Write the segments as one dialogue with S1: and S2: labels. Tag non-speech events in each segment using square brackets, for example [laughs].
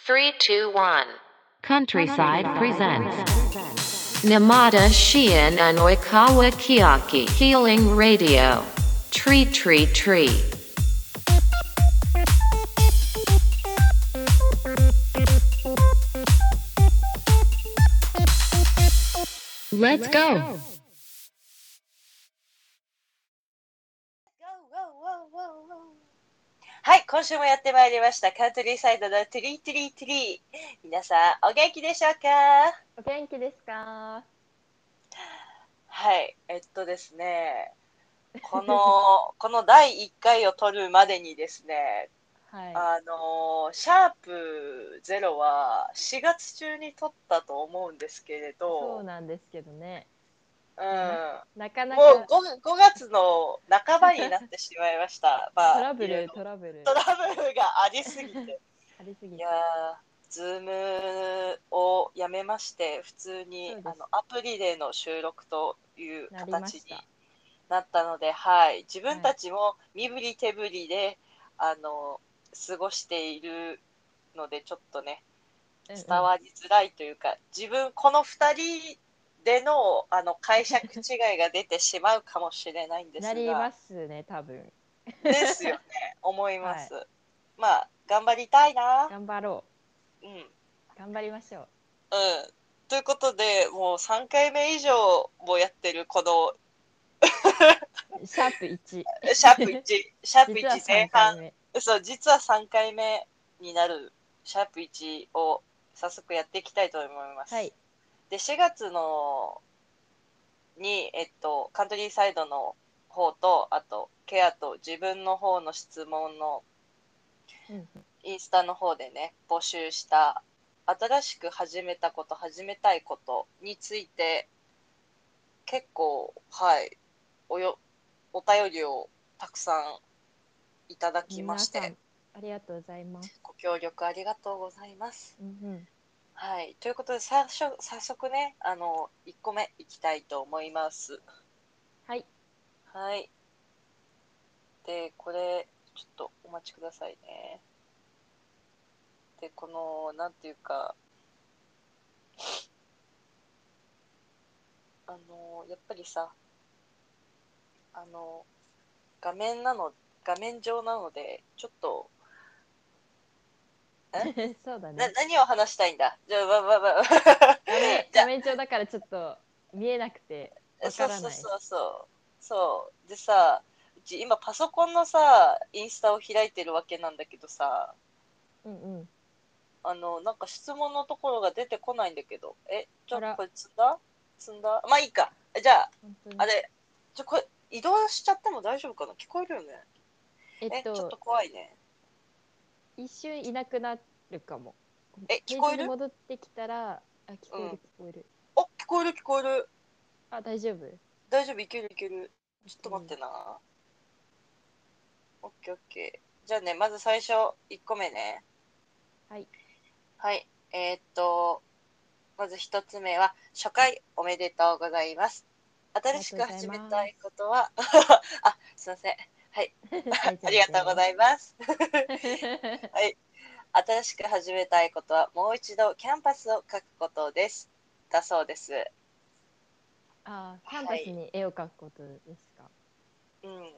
S1: Three, two, one.
S2: Countryside presents
S1: Namada Shien and Oikawa Kiyaki. Healing Radio. Tree, tree, tree.
S3: はい、今週もやってまいりました。カントリーサイドのトゥリートゥリートゥリー。皆さん、お元気でしょうか
S4: お元気ですか
S3: はい、えっとですね、こ
S4: [laughs]
S3: の、この第1回を取るまでにですね、
S4: はい。
S3: あの、シャープゼロは4月中に取ったと思うんですけれ
S4: そう
S3: ど、
S4: なんですけどね。
S3: うん、
S4: なかなか
S3: もう 5, 月の半ばになってしまいました。まあ、
S4: トラブ
S3: いろい
S4: ル、
S3: ろ
S4: トラブル。
S3: トラブルがありすぎて。
S4: ありすぎ
S3: い
S4: て
S3: や。ー、ズームをやめまして、普通に
S4: そうです
S3: あのアプリでの収録という
S4: なりま
S3: 形に
S4: した。
S3: なったので、はい、自分たちも身振り手振りで、あの過ごしているので、ちょっとね、伝わりづらいというか、自分、この2人でのあの解釈違いが出てしまうかもしれないん
S4: う
S3: で
S4: ん
S3: す
S4: なりま
S3: が、
S4: す [laughs] ね、多分。
S3: ですよね、思います。まあ、頑張りたいな。
S4: 頑張ろ
S3: うん
S4: う。頑張りましょう。
S3: うんということでもう3回目以上もやってるこの [laughs]
S4: シャープ1。
S3: シャープ1シ
S4: [laughs]
S3: ャープ
S4: 実は
S3: 1
S4: 3
S3: 前
S4: 回
S3: 半
S4: 目。
S3: そう実は3回目になるシャープ1を早速やっていきたいと思います。
S4: はい。
S3: で4月のに、えっと、カントリーサイドの方とあとケアと自分の方の質問の
S4: うん
S3: インスタの方でね募集した新しく始めたこと始めたいことについて結構はいおよお便りをたくさんいただきまし
S4: 皆
S3: て
S4: さんありがとうございます。
S3: ご協力ありがとうございます。
S4: うん
S3: はい、ということで最初早速ねあの1個目いきたいと思います。
S4: はい。
S3: はい。で、これ、ちょっとお待ちくださいね。で、この、なんていうか、あの、やっぱりさ、あの、画面なの、画面上なので、ちょっと、
S4: うん。 [laughs] そうだ
S3: な
S4: ね。
S3: 何を話したいんだじゃあ、わ
S4: [laughs]
S3: わわわ。
S4: 画面
S3: じゃ
S4: 画面上だからちょっと見えなくてわ
S3: そ
S4: か
S3: う
S4: ら
S3: そう
S4: ない。
S3: そうそうそうでさうち今パソコンのさインスタを開いてるわけなんだけどさ
S4: うんうん。
S3: あのなんか質問のところが出てこないんだけどえちょ
S4: あら
S3: これ積んだ積んだまあいいかじゃあ
S4: 本当に
S3: あれちょこれ移動しちゃっても大丈夫かな聞こえるよね
S4: え
S3: え
S4: っ
S3: ちょっと
S4: と、
S3: 怖いね
S4: 一瞬いなくなるかも。
S3: え
S4: ペ
S3: 聞
S4: ー
S3: こ
S4: ジ
S3: え
S4: に
S3: る
S4: 戻ってきたら、あ、聞こえ
S3: うん
S4: る、聞こえる。
S3: お聞こえる聞こえる
S4: あ、大丈夫。ちょ
S3: 大丈夫いけるいけるちょっと待ってな、オッケーオッケーじゃあねまず最初1個目ね
S4: はい。
S3: はい、えーっと、まず一つ目は、初回おめでとうございます。新しく始めたいことは、 [laughs] あ、すいません。ありがとうございます。
S4: す。
S3: 新しく始めたいことは、もう一度キャンパスを描くことです。だそうです。
S4: [laughs] あ、キャンパスに絵を描くことですか。
S3: うん。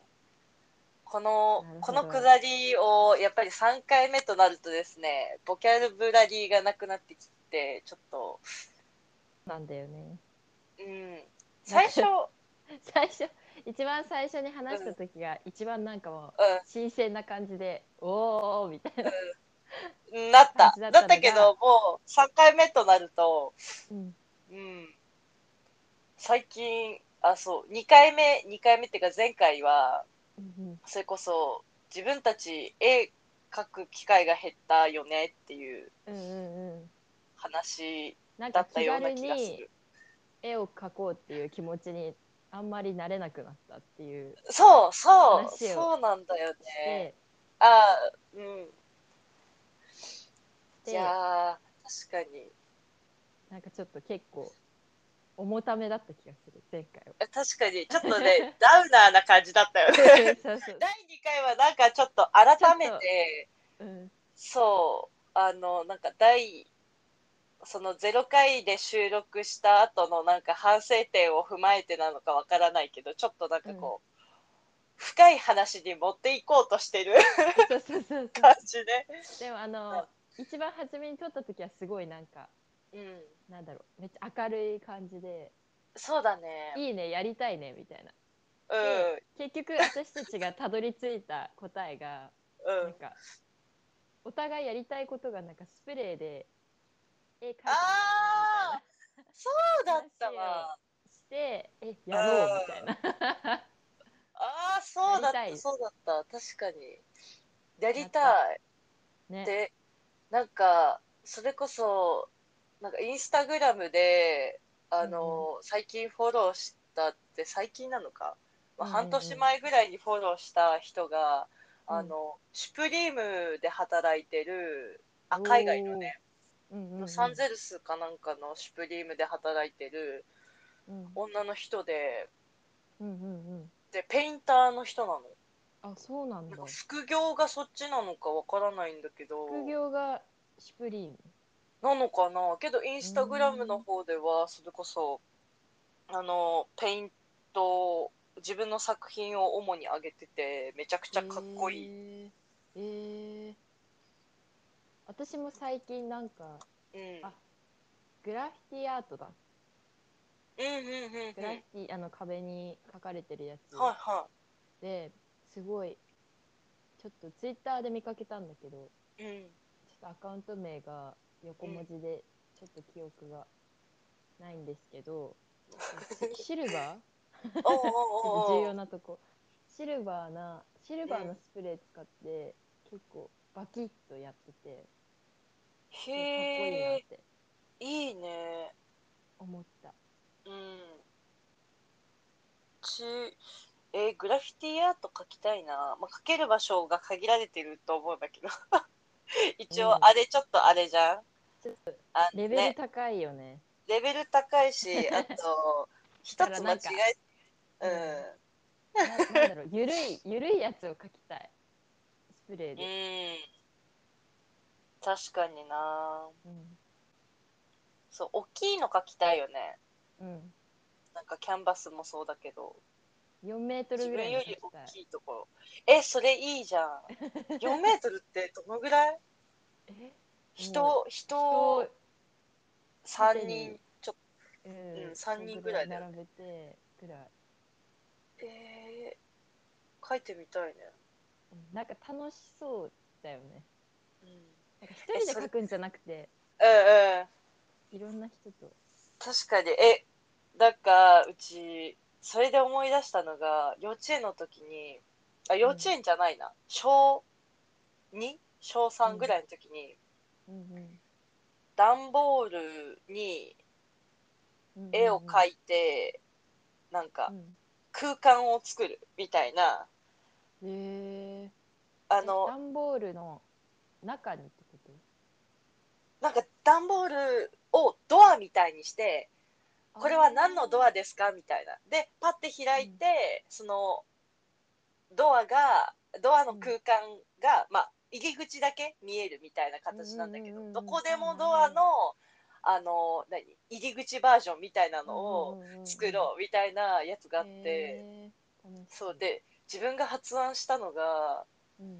S3: この
S4: なる、
S3: こ
S4: ほ
S3: の
S4: ど
S3: くだりを、やっぱり3回目となるとですね、ボキャブラリーがなくなってきて、ちょっと、
S4: なんだよね。
S3: うん。最初、
S4: 最初、一番最初に話した時が、一番なんかもう
S3: うん。
S4: 新鮮な感じで、おーおーみたいな。
S3: なった
S4: 感。じだ
S3: な
S4: っ
S3: った
S4: のが
S3: たけど、もう3回目となると、
S4: うん、
S3: うん、最近、あ、そう、2回目、2回目っていうか前回は、
S4: うん
S3: それこそ自分たち絵描く機会が減ったよねっていう
S4: うん、うん、うん。
S3: 話
S4: なん
S3: だ
S4: か
S3: った
S4: 気
S3: ような
S4: 軽
S3: 気がす
S4: に
S3: る。
S4: 絵を描こうっていう気持ちに、あんまりなれなくなったっていう。
S3: そう、そう、
S4: 話を
S3: そうなんだよね。
S4: で、
S3: あーうん。
S4: で
S3: いやー、確かに。
S4: なんかちょっと結構。重ためだった気がする。前回は。
S3: 確かに、ちょっと [laughs] ね、ダウナーな感じだった [laughs] よね。
S4: そうそ
S3: [laughs]
S4: う。
S3: 第2回はなんかちょっと改めて
S4: うん。
S3: そうあのなんか第その0回で収録した後のなんか反省点を踏まえてなのかわからないけどちょっとなんかこう、深い話に持っていこうとしてる
S4: そうそうそうそ
S3: 感じね。
S4: うでもあの一番初めに撮った時はすごいなんか
S3: うん、
S4: なんだろうめっちゃ明るい感じで
S3: そうだ
S4: 「
S3: ね。
S4: いいねやりたいね」みたいな
S3: うん
S4: 結局私たちがたどり着いた答えが
S3: う
S4: なん
S3: ん。
S4: かお互いやりたいことがなんかスプレーで絵描いてみたい
S3: あ
S4: な
S3: ーそうだったわ。
S4: してえやろうみたいな
S3: ああそうだっ
S4: やりた
S3: た
S4: い
S3: そうだった確かにやりたい
S4: ね
S3: でなんかそれこそなんかインスタグラムであの、最近フォローしたって最近なのか、まあ、
S4: うんうん
S3: 半
S4: うん
S3: 年前ぐらいにフォローした人が、
S4: うん
S3: あのシュプリームで働いてるあ海外のね
S4: うんうんうん
S3: ロサンゼルスかなんかのシュプリームで働いてる
S4: うん
S3: 女の人で
S4: うんうんうん
S3: でペインターの人なの。
S4: あそうな
S3: な
S4: ん
S3: ん
S4: だ
S3: か副業がそっちなのかわからないんだけど
S4: 副業がシュプリーム
S3: なのかなけどインスタグラムの方ではそれこそあのペイントを自分の作品を主に上げててめちゃくちゃかっこいい、
S4: いいえー私も最近なんかあグラフィティアートだ
S3: うん、うんうんうんうん
S4: グラフィティ、あの壁に書かれてるやつ
S3: はいは
S4: ですごいちょっとツイッターで見かけたんだけど
S3: い、
S4: [laughs]
S3: うん、
S4: ちょっとアカウント名が横文字でちょっと記憶がないんです
S3: [laughs]
S4: けど、シシルバー
S3: おう
S4: ちょっと
S3: おうお
S4: 重
S3: う
S4: 要なとこシルバーなシルバーのスプレー使って結構バキッとやっててかっこいい
S3: へ
S4: なっ
S3: え
S4: て
S3: いいね
S4: 思った
S3: うんちえーグラフィティアート描きたいな、まあ、描ける場所が限られてると思うんだけど [laughs] 一
S4: うん
S3: 応あれちょっとあれじゃん、あ
S4: レベル
S3: ね、
S4: 高いよね
S3: レベル高いしあと一
S4: [laughs] だから
S3: つ間
S4: な
S3: 違
S4: んか
S3: えうん
S4: ななんだろう [laughs] ゆるいゆるいやつを描きたいスプレー
S3: う
S4: で、
S3: ん確かにな
S4: うん
S3: そう大きいの描きたいよね
S4: うん、
S3: なんかキャンバスもそうだけど
S4: 4メートル
S3: 自
S4: ぐら
S3: 分
S4: いの
S3: よ
S4: 描
S3: り
S4: き
S3: 大
S4: たい
S3: きいところえそれいいじゃん4メートルってどのぐらい
S4: え
S3: 人、人
S4: 人
S3: 3人ちょっ
S4: う
S3: うん三人ぐらいだよ
S4: 並べてぐらい、
S3: とえー、書いてみたいね、
S4: うんなんか楽しそうだよね
S3: うん、うん
S4: なんか一人で描くんじゃなくて
S3: うん
S4: いろんな人と
S3: 確かにえなんかうちそれで思い出したのが幼稚園の時にあ幼稚園じゃないな、小 2? 小3ぐらいの時に、
S4: うんうん
S3: 段ボールに
S4: うんうん
S3: 絵を描いて、なんか
S4: うん
S3: 空間を作るみたいな
S4: へえ
S3: あの
S4: 段ボールの中にってこと
S3: なんか段ボールをドアみたいにしてこれは何のドアですかみたいなでパッて開いて、そのドアがドアの空間が、まあ入り口だけ見えるみたいな形なんだけ
S4: うん
S3: ど、
S4: うんうんうん
S3: どこでもドアのあの何入り口バージョンみたいなのを作ろうみたいなやつがあって、
S4: へー楽し
S3: そうで自分が発案したのが
S4: うん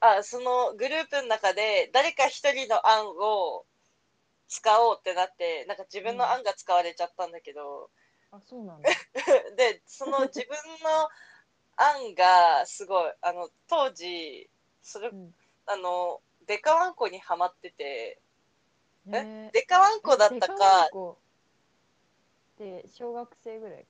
S3: あそのグループの中で誰か一人の案を使おうってなってなんか自分の案が使われちゃったんだけど、
S4: あそ
S3: [laughs]
S4: うなんだ
S3: でその自分の案がすごいあの当時それ、
S4: うん
S3: あのデカワンコにはまってて
S4: え
S3: デカワンコだったか
S4: で小学生ぐらいか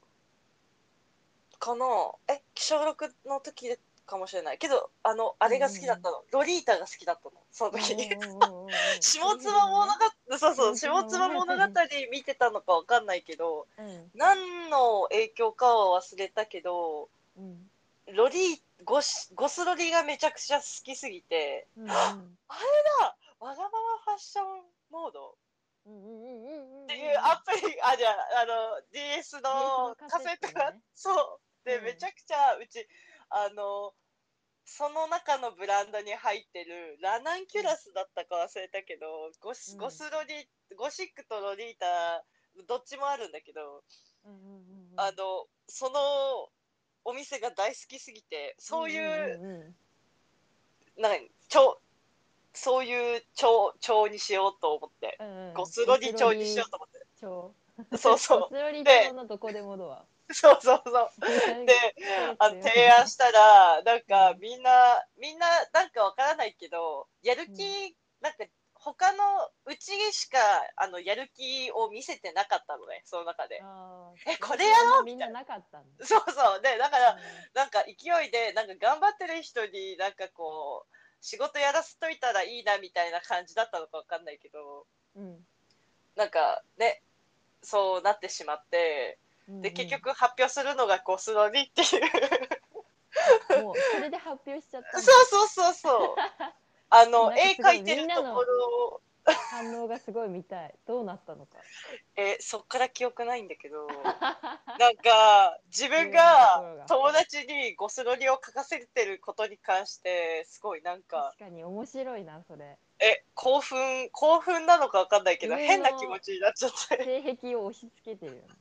S3: このえ小録の時かもしれないけどあのあれが好きだったの、ロリータが好きだったのその時。 [laughs] 下妻物語そうそう下妻物語見てたのかわかんないけど
S4: うん
S3: 何の影響かは忘れたけど
S4: うん
S3: ロリーゴシゴスロリがめちゃくちゃ好きすぎて
S4: うんうん
S3: わがままファッションモード
S4: うんうんうんうんうん
S3: っていうアプリあじゃああの DS のカセットが、
S4: DS のカセットね
S3: そうで、
S4: うん
S3: めちゃくちゃうちあのその中のブランドに入ってるラナンキュラスだったか忘れたけどゴシ,、
S4: うん
S3: ゴスロリゴシックとロリータどっちもあるんだけど、
S4: うんうんうんうん
S3: あのそのお店が大好きすぎてそういう,、
S4: んうんうん
S3: なんか超そういう蝶蝶にしようと思って、
S4: うんうん
S3: ゴスロリ蝶にしようと思っ
S4: 調
S3: てそう [laughs]
S4: ゴ
S3: そ
S4: スロリ
S3: で
S4: 調のどこでもドア
S3: うそうそうそうであの提案したらなんかみんなみんななんかわからないけどやる気、なんか他のうちしかあのやる気を見せてなかったのねその中で
S4: あー
S3: えこれやろう
S4: みんななかったんだ
S3: そうそうでだからなんか勢いでなんか頑張ってる人になんかこう仕事やらせといたらいいなみたいな感じだったのかわかんないけど
S4: うん
S3: なんかねそうなってしまって
S4: うん
S3: で結局発表するのがゴスロリっていう。
S4: うんもうそれで発表しちゃったんだ
S3: そうそうそうそう。あ
S4: なん
S3: の
S4: か
S3: 絵
S4: すご
S3: 描
S4: い
S3: いてるところ、
S4: 反応がすごい見たいどうなったのか
S3: えそっから記憶ないんだけど、なんか自分が友達にゴスロリを描かせてることに関してすごいなんか
S4: 確かに面白いな
S3: [laughs]
S4: それ
S3: え興奮興奮なのかわかんないけど
S4: 自
S3: 変
S4: 分の
S3: な気持ちになっちゃって、
S4: 性癖を押し付けてるよ
S3: [laughs]
S4: ね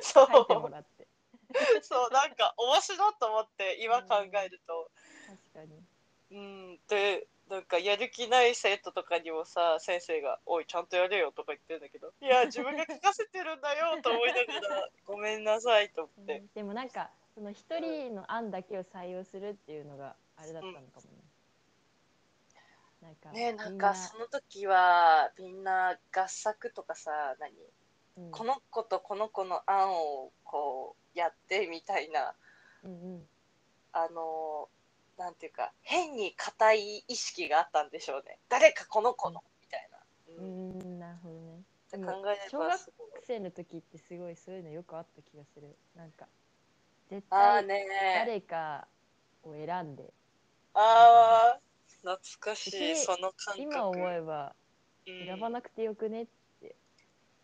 S3: そう
S4: 書いてもらって
S3: そうなんか面白いと思って今考えると、
S4: 確かに
S3: うんでなんかやる気ない生徒とかにもさ先生が「おいちゃんとやれよ」とか言ってるんだけど「い
S4: [laughs]
S3: や自分が聞かせてるんだよ」と思いながら「ごめんなさい」と思って
S4: でもなんかその一人の案だけを採用するっていうのがあれだったのかもね。なんか
S3: ねな
S4: み
S3: ん
S4: な
S3: かその時はみんな合作とかさ何
S4: うん
S3: この子とこの子の案をこうやってみたいな
S4: うんうん
S3: あのなんていうか変に固い意識があったんでしょうね誰かこの子のみたいな。
S4: う
S3: うん
S4: ーんなるほどね。
S3: って考えれ
S4: 小
S3: ば
S4: 学
S3: すごい
S4: 生の時ってすごいそういうのよくあった気がする。なんか絶
S3: ああ
S4: 対
S3: ね
S4: 誰かを選んで、
S3: あー懐かし
S4: で
S3: いその感覚
S4: 今思えば
S3: うん
S4: 選ばなくてよくねって。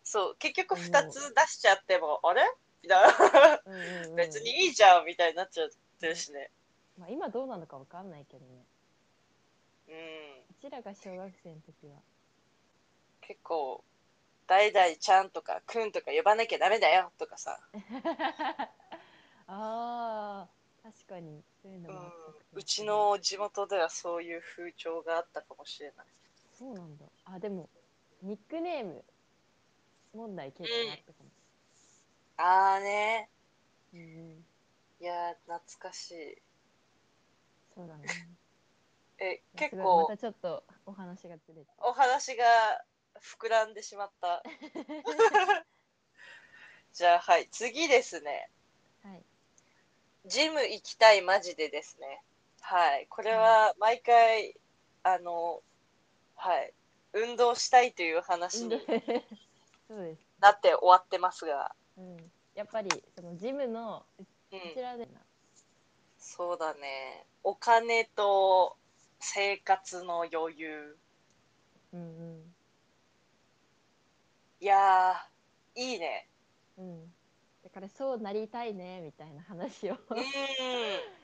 S3: そう結局
S4: 思う
S3: 2つ出しちゃってもあれみたいな
S4: うんうんうん
S3: 別。にいいじゃんみたいになっちゃってるしね
S4: まあ今どうなのかわかんないけどね。
S3: うん
S4: うちらが小学生の時は。 [laughs]
S3: 結構「代々ちゃん」とか「くん」とか呼ばなきゃダメだよとかさ、
S4: ああ確かにそういうの
S3: う
S4: もあ
S3: ん
S4: ったかも、
S3: うちの地元ではそういう風潮があったかもしれない
S4: そうなんだあでもニックネーム問題結構あったかも、
S3: ああね
S4: うんうん、
S3: いやー懐かしい
S4: そうだね
S3: え結
S4: すごいま
S3: 構
S4: たちょっとお話がずれて
S3: お話が膨らんでしまった。 [laughs] じゃあはい次ですね
S4: はい
S3: ジム行きたいマジでですねはいこれは毎回あのはい運動したいという話に
S4: [laughs] そうです、
S3: なって終わってますが、
S4: うん、やっぱりそのジムのう
S3: うん、
S4: ちらでな、
S3: そうだねお金と生活の余裕
S4: うん
S3: いやーいいね
S4: うんうん、だからそうなりたいねみたいな話を
S3: うん
S4: [laughs] 1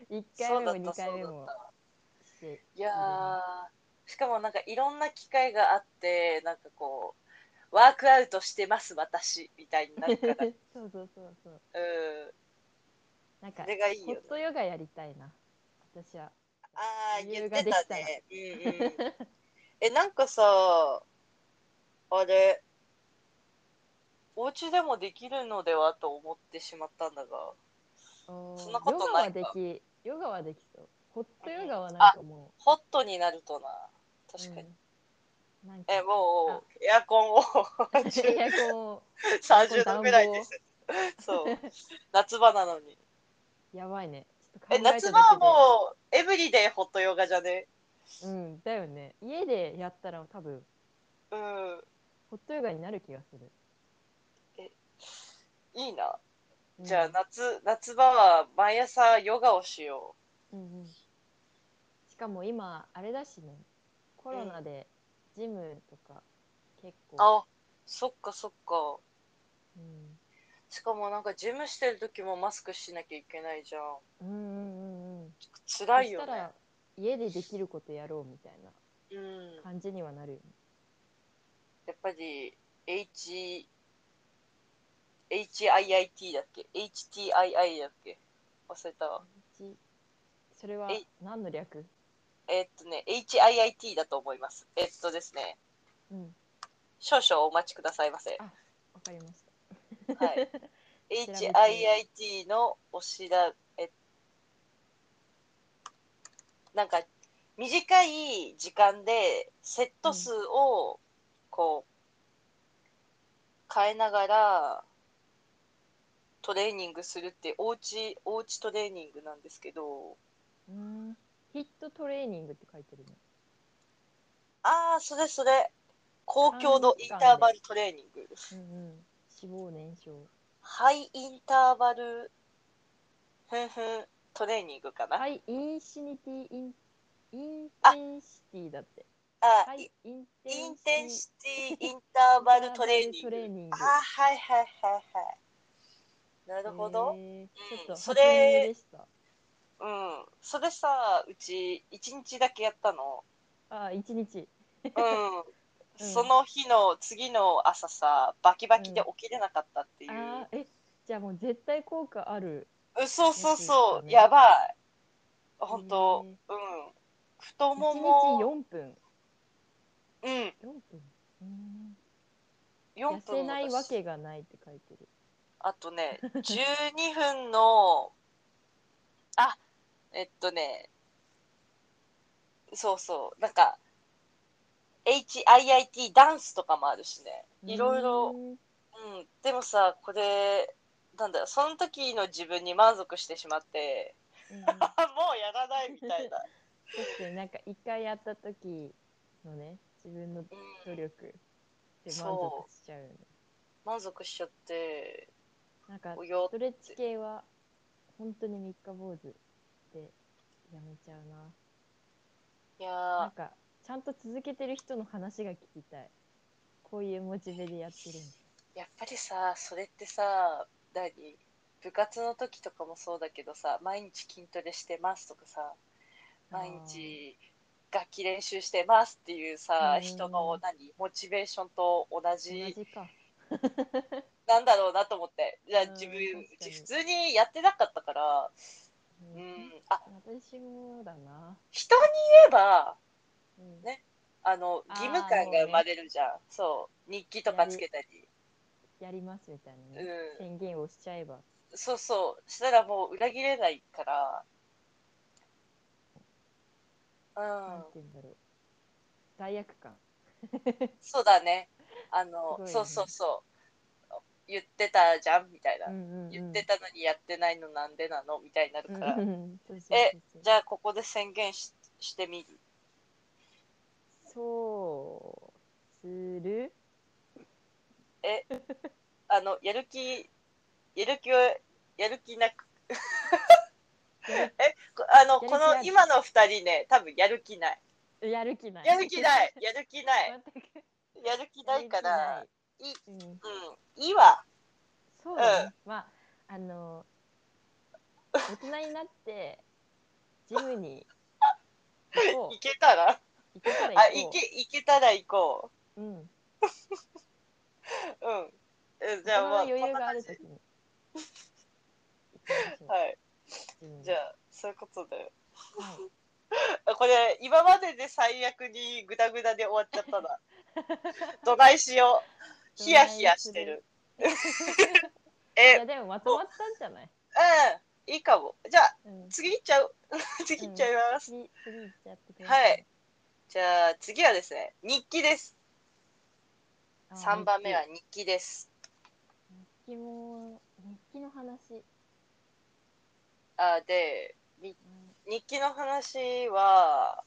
S4: 回目も
S3: そうだ
S4: 2
S3: った
S4: 回目も
S3: そうだ
S4: して
S3: いやーしかもなんかいろんな機会があってなんかこうワークアウトしてます私みたいになるからうん
S4: [laughs] そうそうそうそうなんか
S3: それがいい
S4: ホ
S3: よ
S4: ッ
S3: ね
S4: トヨガやりたいな私は
S3: ああ
S4: 理
S3: 言
S4: 由
S3: っ
S4: が
S3: て
S4: で
S3: た
S4: きた
S3: ねうんうんえなんかさあれお家でもできるのではと思ってしまったんだが
S4: そ
S3: んなことないか
S4: ヨガはできヨガはできそうホットヨガはなんかも
S3: ホットになるとな
S4: う
S3: 確かに、
S4: うんなんか
S3: え
S4: [laughs]
S3: もうエアコンを [laughs]
S4: エアコンを
S3: 30度ぐらいですそう夏場なのに
S4: やばいねちょっと考
S3: え
S4: えただけ
S3: 夏
S4: で
S3: 場はもうエブリデイホットヨガじゃね
S4: うんだよね家でやったら多分
S3: うん
S4: ホットヨガになる気がする、
S3: いいな
S4: うん
S3: じゃあ夏夏場は毎朝ヨガをしよ
S4: うんうんしかも今あれだしねコロナでジムとか結
S3: う
S4: 構、
S3: あそっかそっか
S4: うん、
S3: しかもなんかジムしてる時もマスクしなきゃいけないじゃん
S4: うんうんうんうん
S3: 辛いよ
S4: そした
S3: ね
S4: ら家でできることやろうみたいな
S3: うん、
S4: 感じにはなるよね。
S3: やっぱり H HIIT だっけ ?HTII だっけ忘れたわ。
S4: ちそれは
S3: えい
S4: 何の略
S3: えっとね、HIIT だと思います。えっとですね、
S4: うん、
S3: 少々お待ちくださいませ。
S4: わかりまし
S3: [laughs]
S4: た。
S3: はい、
S4: 調べて
S3: HIIT のおしらえなんか短い時間でセット数をこう変えながらトレーニングするっておうちおうちトレーニングなんですけど
S4: うん、ヒットトレーニングって書いてるね。
S3: ああそれそれ高強度インターバルトレーニング
S4: うんうん、脂肪燃焼。
S3: ハイインターバルふんふんトレーニングかな、
S4: はい、インシニティインイン
S3: あ
S4: テンシティだって。
S3: あ
S4: はい、インテ
S3: イン
S4: ン
S3: テン
S4: シ
S3: シティインターバルトレーニン
S4: インターバルトレー
S3: グ。
S4: ニング
S3: あはいはいはいはい。な
S4: テ
S3: るほど。
S4: え
S3: うん
S4: ちょっと
S3: そ
S4: そ
S3: れ
S4: れでした。
S3: うん。それさ、うち一日だけやった
S4: [laughs]
S3: の。
S4: あ、一日。
S3: うん。
S4: うん
S3: その日の次の朝さ、バキバキで起きれなかったっていう。
S4: あー、え、じゃあもう絶対効果ある。
S3: うん、そうそうそ
S4: ですよ
S3: う、
S4: ね
S3: やばい。本当、
S4: え
S3: うん。太
S4: ー
S3: も
S4: 一日
S3: も、
S4: 四分。
S3: うん、
S4: 四分。うん
S3: 4
S4: 痩せ
S3: 分
S4: ないわ
S3: だし
S4: けがないって書いてる。
S3: あとね、12分の、あ、えっとね、そうそう、なんか、HIIT ダンスとかもあるしね、いろいろ、
S4: うん。
S3: うん、でもさ、これ、なんだよ、その時の自分に満足してしまって、
S4: うん
S3: あ、 [laughs] もうやらないみたいな。
S4: 確かになんか一回やった時のね自分の
S3: う
S4: 努
S3: ん、
S4: 力って満
S3: そ
S4: 足しちゃうよね
S3: 満足しちゃって、
S4: なんか
S3: お [laughs]
S4: ス
S3: よ
S4: トレッチ系は本当に三日坊主でやめちゃう
S3: いや
S4: な
S3: ー
S4: なんかちゃんと続けてる人の話が聞きたいこういうモチベでやってるんだ
S3: やっぱりさそれってさ何部活の時とかもそうだけどさ毎日筋トレしてますとかさ毎日楽器練習してますっていうさ
S4: うん
S3: 人の何モチベーションと同
S4: 同
S3: じ
S4: じか
S3: なんだろうなと思っていや
S4: うん
S3: 自分
S4: 確かに
S3: 普通にやってなかったから
S4: う
S3: うん
S4: ん
S3: あ
S4: 私もだな、
S3: 人に言えば
S4: うん
S3: ねあの
S4: あー
S3: 義務感が生まれるじゃんそう日記とかつけたり
S4: やりますみたいな
S3: う
S4: ね、
S3: ん
S4: 宣言をしちゃえば
S3: そうそうしたらもう裏切れないからう
S4: なん
S3: ん
S4: て言うんだろう罪悪感
S3: そうだねあの
S4: すごいね
S3: そうそうそう言ってたじゃんみたいな、
S4: うんうんうん
S3: 言ってたのにやってないのなんでなのみたいになるから、
S4: うんうんそうそうそうそう
S3: えじゃあここで宣言ししてみる
S4: そうする
S3: あのやる気やる気をやる気なくえこあの
S4: やる気
S3: こ
S4: あ
S3: の
S4: る
S3: 今の二人ね多分やる気ない
S4: やる気ない
S3: やる気ないいやる気ない
S4: 全く
S3: やる気ないからいい
S4: やる気ないうん
S3: うんいいわ
S4: そうだねまああの大人になってジムに行こ
S3: いけたら
S4: う行けたら
S3: あ
S4: 行
S3: い
S4: こ
S3: けいけたら行こ
S4: ううん
S3: ううんえじ
S4: じゃ
S3: ゃ
S4: あ
S3: あまあ
S4: 余裕
S3: こんな
S4: があ
S3: 感
S4: る
S3: じ
S4: 時に行きましょう
S3: はい
S4: ジムに
S3: じゃあそういうことで
S4: はい
S3: あこれ今までで最悪にグダグダで終わっちゃった
S4: [laughs]
S3: などないしようヒヤヒヤしてる
S4: い
S3: えう
S4: やでもまとまったんじゃない
S3: んいいかもじゃあ
S4: うん
S3: 次行っちゃう [laughs] 次行っちゃいます、
S4: 次次行っちゃってくだ
S3: は
S4: さ
S3: いじゃあ次はですね日記です
S4: あ
S3: 3番目は日記です
S4: 日記も日記の話、
S3: あで日
S4: うん
S3: 日記の話は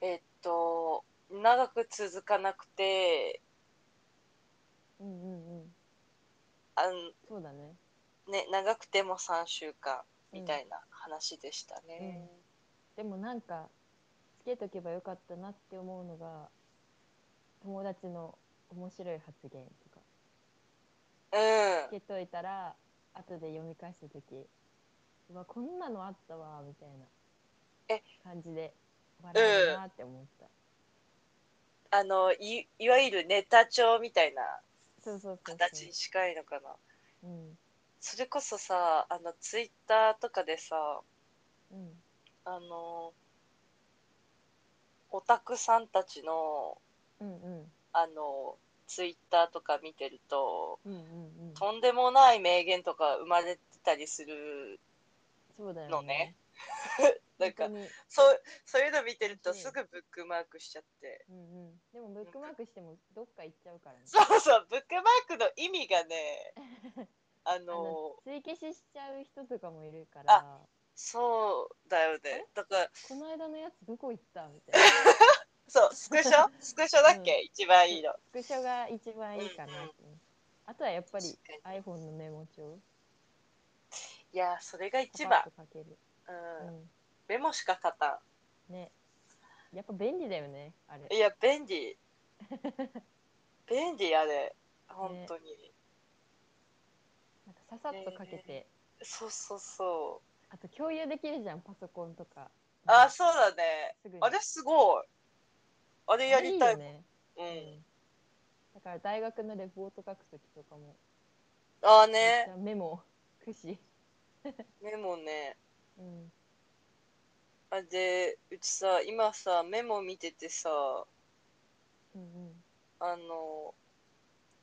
S3: えっと長く続かなくて
S4: うんうんうん
S3: あん
S4: そうだね
S3: ね、長くても3週間みたいな話でしたね。
S4: でもなんかつけとけばよかったなって思うのが友達の面白い発言とか
S3: うん、
S4: つけといたら後で読み返した時うわこんなのあったわみたいな
S3: え
S4: 感じで笑えるなって思った、
S3: あのいいわゆるネタ帳みたいな
S4: そうそうそうそう
S3: 形に近いのかな
S4: うん
S3: それこそさあのツイッターとかでさ
S4: うん
S3: あのオタクさんたちの
S4: うんうん
S3: あのツイッターとか見てると
S4: うんうんうん
S3: とんでもない名言とか生まれてたりする
S4: そうだよ
S3: のねなんか
S4: 本当に
S3: そうそういうの見てるとすぐブックマークしちゃって
S4: うんうんでもブックマークしてもどっか行っちゃうからね
S3: そうそうブックマークの意味が [laughs] ねあ
S4: あの
S3: の
S4: 追消ししちゃう人とかもいるから
S3: そうだよねだから
S4: この間のやつどこ行ったみたいな
S3: そうスクシ [laughs] ョスクショだっけ、
S4: う
S3: 一番いいの
S4: スクショが一番いいかなってあとはやっぱり
S3: 確
S4: iPhone のメモ帳
S3: いやそれが一
S4: パ
S3: 番
S4: パッ、と書ける、
S3: うん
S4: う
S3: メモしか勝た
S4: ん、ねやっぱ便利だよねあれ
S3: んいや便 [laughs] 利便利あれ本当に、
S4: なんかささっと書けて、
S3: そうそうそ
S4: あと共有できるじゃんパソコンとか
S3: うあそうだね
S4: すぐに
S3: あれすごいあれやりたい
S4: あれいよね
S3: うん
S4: だから大学のレポート書くときとかも、
S3: ああ
S4: めっ
S3: ね
S4: ちゃメモくし、
S3: メモね
S4: うん、
S3: あでうちさ今さメモ見ててさ
S4: うんうん
S3: あの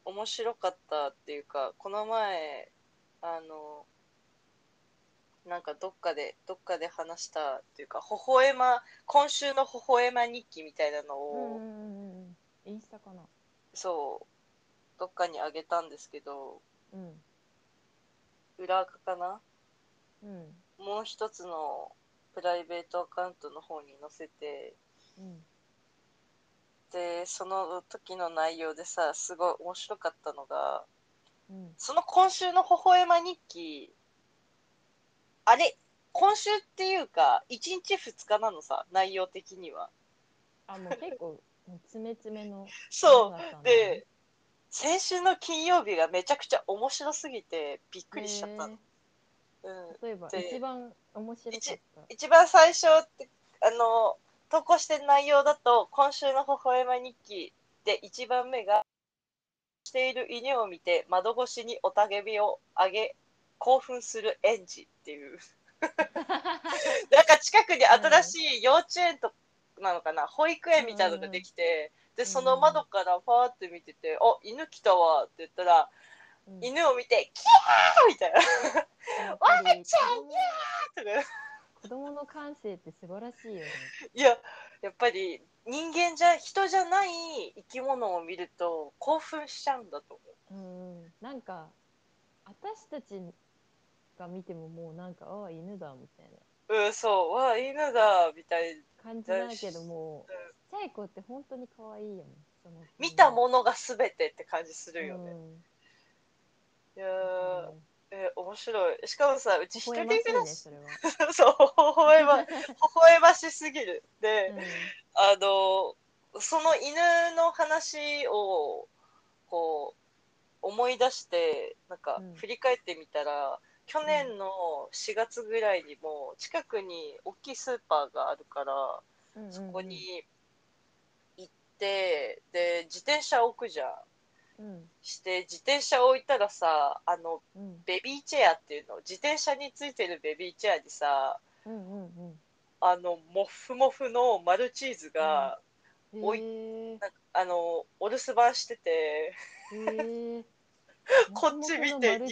S3: 面白かったっていうかこの前あのなんかどっかでどっかで話したっていうか微笑ま今週の微笑ま日記みたいなの
S4: うん
S3: を、
S4: うんうんうんインスタかな
S3: そうどっかにあげたんですけど
S4: うん
S3: 裏垢かな
S4: うん
S3: もう一つのプライベートアカウントの方に載せて
S4: うん
S3: でその時の内容でさすごい面白かったのが
S4: うん
S3: その今週の微笑ま日記、あれ、今週っていうか、1日2日なのさ、内容的には。
S4: あもう結構もう詰め詰めの
S3: そう。
S4: う
S3: で、先週の金曜日がめちゃくちゃ面白すぎて、びっくりしちゃったの。うん。
S4: 例えば
S3: で
S4: 一番面白かった
S3: 一番最初って、あの、投稿してる内容だと、今週の微笑ま日記で1番目が、している犬を見て窓越しにおたげびをあげ、興奮する園児っていう。なんか近くに新しい幼稚園となのかな、保育園みたいなのができて、で、その窓からファーって見てて、あ、犬来たわって言ったら、
S4: うん
S3: 犬を見て、キャーみたいな。 [laughs]
S4: やっぱり
S3: ちゃ
S4: 子供子供の感性って素晴らしいよね
S3: いや、やっぱり人間じゃ、人じゃない生き物を見ると興奮しちゃうんだと思う。
S4: うんなんか私たちが見てももうなんかああ犬だみたいな
S3: うん、そう、わあ、犬だ、みたいな。
S4: 感じないけどもちっちゃい子って本当に可愛いよねその
S3: 見たものが全てって感じす
S4: う
S3: るよね。
S4: ん
S3: いやー、え面白い。しかもさ、うち一
S4: 微
S3: 人
S4: 笑まし
S3: 暮
S4: い
S3: ら
S4: ね
S3: し
S4: そ、れ
S3: [laughs]
S4: は
S3: そう、微笑ま、微笑ましすぎる。で、
S4: う
S3: あのその犬の話をこう思い出してなんか
S4: うん
S3: 振り返ってみたら、去年の4月ぐらいにも近くに大きいスーパーがあるから
S4: んうんうん
S3: そこに行ってで自転車置くじゃん
S4: うん
S3: して自転車置いたらさあの
S4: うん
S3: ベビーチェアっていうの自転車についてるベビーチェアにさ
S4: うんうん
S3: あのモフモフのマルチーズが、
S4: うん
S3: おい
S4: へえ
S3: あのお留守番してて。 [laughs]
S4: へえ
S3: こっち見て
S4: も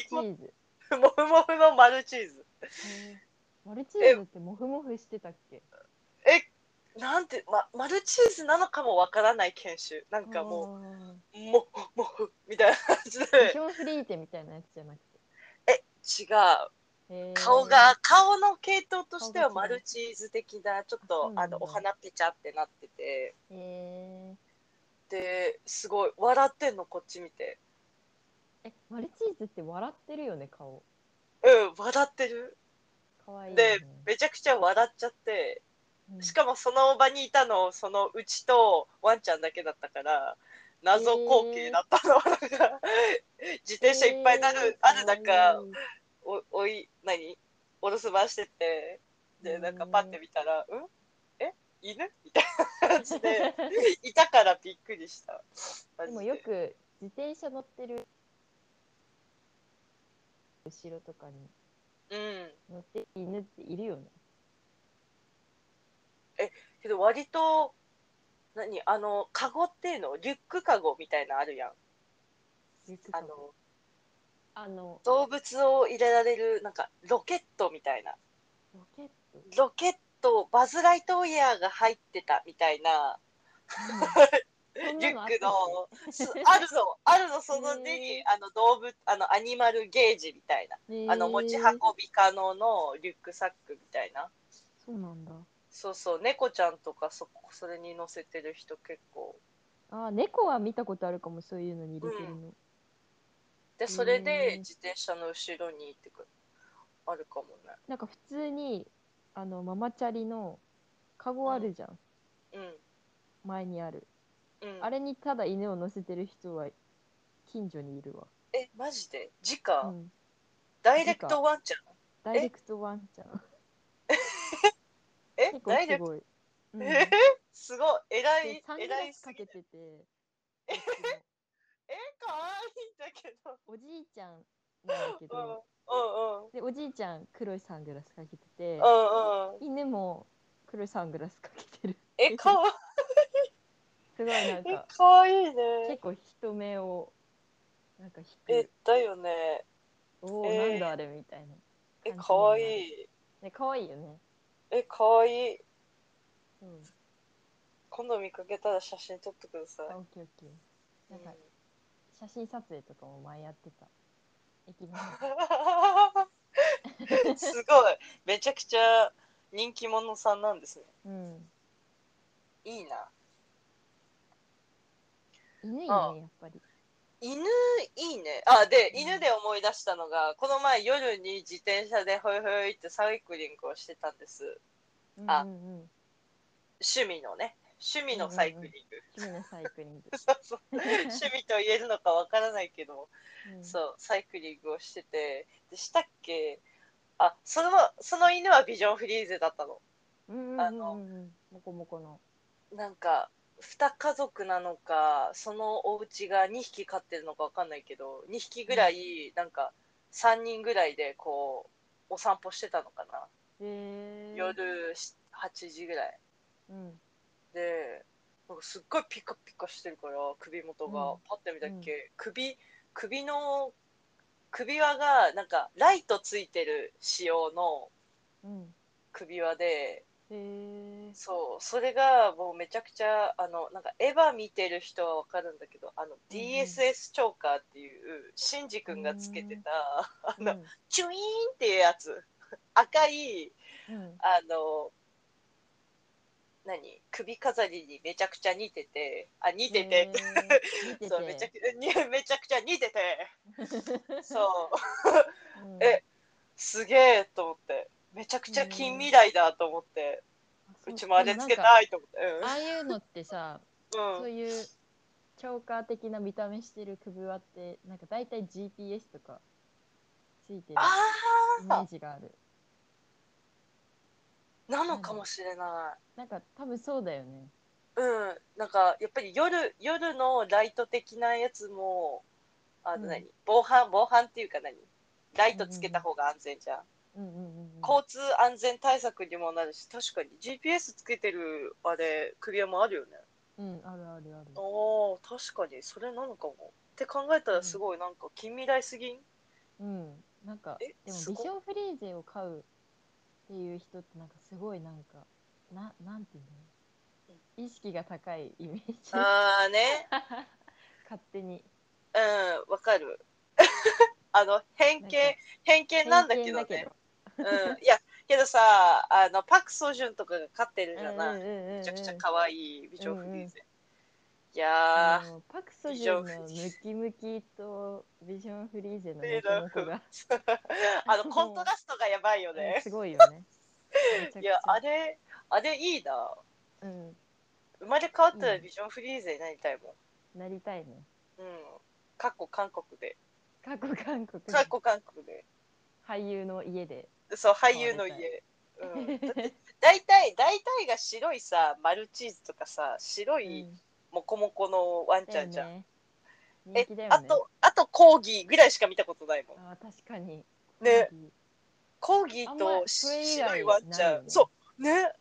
S4: ふも
S3: モ
S4: ふのマルチーズ
S3: フモフのマルチーズ。
S4: へえマルチーズってモフモフしてたっけ
S3: え、なんて、ま、マルチーズなのかもわからない研修。なんかも
S4: あ
S3: う、モフモフみたいな感じで。
S4: ービションフリーテみたいなやつじゃなく
S3: 違う。
S4: てへえ
S3: 顔が、顔の系統としては
S4: 顔が
S3: マ
S4: 違う
S3: ルチーズ的な、ちょっ
S4: あそ
S3: と
S4: う、な
S3: あ
S4: んだ
S3: の、お花ぺちゃってなってて。
S4: へえ
S3: で、すごい、笑ってんの、こっち見て。
S4: えマルチーズって笑ってるよね顔
S3: うん、笑ってる。
S4: 可愛い
S3: で
S4: よね
S3: めちゃくちゃ笑っちゃって。
S4: うん
S3: しかもその場にいたの、そのうちとワンちゃんだけだったから、謎光景だったの。なんか自転車いっぱいなる、ある中、
S4: うん
S3: お、おい、何お留守番してて、でなんかパッて見たら「うんえ犬?」みたいな感じ
S4: [laughs]
S3: でいたからびっくりしたマ
S4: で
S3: ジ
S4: もよく自転車乗ってる後ろとかに
S3: うん
S4: 乗ってる犬っているよね。
S3: けど割と何あのカゴっていうのリュックカゴみたいなのあるやん
S4: リュック
S3: あ
S4: カ
S3: の
S4: ゴあの
S3: 動物を入れられるなんかロケットみたいな
S4: ロケ
S3: [laughs]
S4: ット。
S3: ロケットバズ・ライトイヤーが入ってたみたいな
S4: そん
S3: リ
S4: な
S3: ュッ
S4: のあっ
S3: ク
S4: たっ
S3: のすあるのあるのその
S4: へ
S3: に
S4: ー
S3: あの動物あのアニマルゲージみたいな
S4: けへー
S3: あの持ち運び可能のリュックサックみたいな
S4: そうなんだ。
S3: そうそう猫ちゃんとかそそれに乗せてる人結構
S4: あ、猫は見たことあるかも、そういうのに入れてるの。
S3: でそれ
S4: う
S3: で
S4: ん
S3: 自転車の後ろにってくあるかもね
S4: なんか普通に、あの、ママチャリの、カゴあるじゃん。前にある。
S3: うん、うん、
S4: あれにただ犬を乗せてる人は、近所にいるわ。
S3: えマジで直、
S4: うん。
S3: ダイレクトワンちゃん
S4: ダイレクトワンちゃん。
S3: え
S4: 結構
S3: ダイ
S4: す
S3: レクト
S4: ごい。うん、
S3: え
S4: で
S3: すごい偉い
S4: サング
S3: 偉
S4: ラ
S3: い
S4: ス
S3: す
S4: か
S3: ぎ
S4: け
S3: る
S4: てて、
S3: え可愛いんだけど
S4: おじいちゃんなんだ
S3: [laughs]
S4: け
S3: うん
S4: ど、
S3: うんうん
S4: で、おじいちゃん黒いサングラスかけてて、
S3: うんうん
S4: 犬も黒いサングラスかけてる。
S3: えかわ
S4: [laughs] すごいなん
S3: え
S4: か、
S3: かわいいね
S4: 結構人目を、なんか引
S3: え
S4: く。
S3: だよね
S4: おお、
S3: えー
S4: なんだあれみたいな。
S3: え
S4: 感じ
S3: かわいい
S4: ね、可愛いよね。
S3: えかわいい
S4: うん。
S3: 今度見かけたら写真撮ってください
S4: あ、オッケーオッケー。
S3: う
S4: なん
S3: ん [laughs]
S4: か、写真撮影とかも前やってた。駅
S3: [laughs]
S4: の中。
S3: すごいめちゃくちゃ人気者さんなんですね
S4: うん。
S3: いいな
S4: 犬いいね、
S3: あ
S4: やっぱり。
S3: 犬いいねあで
S4: うん
S3: 犬で思い出したのがこの前夜に自転車でホイホイってサイクリングをしてたんです
S4: うん
S3: あ
S4: うんうん。
S3: 趣味のね趣味のサイクリング、
S4: 趣味のサイクリング。
S3: [laughs] そうそう趣味と言えるのかわからないけど、
S4: う
S3: [laughs]
S4: ん
S3: そうサイクリングをしててでしたっけあそのその犬はビジョンフリーゼだったの
S4: うんうんうんうん。
S3: あの
S4: もこもこの。
S3: なんか2家族なのかそのお家が2匹飼ってるのかわかんないけど2匹ぐらいなんか3人ぐらいでこうお散歩してたのかな、
S4: えー、
S3: 夜し8時ぐらい
S4: うん。
S3: でなんかすっごいピカピカしてるから首元が、
S4: うん
S3: パッて見たっけ、首首の首輪がなんかライトついてる仕様の
S4: うん。
S3: 首輪で
S4: えー、
S3: そう、それがもうめちゃくちゃ、あの、なんかエヴァ見てる人はわかるんだけど、あの、
S4: うん
S3: DSS チョーカーっていう、シンジ君がつけてた、あ
S4: う
S3: の、
S4: ん
S3: チュイーンっていうやつ、赤い、
S4: うん。
S3: あの、何首飾りにめちゃくちゃ似てて、あ、似てて、
S4: えー見て
S3: [laughs]
S4: て。
S3: そう、めちゃくちゃ、にめちゃくちゃ似
S4: [laughs]
S3: てて、そう、
S4: うん
S3: えすげえと思って、めちゃくちゃ近未来だと思って、
S4: あそうう
S3: ちもあれつけ
S4: でもな
S3: た
S4: んか
S3: いと思って、
S4: ああいうのってさ、
S3: うん。うん
S4: そういうチョーカー的な見た目してる首輪ってなんか大体 GPS とかついてる
S3: あ
S4: イメ
S3: あ
S4: ージがある
S3: なのかもしれな
S4: なんか多分そうだよね
S3: い。うん、なんかやっぱり夜夜のライト的なやつもあ
S4: うん
S3: の何、防犯防犯っていうか何ライトつけた方が安全じゃん、
S4: うんうんうんうん
S3: 交通安全対策にもなるし確かに GPS つけてるあれ首輪もあるよね
S4: うんあるあるある
S3: ああ確かにそれなのかもって考えたらすごいなんか近未来すぎん
S4: うんなんか
S3: え
S4: でも
S3: す
S4: ビ
S3: ご
S4: ションフリーゼを飼うっていう人ってなんかすごいなんかななんていうの意識が高いイメージ勝
S3: ああね
S4: [laughs] 手に
S3: うんわかる [laughs] あの偏見偏見なんだけど
S4: 偏見
S3: ねうんいやけどさあのパク・ソジュンとかが飼ってるじゃない、
S4: うんうんうんうん
S3: めちゃくちゃ可愛いビジョンフリーゼ、
S4: うんうん
S3: いや
S4: あ
S3: ー
S4: のパクソジュンのムキムキとビジョンフリーゼの
S3: レイ
S4: 猫
S3: ラ
S4: の子
S3: [laughs]
S4: が
S3: あのコントラストがやばいよね
S4: すごいよね。めちゃくちゃ
S3: いやあれあれいいな
S4: うん、
S3: 生まれ変わったら
S4: うん
S3: ビジョンフリーゼになりたいも
S4: なりたいね。
S3: んうんかっこ韓国で
S4: 過去韓国
S3: かっこ韓国で
S4: 俳優の家で。
S3: そう俳優の家
S4: [laughs]
S3: うん、だって大体大体が白いさマルチーズとかさ白
S4: うん
S3: いモコモコのワンちゃんじゃん、
S4: だよね人
S3: え
S4: 気だよね
S3: あとあとコーギーぐらいしか見たことないもん
S4: あー確かに
S3: ね
S4: コーギー
S3: コーギー
S4: あんま
S3: と
S4: りそれ以外
S3: 白いワンちゃ
S4: ないよ
S3: ん、
S4: ね
S3: そうねっ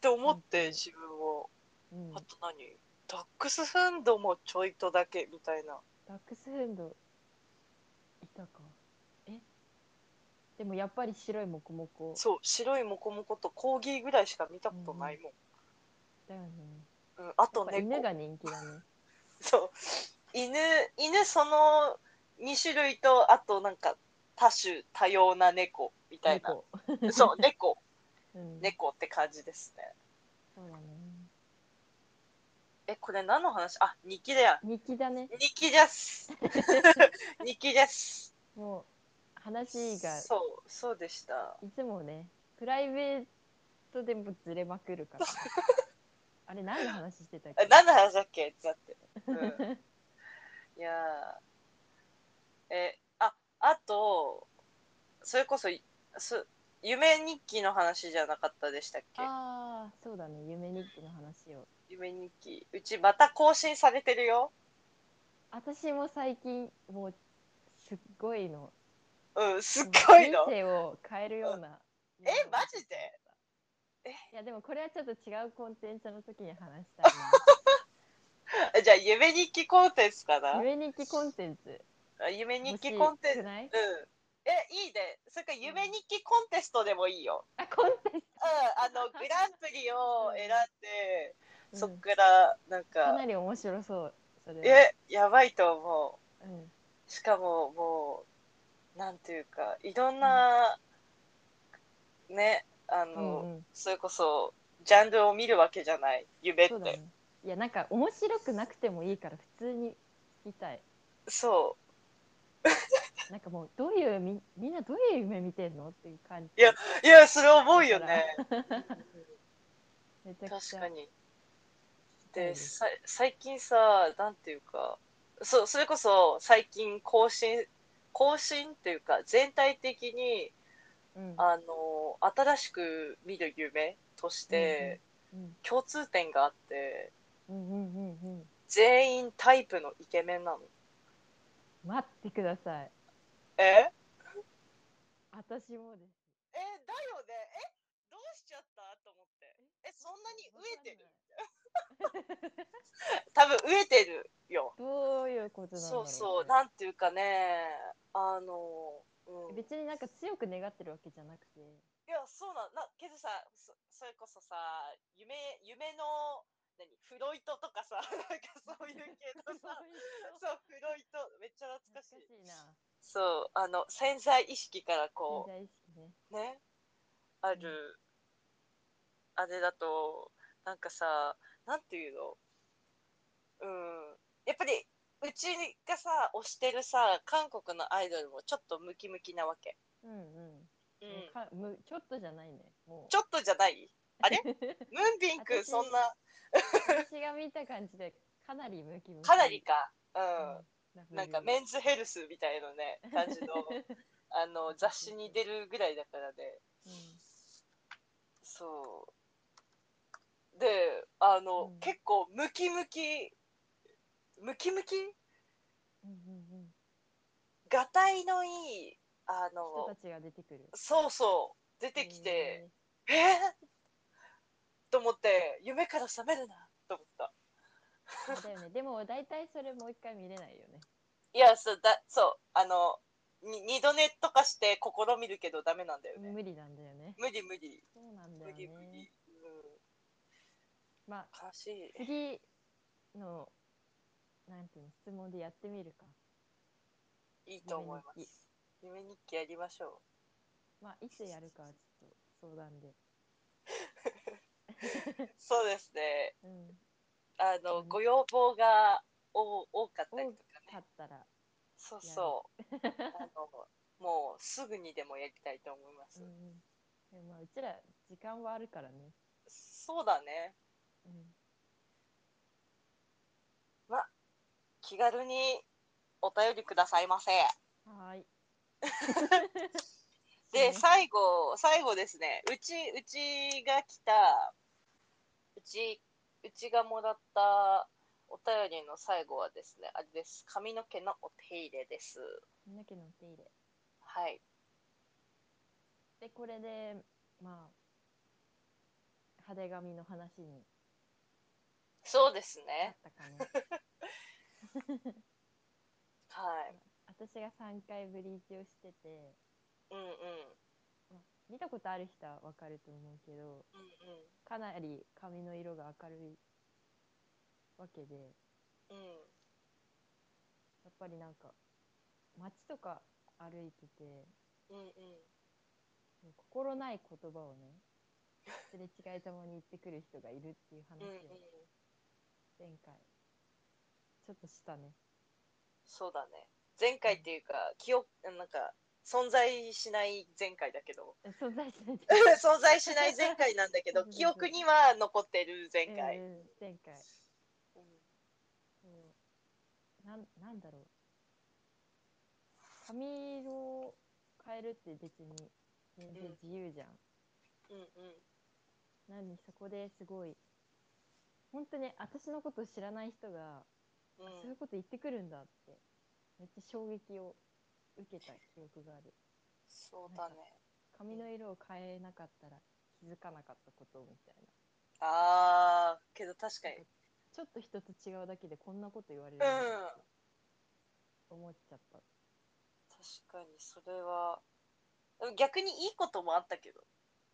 S3: て思っ
S4: うん
S3: て自分を
S4: うん
S3: あと何ダックスフンドもちょいとだけみたいな
S4: ダックスフンドいたかえでもやっぱり白いモコモコ
S3: そう白いモコモコとコーギーぐらいしか見たことないもん、
S4: だよね
S3: うんあ
S4: や
S3: と
S4: っぱ
S3: 猫
S4: 犬が人気だね
S3: そう犬犬その2種類とあとなんか多種多様な猫みたいな
S4: 猫、
S3: そう猫
S4: うん、
S3: 猫って感じですね
S4: そうだね
S3: えこれ何の話あニキだよ
S4: 人気だね
S3: ニキです
S4: [laughs]
S3: ニキです
S4: もう話が
S3: そうそうでした
S4: いつもねプライベートでもずれまくるから
S3: [laughs]
S4: あれ何の話してたっ
S3: え
S4: け
S3: 何の話だっけだって、うん、いやーえああとそれこそす夢日記の話じゃなかったでしたっけ
S4: ああそうだね夢日記の話を
S3: 夢日記うちまた更新されてるよ
S4: 私も最近もうすっごいの
S3: うんすっごい
S4: 人
S3: の
S4: 生を変えるような
S3: えマジで [laughs] え
S4: いやでもこれはちょっと違うコンテンツの時に話したい
S3: じゃあ夢日記コンテンツか
S4: な
S3: な
S4: 夢日記コンテンツ
S3: あ夢日記
S4: 欲しい
S3: コンテンツ
S4: く
S3: うん
S4: ない
S3: えいいねそれから夢日記コンテストでもいいよ
S4: あコンテン
S3: うんあ
S4: [laughs]
S3: のグランプリを選んで
S4: ツ
S3: そ
S4: うん
S3: っからなん
S4: か
S3: か
S4: なり面白そうそれは
S3: えやばいと思う
S4: うん
S3: しかももうなんていうかいろんな、ねあ
S4: う
S3: の、
S4: んうん
S3: それこそジャンルを見るわけじゃない夢ってそ
S4: そ
S3: うう,、
S4: だねいやなんか面白くなくてもいいから普通に聞きたいなんかもうどういうみみんなどういう夢見てんのっていう感じ
S3: いやいやそれ思うよね
S4: めちゃく
S3: 確
S4: ちゃ
S3: かに
S4: う
S3: で
S4: ん
S3: さ最近さなんていうかそうそれこそ最近更新更新っていうか全体的に
S4: うん
S3: あの新しく見る夢として
S4: うん
S3: 共通点があって
S4: うんうんうんうん
S3: 全員タイプのイケメンなの
S4: 待ってください
S3: え
S4: 私もです
S3: えだよねえどうしちゃったと思ってえそんなに飢えてる多分飢えてるよ
S4: どういうことなんだろ
S3: そううそうなんていうかねあの、うん、い
S4: 別になんか強く願ってるわけじゃなくて
S3: やそうなんなけどさそそれこそさ夢夢の何フロイトとかさ [laughs] なんかそういう系のさそうフロイトめっちゃ懐かしい
S4: [laughs] 懐かしいな
S3: そうあの潜在意識から
S4: 潜
S3: こ
S4: 在意識ね
S3: うねある、あれだとなんかさなんていうのうんやっぱりうちがさ推してるさ韓国のアイドルもちょっとムキムキなわけ、
S4: うんうん
S3: うん、
S4: かむちょっとじゃないねもう
S3: ちょっとじゃないあ
S4: [laughs]
S3: れムンビン君
S4: 私
S3: そんな
S4: 私が見た感じでかなりムキムキ
S3: かなりかう
S4: うん
S3: なんかメンズヘルスみたいなね感じのあの雑誌に出るぐらいだからね
S4: う
S3: そうであの、
S4: うん
S3: 結構ムキムキムキムキ
S4: んうんうんうん
S3: がたいのいいあ
S4: 人
S3: の
S4: たちが出てくる
S3: そうそう出てきて、えーと思って夢から覚めるなと思った
S4: えーだよね [laughs] でも大体それもう一回見れないよね
S3: いやそうだそうあのに二度寝とかして試みるけどダメなんだよね
S4: 無理なんだよね
S3: 無理無理
S4: そうなんだ
S3: 無
S4: よ
S3: 理無理
S4: ね、
S3: う
S4: まあ
S3: ん、悲しい
S4: 次のなんていうの質問でやってみるか
S3: いいと思います夢日記やりましょ
S4: まあいつやるかはちょっと相談で、
S3: うそうですね
S4: うん、
S3: あの、ご要望がお多かったりとか
S4: 勝
S3: ね。
S4: ったら、
S3: そうそう。あのもうすぐにでもやりたいと思います。
S4: うんでもまあうちら時間はあるからね、
S3: そうだね。
S4: うん、
S3: 気軽に [laughs] お便りくださいませ。
S4: はーい
S3: で、最後、最後ですね、うち、うちが来た、うち、うちがもらったお便りの最後はですね、あれです。髪の毛のお手入れです。
S4: 髪の毛のお手入れ
S3: はい。
S4: でこれでまあ派手髪の話に
S3: そうです
S4: なっ
S3: ね。
S4: たかな
S3: [laughs] はい。
S4: 私が3回ブリーチをしてて、
S3: うんうん。うん
S4: まあ見たことある人はわかると思うけどかなり髪の色が明るいわけで
S3: うん。うん。
S4: やっぱりなんか街とか歩いてて
S3: うんうん。
S4: 心ない言葉を
S3: [laughs]
S4: ねすれ違いざまに言ってくる人がいるっていう
S3: う
S4: 話を
S3: んうん。
S4: 前回ちょっとしたね
S3: そうだね。前回っていうか、記憶、なんか、存在しない前回だけ [laughs] ど、
S4: え存在しない
S3: 存在しない前回なんだけど、記憶には残ってる前
S4: う
S3: 回。
S4: んうん前回
S3: うん
S4: そうなんなんだろう髪色を変えるって別に全然自由じゃん、
S3: うんうん。
S4: なのにそこですごい本当に私のことを知らない人が、
S3: うん
S4: そういうこと言ってくるんだってめっちゃ衝撃を受けた記憶がある
S3: そうだね。
S4: 髪の色を変えなかったら気づかなかったことみたいな
S3: あー、けど確かに。
S4: ちょっと人と違うだけでこんなこと言われるんだって思っちゃった
S3: 確かに、それは。でも逆にいいこともあったけど。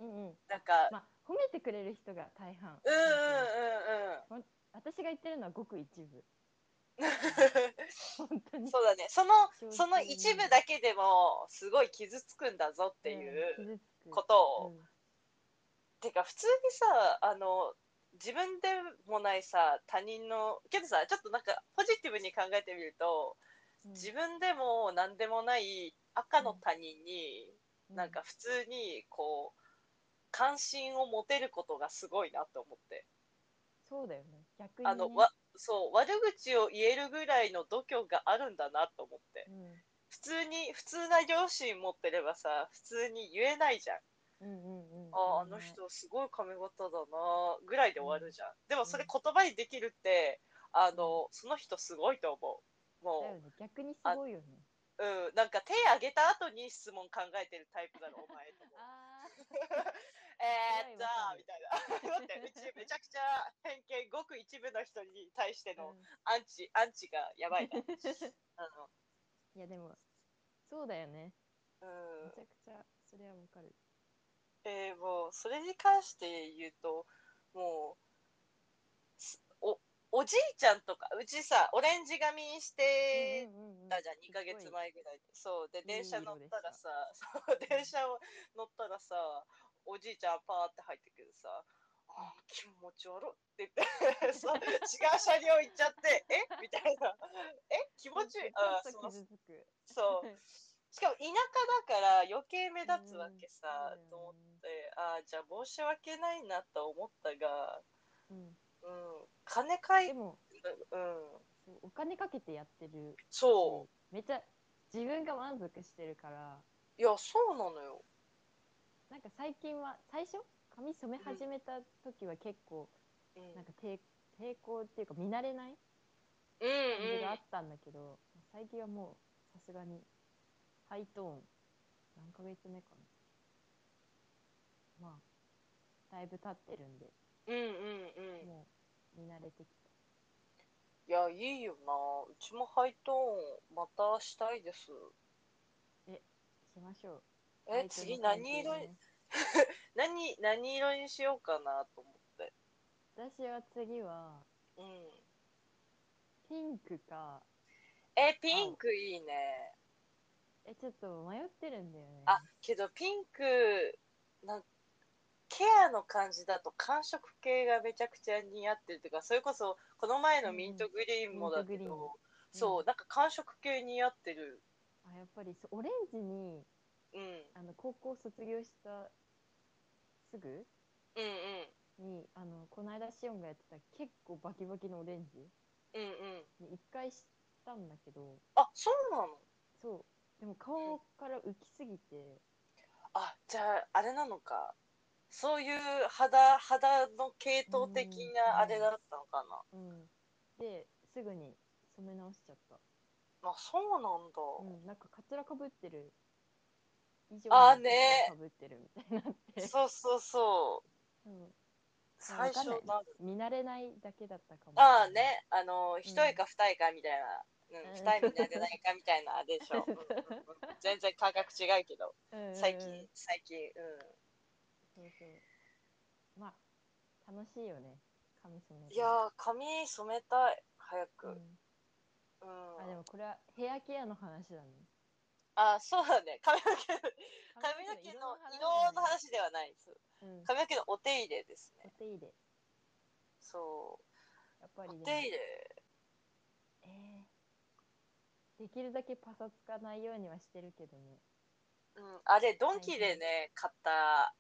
S4: うんうん
S3: なんか、
S4: まあ褒めてくれる人が大半
S3: うんうんうんうん。
S4: 私が言ってるのはごく一部本当
S3: [laughs]
S4: に
S3: そうだね。そ
S4: 正直
S3: の、
S4: に
S3: その一部だけでも、すごい傷つくんだぞっていう
S4: 傷つく
S3: ことを。
S4: うん
S3: てか、普通にさ、あの、自分でもないさ、他人の、けどさ、ちょっとなんか、ポジティブに考えてみると、
S4: うん
S3: 自分でも何でもない赤の他人に、
S4: う
S3: なんか普通に、こう、関心を持てることがすごいなと思って。
S4: そうだよね逆にね
S3: あの、わ、そう、悪口を言えるぐらいの度胸があるんだなと思って
S4: う。ん
S3: 普通に普通な両親持ってればさ普通に言えないじゃん、
S4: うんうんうん
S3: あああの人すごい髪型だなぐらいで終わるじゃん、でもそれ
S4: うん
S3: 言葉にできるってあのその人すごいと思う
S4: だよ
S3: も
S4: ね逆にすごいよね
S3: う、うん、なんか手挙げた後に質問考えてるタイプだろお前と思う
S4: [laughs] あ
S3: えーっと
S4: 偉いわ
S3: みたいな待ってうちめちゃくちゃ偏見ごく一部の人に対して
S4: ー
S3: のアンチ、アンチがやば
S4: [laughs]
S3: いなあ
S4: いやでもそうだよね
S3: のうん
S4: めちゃくちゃそれはわかる
S3: えーもうそれに関して言うともうすおおじいちゃんとかうちさオレンジ髪にしてたじゃん2ヶ月前ぐらいでそうで
S4: いい
S3: 電車乗ったらさそう
S4: た
S3: 電車を [laughs] 乗ったらさおじいちゃんパーって入ってくるさ「あー気持ち悪い」って [laughs] 言ってそう違う車両行っちゃって「えみたいな「え気持ちいい」あー
S4: ち
S3: そ
S4: ょっと
S3: う
S4: 傷つく
S3: そうしかも田舎だから余計目立つわけさ、と思って。でああじゃあ申し訳ないなと思ったが、
S4: うん
S3: うん、金返
S4: で
S3: い
S4: も
S3: うん、
S4: そうお金かけてやってる
S3: そ
S4: めっちゃ自分が満足してるから
S3: ういやそうなのよ
S4: なんか最近は最初髪染め始めた時は結構
S3: うんうん
S4: なんか抵抵抗っていうか見慣れない感じがあったんだけど、最近はもうさすがにハイトーン何ヶ月目かなまあだいぶ経ってるんで
S3: うんうんうんうん
S4: もう見慣れてき
S3: いやいいよなうちもハイトーンまたしたいです
S4: たしましょうハ
S3: え
S4: イトーン
S3: 次
S4: の関
S3: 何
S4: 係
S3: 色
S4: で
S3: に、
S4: ね
S3: 何何色にしようかなと思って
S4: 私は次は
S3: うん
S4: ピンクか
S3: えピンクいいね
S4: えちょっと迷ってるんだよね
S3: あけどピンクなんケアの感じだと寒色系がめちゃくちゃ似合ってるっていうかそれこそこの前のミントグリーンもだけ
S4: うんミントグリーン
S3: ど、そうなんか寒色系似合ってる
S4: あやっぱりそうオレンジに
S3: うんうん
S4: あの高校卒業したすぐ
S3: うん
S4: にあのこの間シオンがやってた結構バキバキのオレンジ
S3: うんうん
S4: に一回したんだけど
S3: あそうなの
S4: そうでも顔から浮きすぎて
S3: じゃああれなのかそういう肌肌の系統的なあれだったのかな、
S4: うん、ですぐに染め直しちゃった、
S3: あそうなんだ、
S4: うん、なんかカツラかぶってる以上
S3: あー
S4: に
S3: ね
S4: かぶってるみたいになって
S3: そうそう
S4: [laughs]
S3: そう
S4: うん
S3: 最初
S4: わかん
S3: なん
S4: 見慣れないだけだったかも
S3: ああねあの一重か二重かみたいな、うん
S4: うん
S3: 二重になれないかみたいなあれでし
S4: [laughs]
S3: ょ、うんうんうん全然感覚違うけど
S4: うん
S3: 最
S4: うんうん
S3: 近最近
S4: そうそうまあ楽しいよね髪染め
S3: うん
S4: る
S3: いやー髪染めたい早
S4: う
S3: く、うん
S4: んあでもこれはヘアケアの話だね
S3: あそうだ
S4: [laughs]
S3: ね髪の毛髪の毛の色の
S4: 話
S3: 話ではないです
S4: だね、うん、
S3: 髪の毛のお手入れです
S4: お
S3: ね
S4: 手入れ
S3: そ
S4: やっぱ
S3: うお
S4: りでも
S3: 手入れ
S4: えーできるだけパサつかないようにはしてるけどね
S3: うん、あれドンキでね買った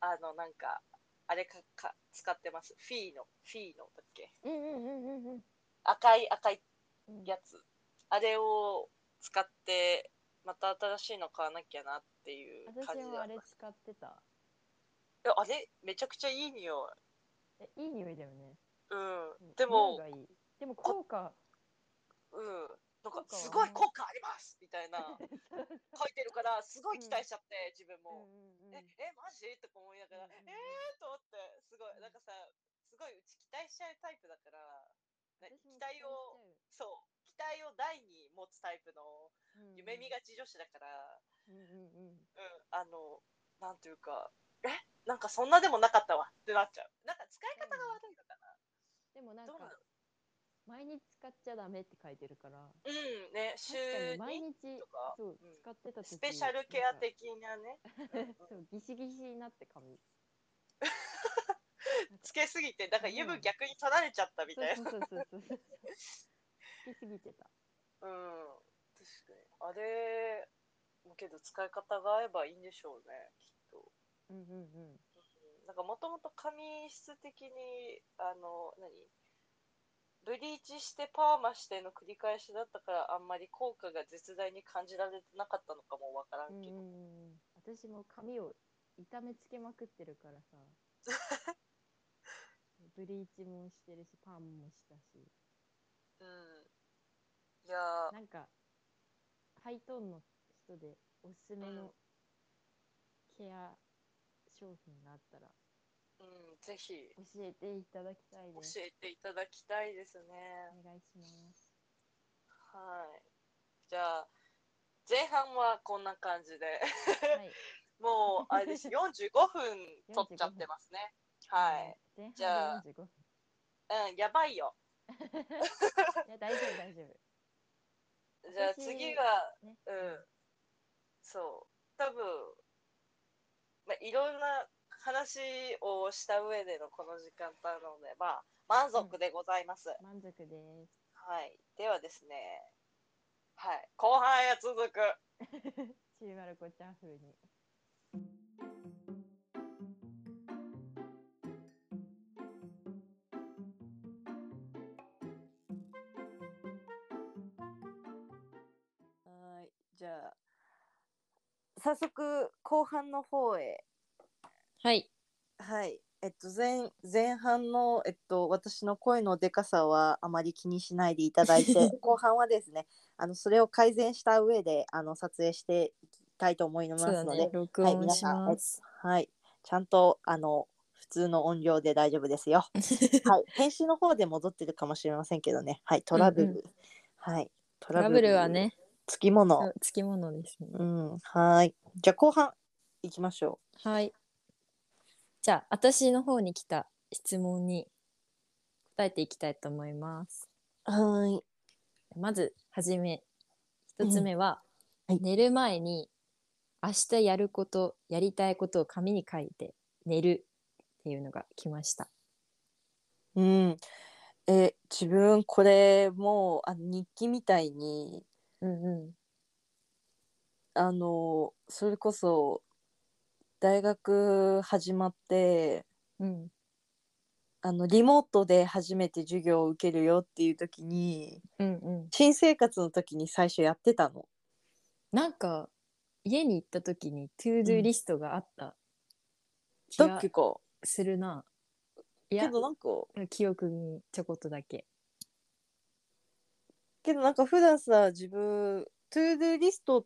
S3: あのなんかあれかか使ってますフィーのフィーのだっけ
S4: うんうんうんうん
S3: 赤い赤い
S4: うん
S3: やつあれを使ってまた新しいの買わなきゃなっていう感
S4: 私
S3: じで
S4: も
S3: は
S4: あ
S3: あ
S4: れ
S3: ります
S4: 使ってた
S3: いやあれめちゃくちゃいい匂い
S4: えいい匂いだよね
S3: うん
S4: うん
S3: で
S4: 匂い
S3: も
S4: がいいでも効果
S3: うんなんか
S4: 効果は
S3: すごい効果ありますみたい
S4: [laughs]
S3: な書いてるからすごい期待しちゃって自分
S4: う
S3: も、
S4: んうんうん
S3: ええマジとか思いながら、
S4: うんうんうん
S3: えーと思ってすごいなんかさすごいうち期待しちゃうタイプだから、ね、
S4: 私も
S3: 期待をそう期待を大に持つタイプの夢見がち女子だから、
S4: うんうんうん
S3: うん、あの、なんていうか、えなんかそんなでもなかったわってなっちゃう。なんか使い方が悪いのか
S4: でもな
S3: な。
S4: ん
S3: どうな
S4: か
S3: の
S4: 毎日使っちゃダメって書いてるから
S3: うん、ね、週
S4: 確かに毎
S3: に
S4: 日
S3: とか
S4: そう
S3: うん
S4: 使ってた時
S3: スペシャルケア的なね、
S4: なんかそうギシギシになって髪
S3: つけすぎて、だから油分逆に取られちゃったみ
S4: そう
S3: たいな。
S4: そうそうそう [laughs] そう好きすぎてた
S3: うん、確かに。あれ、もうけど使い方が合えばいいんでしょうね、きっと。
S4: うんうんうん
S3: うんなんかもともと髪質的にあの何ブリーチしてパーマしての繰り返しだったからあんまり効果が絶大に感じられてなかったのかもわから
S4: うんんう
S3: けど、
S4: んうん私も髪を痛めつけまくってるからさ [laughs] ブリーチもしてるしパンもしたし
S3: うんいやー
S4: なんかハイトーンの人でおすすめ
S3: うん
S4: のケア商品があったら
S3: うんぜひ
S4: 教えていただきたい
S3: 教
S4: です。
S3: えていただきたいですね、
S4: お願いし [laughs] ます。
S3: はいじゃあ前半はこんな感じで
S4: はい。
S3: もうあれ
S4: [laughs]
S3: です45分取っちゃってますねはい、。
S4: 前半
S3: じゃあ
S4: 45分。
S3: うん、やばいよ
S4: いや大丈夫大丈
S3: じゃあ
S4: 私
S3: 次は
S4: 夫。ね。
S3: うん、そう多分、まあ、いろんな話をした上でのこの時間帯なのでまあ満足でございます、
S4: 満足です。
S3: はいではですねはい後半へ続く
S4: ちびまる子ちゃん風に。
S3: はいじゃあ早速後半の方へ
S4: はい。
S3: はいえっと前前半の、えっと、私の声のでかさはあまり気にしないでいた
S5: [laughs]
S3: だいて後半はですねあのそれを改善した上であの撮影していきたいと思いますので、
S4: 録
S3: はい、皆さん、えっ。とはい、ちゃんとあの普通の音量で大丈夫で
S5: [laughs]
S3: すよ。はい、編集の方で戻ってるかもしれませんけどね。はい、トラブル。
S5: うんう
S3: はい、ト
S5: トラブルは。ね、
S3: つきもの。
S5: つきものですね。
S3: うん、はい。じゃあ後半行きましょ
S5: はい。じゃあ、私の方に来た質問に答えていきたいと思います。
S3: う。はい。
S5: まず、はじめ、一つ目は、
S3: うんはい
S5: 寝る前に、明日やること、やりたいことを紙に書いて寝るっていうのが来ました。
S3: うん。え、自分これもうあ日記みたいに
S5: うんう
S3: あのそれこそ大学始まって
S5: ん。うん。
S3: あのリモートで初めて授業を受けるよっていう時に
S5: うんうん。
S3: 新生活の時に最初やってたの。
S5: なんか、家に行った時に、トゥードゥーリストがあった
S4: 気
S3: だっ
S4: が
S3: けか。
S4: するな。
S3: け
S4: いや、
S3: どなんか、
S4: 記憶にちょこっとだけ。
S3: けどなんか普段さ、自分、トゥードゥーリストっ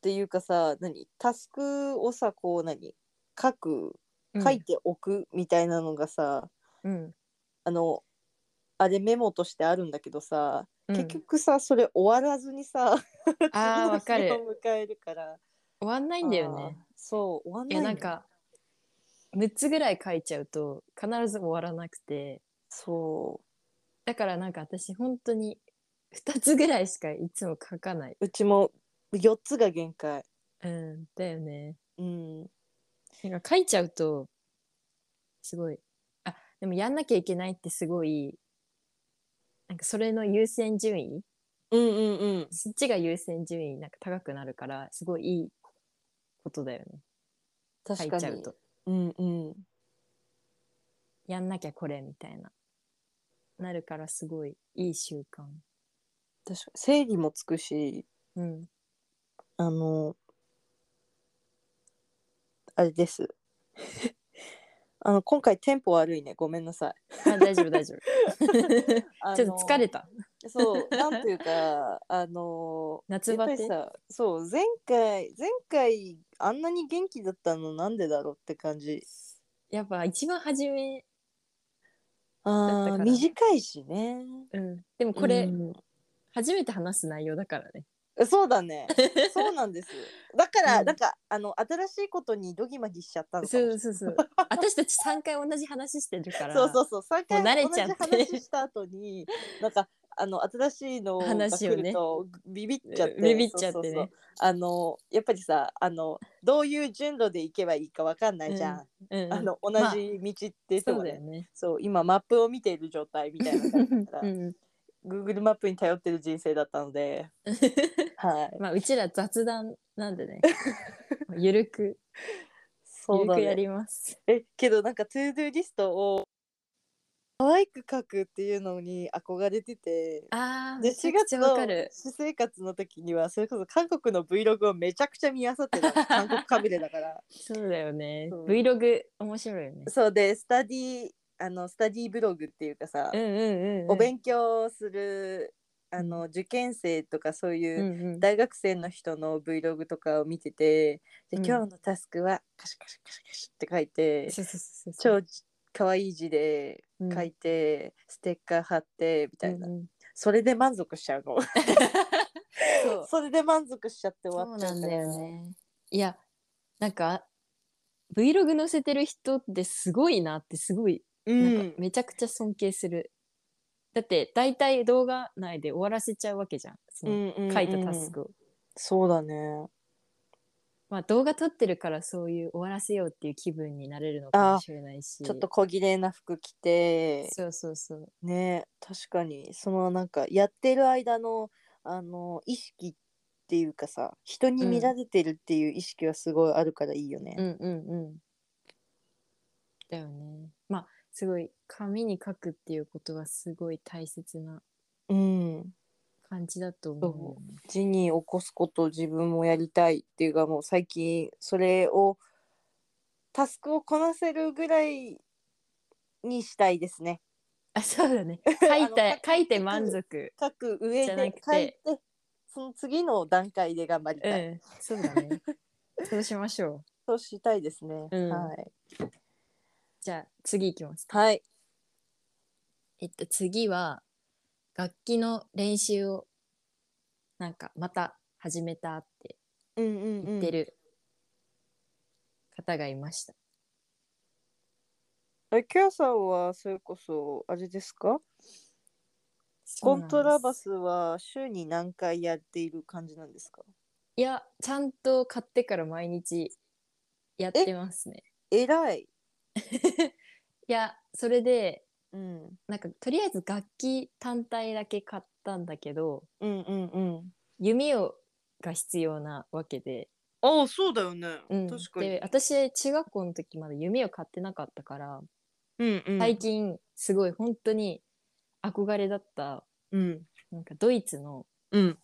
S3: ていうかさ、何タスクをさ、こう何書く、書いておくみたいなのがさ、
S4: うん。
S3: あの、あれメモとしてあるんだけどさ、
S4: うん、
S3: 結局さ、それ終わらずにさ、
S4: ああ、わか
S3: 次
S4: る
S3: の。日を迎えるから。
S4: 終わんないんだよね
S3: あー。。そう、終わん
S4: い
S3: ない
S4: や、
S3: んだ
S4: な
S3: よ
S4: んか、6つぐらい書いちゃうと、必ず終わらなくて、
S3: そ
S4: だからなんか私、本当に2つぐらいしかいつも書かない。
S3: う。うちも4つが限界。
S4: うん、だよね。
S3: うん。
S4: なんか書いちゃうと、すごい。あ、でもやんなきゃいけないってすごい、なんかそれの優先順位
S3: うんうんうん。
S4: そっちが優先順位なんか高くなるから、すごいいいことだよね。書
S3: 確
S4: い
S3: か
S4: ちゃ
S3: に
S4: う。と。
S3: うんうん。
S4: やんなきゃこれみたいな。なるからすごいいい習慣。
S3: 確かに。整理もつくし、
S4: うん。
S3: あの、あれ
S4: [laughs]
S3: です。あの、今回テンポ悪いね。ごめんなさい。
S4: あ、大丈夫大丈夫。
S3: [laughs] あの
S4: ちょっと疲れた。
S3: そう、なん
S4: [laughs]
S3: ていうか、あの、
S4: 夏バテ
S3: やっぱりさ、そう、前回、前回、あんなに元気だったのなんでだろうって感じ。
S4: やっぱ一番初め、だった
S3: あ
S4: か
S3: あ、
S4: ら
S3: 短いしね。
S4: うん。でもこれ、
S3: うん
S4: 初めて話す内容だからね。
S3: そうだ
S4: [laughs]
S3: ね。そうなんです。だから、
S4: うん
S3: なんか、あの、新しいことにドギマギしちゃったのか
S4: そ
S3: も
S4: うそうそう。私たち3回同じ話してるから。
S3: そうそうそう3回
S4: もう慣れ
S3: 同
S4: ち
S3: じ
S4: ゃって
S3: 話した後になんかあの新しいのが
S4: 話
S3: 来
S4: をね
S3: るとビビっちゃって
S4: ビビっちゃって
S3: そ
S4: ね
S3: うそうそうあのやっぱりさあのどういう順路で行けばいいかわかんないじゃん、
S4: うんうん
S3: あの同
S4: まあ
S3: じ道って言って
S4: そ
S3: も
S4: うだ
S3: ね
S4: よね。
S3: そう今マップを見ている状態みたいな感じだか
S4: う
S3: ら
S4: ん
S3: Google マップに頼ってる人生だったの
S4: [laughs]
S3: で、はい、
S4: まあうちら雑談な
S3: [laughs]
S4: んでね。ゆるく、
S3: そ
S4: ゆ
S3: う
S4: る
S3: だ
S4: くや
S3: ね
S4: ります。
S3: えけどなんかトゥードゥーリストを可愛く書くっていうのに憧れてて
S4: ああ、
S3: で
S4: めち
S3: 4
S4: ゃく
S3: 月
S4: ちゃわ
S3: の
S4: かる。
S3: 私生活の時にはそれこそ韓国の Vlog をめちゃくちゃ見あさってたの韓国カメラだから
S4: そうだよね。
S3: そう
S4: Vlog 面白いよね。
S3: そうでスタディあのスタディブログっていうかさ、
S4: うんうんうんうん。
S3: お勉強するあの受験生とかそういううん
S4: うん。
S3: 大学生の人の Vlog とかを見てて、
S4: うん
S3: で今日のタスクはカシカシカシカシって書いて、
S4: そうそうそうそう。
S3: 超可愛い字で書いて、ステッカー貼ってみたいな、
S4: うんうん
S3: それで満足しちゃうの
S4: [laughs] そう
S3: それで満足しちゃって終
S4: そ
S3: わ
S4: う
S3: っちゃ
S4: な
S3: うんから
S4: だよね。いや、なんか、Vlog 載せてる人ってすごいなってすごい、
S3: うん
S4: なんかめちゃくちゃ尊敬する。だって、大体動画内で終わらせちゃうわけじゃん。その書いたタスクを。
S3: そうだね
S4: まあ、動画撮ってるからそういう終わらせようっていう気分になれるのかもしれないし。
S3: ちょっと小綺麗な服着て
S4: そうそうそう。
S3: ね確かにそのなんかやってる間のあの意識っていうかさ人に見られてるっていう意識はすごいあるからいいよね
S4: うんうんうん。だよね。まあ、すごい、紙に書くっていうことはすごい大切な
S3: うん、
S4: 感じだと思うよね。
S3: 字に起こすことを自分もやりたいっていうかもう最近それをタスクをこなせるぐらいにしたいですね
S4: あそうだね書い
S3: あの
S4: て書いて満足
S3: 書く上
S4: じゃな
S3: で
S4: くて
S3: 書いてその次の段階で頑張り
S4: う
S3: たい、
S4: んそうだねそうしましょう
S3: そうしたいですね、
S4: うん
S3: はい
S4: じゃあ次いきます
S3: はい
S4: えっと次は楽器の練習をなんかまた始めたって
S3: うんうん
S4: 言ってる方がいました、
S3: えキャさんはそれこそあれですか
S4: そう
S3: コ
S4: な
S3: ン
S4: んです
S3: トラバスは週に何回やっている感じなんですか
S4: いやちゃんと買ってから毎日やってますね
S3: えらい、
S4: いやそれで
S3: うん、
S4: なんかとりあえず楽器単体だけ買ったんだけど
S3: うんうんうん
S4: 弓をが必要なわけで
S3: ああそうだよね、
S4: うん、
S3: 確かに
S4: で私中学校の時まだ弓を買ってなかったから、
S3: うんうん
S4: 最近すごい本当に憧れだった
S3: うん
S4: なんかドイツの
S3: うん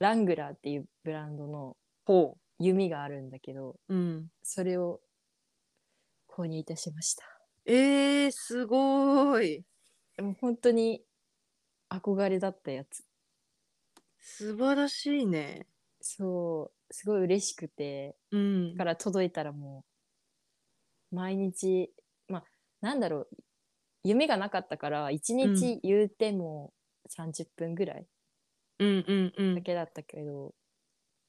S4: ラングラーっていうブランドの
S3: ほ
S4: 弓があるんだけど
S3: ううん
S4: それを購入いたしました。
S3: えー、すごーい。
S4: もう本当に憧れだったやつ。
S3: 素晴らしいね。
S4: そう、すごい嬉しくて、
S3: うん。
S4: から届いたらもう、毎日、まあ、なんだろう、夢がなかったから、一日言うても30分ぐらい
S3: うんうんう
S4: だ
S3: ん。
S4: けだったけど、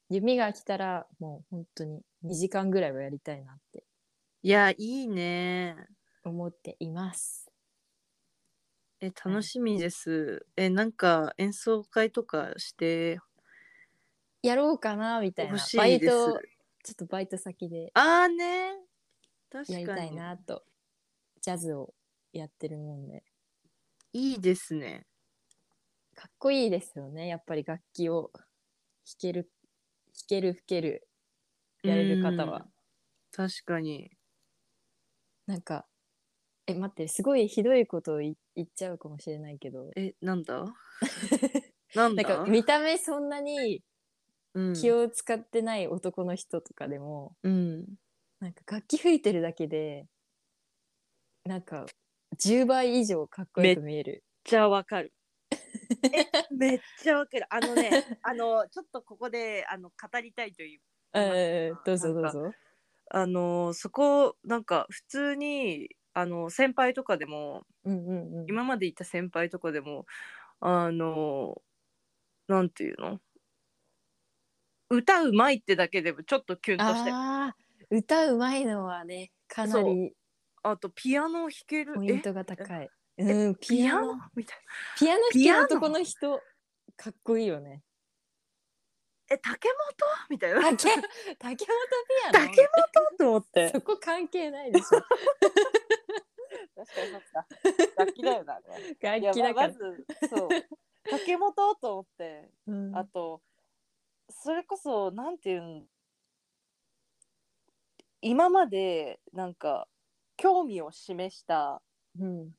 S4: 夢が来たらもう本当に2時間ぐらいはやりたいなって
S3: いや、いいね。
S4: 思っています。
S3: え、楽しみです。え、なんか演奏会とかして
S4: やろうかな、みたいな
S3: 欲。し
S4: バ
S3: い
S4: イ
S3: です。
S4: ト、ちょっとバイト先で
S3: ああね。確か
S4: や
S3: に。
S4: りたいなと、ジャズをやってるもんで。
S3: いいですね。
S4: かっこいいですよねやっぱり楽器を弾ける弾ける吹けるやれる方
S3: う
S4: は
S3: ん。確かに。
S4: なんかえ待ってすごいひどいことを言言っちゃうかもしれないけど
S3: え、なん
S4: [laughs]
S3: だなん
S4: なん
S3: だ
S4: か見た目そんなに
S3: うん
S4: 気を使ってない男の人とかでも、
S3: うん。
S4: なんか楽器吹いてるだけでなんか10倍以上かっこよく見える。
S3: めっちゃわ
S4: [laughs]
S3: かる。えめっちゃわかる。あのね、あのちょっとここであの語りたいという。
S4: うんうんうんどうぞどうぞ。
S3: あのそこなんか普通にあの先輩とかでも
S4: うんうんうん、
S3: 今までいた先輩とかでもあのなんていうの歌うまいってだけでもちょっとキュンとしてあ
S4: あー歌うまいのはねかな
S3: そう
S4: り
S3: とピアノを弾ける
S4: ポイントが高い。うん、
S3: えピ
S4: ピ
S3: ア
S4: ア
S3: ノ
S4: ノ。
S3: みたい
S4: ピアノ弾
S3: ピ
S4: け
S3: ア
S4: る
S3: ノ
S4: 男の人、かっこいいよね。
S3: なえ竹本みたいな
S4: 竹、竹本ピア
S3: [laughs] 竹
S4: ノ。
S3: 本と思って [laughs]
S4: そこ関係ないでしょ。
S6: 確かにそっか。楽器だよな。
S3: [laughs]
S6: これい
S4: 楽
S6: や
S4: 器だ
S6: ま
S4: か
S6: あ
S4: ら
S6: ま。ずそう竹本と思って
S4: うん
S6: あとそれこそなんていうん
S3: 今までなんか興味を示した
S4: うん。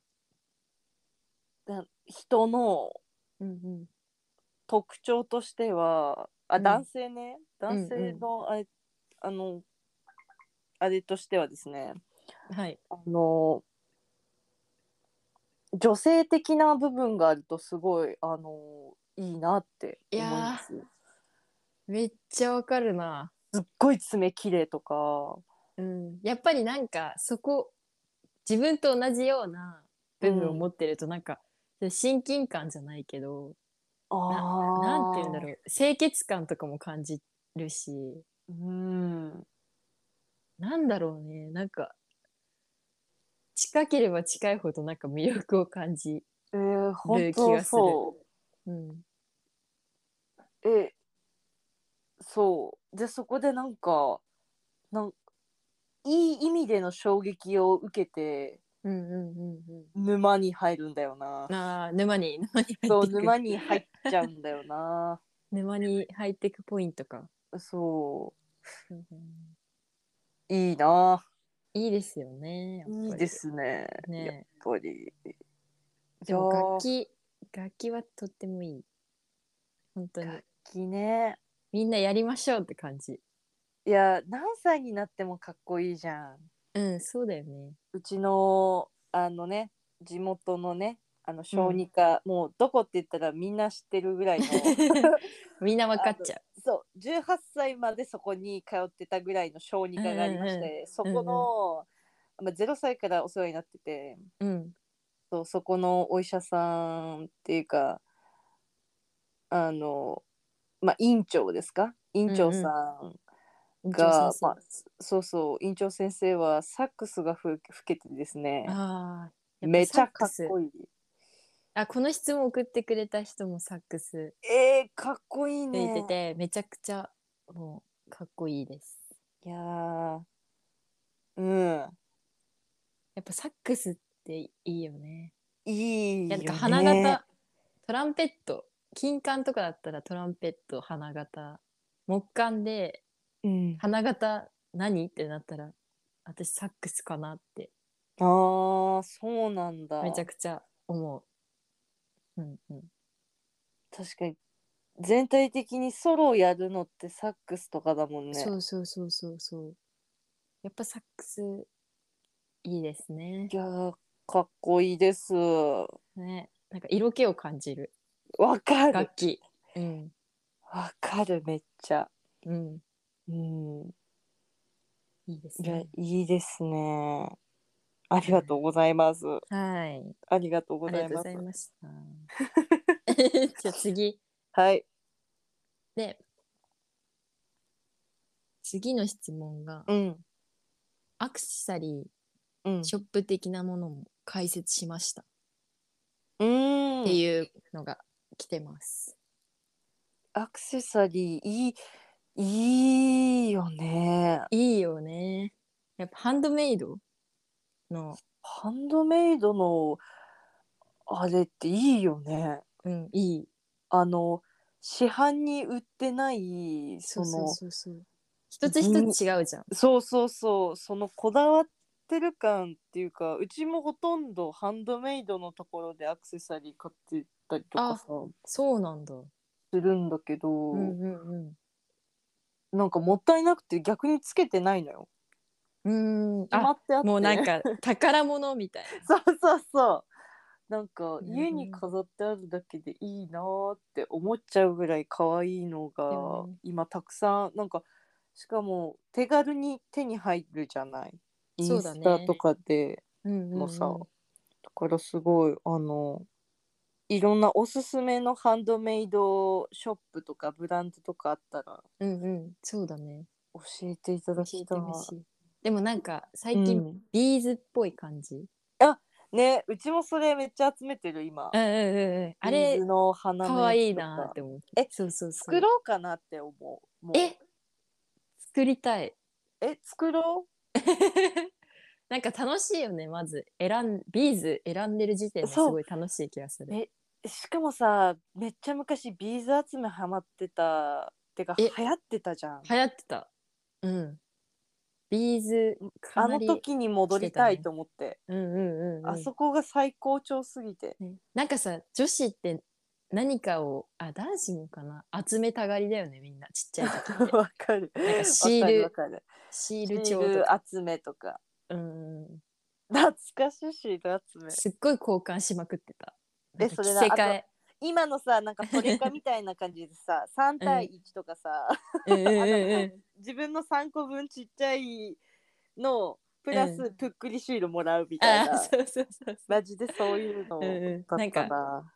S3: な人の
S4: うんうん。
S3: 特徴としてはあ、
S4: うん
S3: 男性ね男
S4: うん
S3: 性
S4: うん
S3: のあれ,、あのあれとしてはですね
S4: はい。
S3: あの女性的な部分があるとすごいあのいいなって思います
S4: めっちゃわかるな。
S3: すっごい爪綺麗とか
S4: うん。やっぱりなんか、そこ。自分と同じような。部分を持ってると、なんか。親近感じゃないけど。
S3: あー
S4: なんて言うんだろう。清潔感とかも感じるし。
S3: うん
S4: なんだろうね、なんか、近ければ近いほどなんか魅力を感じ。
S3: えー、本
S4: 気
S3: 当
S4: がする
S3: そう
S4: うん。
S3: えそうでそこでなんかなんいい意味での衝撃を受けて
S4: うんうんうんう
S3: 沼に入るんだよな
S4: ああ、沼に、 [laughs] 沼に入ってく
S3: そう沼に入っちゃうんだよな
S4: 沼に入ってくポイントか。
S3: そ
S4: うんうん
S3: ういいない
S4: いですよね。やっぱり
S3: いいで。すねやっ
S4: ね
S3: ぱり
S4: え。でも楽器、楽器はとってもいい。本当に。
S3: きね
S4: みんなやりましょうって感じ。
S3: いや何歳になってもかっこいいじゃん
S4: うん、そうだよ
S3: [laughs]
S4: ね。
S3: うちのあのね地元のねあの小児科、もうどこって言ったらみんな知ってるぐ
S4: [laughs]
S3: らいの
S4: みんなわかっちゃ
S3: そう18歳までそこに通ってたぐらいの小児科がありまして、
S4: うん
S3: そこの、まあ、0歳からお世話になってて
S4: う。うん。
S3: そうそこのお医者さんっていうかあの、まあ、院長ですか院長さんが、
S4: 院長先生
S3: まあ、そうそう院長先生はサックスがふ吹けてですね
S4: ああ。やっぱ
S3: めちゃ
S4: サッ
S3: か
S4: ク
S3: っ
S4: ス
S3: こいい。
S4: あ、この質問送ってくれた人もサックス。
S3: えー、かっこいい
S4: つい
S3: ね。
S4: てて、めちゃくちゃもうかっこいいです。
S3: いやーうん
S4: やっぱサックスっていいよね。
S3: いいよ、
S4: いや
S3: ね
S4: な、んか花形、トランペット、金管とかだったらトランペット、花形、木管で
S3: うん、
S4: 花形何ってなったら、私サックスかなって
S3: ああそうなんだ
S4: めちゃくちゃ思う。うんうん。
S3: 確かに全体的にソロをやるのってサックスとかだもんね
S4: そうそうそうそうそう。やっぱサックスいいですね
S3: い。やーかっこいいですわ
S4: ね。なんか色気を感じる
S3: かる
S4: 楽器。うん。
S3: わかるめっちゃ
S4: うん。
S3: うん
S4: いいです
S3: いや
S4: ね。
S3: いいですねありがとうございます
S4: はい。
S3: ありがとうご
S4: あ
S3: ざ
S4: りが
S3: い
S4: とう
S3: ま
S4: ご
S3: す
S4: ざいました。 [laughs] じゃあ次。
S3: はい
S4: で、次の質問が、
S3: うん
S4: アクセサリ
S3: うん
S4: ー、ショップ的なものも解説しましたっ
S3: うん
S4: ていうのが来てます。
S3: アクセサリーいいいいよね
S4: いいよね。やっぱハンドメイドの、
S3: ハンドメイドのあれっていいよね
S4: うん、いい。
S3: あの市販に売ってないそ
S4: そう
S3: の
S4: そうそうそう。一つ一つ違うじゃん。
S3: そうそうそうそのこだわってる感っていうかうちもほとんどハンドメイドのところでアクセサリー買ってたりとかさ
S4: そうなんだ。
S3: するんだけど、
S4: うんうん
S3: なんかもったいなくて逆につけてないのよ。
S4: うん。うん。
S3: 決ま
S4: あ、
S3: ってあって
S4: もうなんか宝物みたい
S3: [laughs] そうそうそうなんか
S4: るほど
S3: 家に飾ってあるだけでいいなーって思っちゃうぐらい可愛いの
S4: だ
S3: が
S4: よね
S3: 今たくさんなんかしかも手軽に手に入るじゃないイ
S4: そ
S3: ン
S4: うだね
S3: スタとかで
S4: な。うんうん、う
S3: も
S4: ん。
S3: さ、だからすごいあのいろんなおすすめのハンドメイドショップとかブランドとかあったら
S4: うんうん。そうだね。
S3: 教えていただきたい。
S4: 教えてほしいでもなんか最
S3: う
S4: 近、
S3: ん、
S4: ビーズっぽい感じ。
S3: ねうちもそれめっちゃ集めてる今。
S4: うんうんうんうん。あ
S3: ビー
S4: れ
S3: ズ、の花
S4: か
S3: の
S4: わい
S3: や
S4: い
S3: つと
S4: なーって思って。
S3: え
S4: そうそうそう。
S3: 作ろうかなって思う。もう
S4: え作りたい。
S3: え作ろ
S4: なんか楽しいよね、まず。選ん、ビーズ選んでる時点です
S3: そう
S4: ごい楽しい気がする。
S3: えうしかもさめっちゃ昔ビーズ集めハマってたてか流
S4: え
S3: 行ってたじゃん。
S4: 流行ってた。うん。ビーズ、
S3: あ
S4: かな
S3: の
S4: り。
S3: 時に戻りたいと思って
S4: うんうんうんうん。
S3: あそこが最高潮すぎて。
S4: ねなんかさ、女子って何かを、あ、男子もかな、集めたがりだよね、みんな。ちっちゃい時
S3: [laughs]
S4: って。
S3: わかる。
S4: なんかシール
S3: わかるわかる。
S4: シー
S3: シ
S4: ル
S3: ー
S4: 帳と
S3: ル
S4: か。
S3: 集めとか。
S4: うんうん。
S3: 懐かしいシール集め。
S4: すっごい交換しまくってた。
S3: え
S4: なんか
S3: それ
S4: 着
S3: な
S4: せ替え。
S3: 今のさ、なんかトレカみたいな感じで
S4: [laughs]
S3: さ、3対1とかさ、
S4: うんうん
S3: あ
S4: うん
S3: の
S4: う
S3: [laughs] 自分の3個分ちっちゃいの、プラ
S4: う
S3: スぷっくりシールもらうみ
S4: ん。
S3: たい
S4: あ、
S3: な。
S4: そうそうそうそ
S3: マジでそういうの
S4: う。うんうん
S3: だ
S4: な
S3: っ
S4: ん
S3: た
S4: か、
S3: な。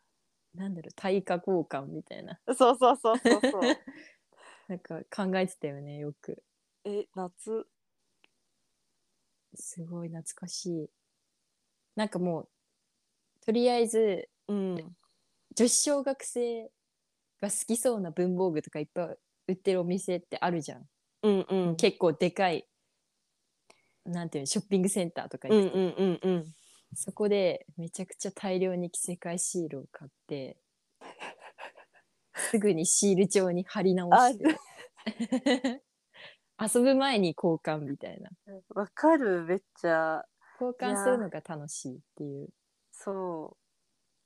S4: なんだろう、対価交換みたいな。
S3: そうそうそうそうそう。
S4: [laughs] なんか考えてたよね、よく。
S3: え、夏。
S4: すごい懐かしい。なんかもう、とりあえず、
S3: うん。
S4: 女子小学生が好きそうな文房具とかいっぱい売ってるお店ってあるじゃん。
S3: うんうん。
S4: 結構でかい、なんていうの、ショッピングセンターとか
S3: う
S4: 行
S3: ん
S4: くと、
S3: うんうんうん。
S4: そこでめちゃくちゃ大量に着せ替えシールを買って、すぐにシール帳に貼り直して、 [laughs] 遊ぶ前に交換みたいな。
S3: わかる、めっちゃ。
S4: 交換するのが楽しいっていう。
S3: そう。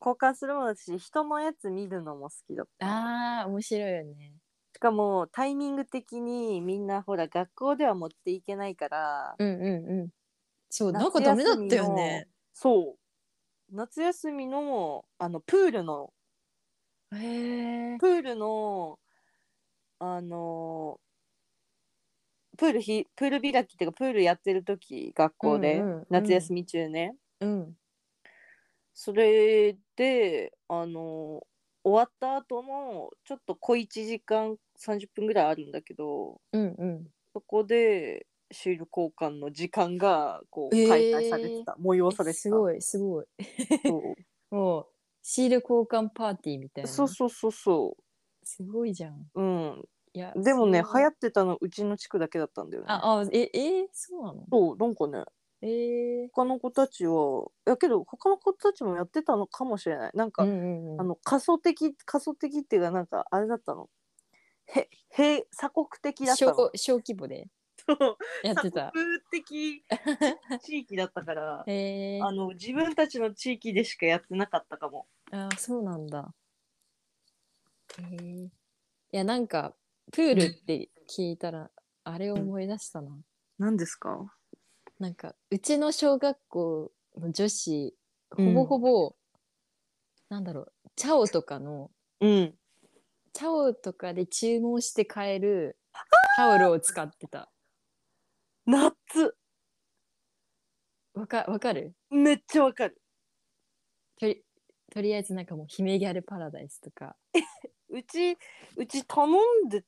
S3: 交換するものだし、人のやつ見るのも好きだった。
S4: ああ、面白いよね。
S3: しかもタイミング的にみんなほら学校では持っていけないから
S4: うんうんうん。そう、なんかダメだったよね。
S3: そう夏休みのあのプールの
S4: へえ。
S3: プールのあのプールひプール開きっていうかプールやってる時学校で、
S4: うんうんうん
S3: 夏休み中ね、
S4: うん。
S3: それであの終わった後のちょっと小1時間30分ぐらいあるんだけど
S4: うんうん。
S3: そこでシール交換の時間がこう
S4: えー
S3: 開催されてた、催されてた
S4: すごい、すごい。
S3: [laughs] そう
S4: もう、シール交換パーティーみたいな。
S3: そうそうそうそ
S4: すごいじゃん。
S3: ううん
S4: いや、
S3: でもね
S4: すご
S3: 流
S4: い
S3: 行ってたのうちの地区だけだったんだよね
S4: あ、あ、え、えーそうなの
S3: そうなんかね
S4: えー
S3: 他の子たちはやけど他の子たちもやってたのかもしれないなんか、
S4: うんうんうん
S3: あの仮想的仮想的っていうかなんかあれだったのへへ鎖国的だった
S4: 小
S3: の
S4: 小規模で
S3: そう
S4: やっ
S3: [laughs]
S4: て
S3: 鎖
S4: た。
S3: 国
S4: [laughs]
S3: 的地域だったから
S4: えー
S3: あの自分たちの地域でしかやってなかったかも
S4: あーそうなんだ。えーいや、なんか、プールって聞いたら、あれを思い出したな。
S3: 何ですか
S4: なんかうちの小学校の女子
S3: う
S4: ほ
S3: ん
S4: ぼほぼ、なんだろうチャオとかの
S3: うん。
S4: チャオとかで注文して買えるタオルを使ってた
S3: ナッツ
S4: わかわかる
S3: めっちゃわかる。
S4: とりとりあえずなんかもう「姫ギャルパラダイス」とか
S3: うち、うち頼んで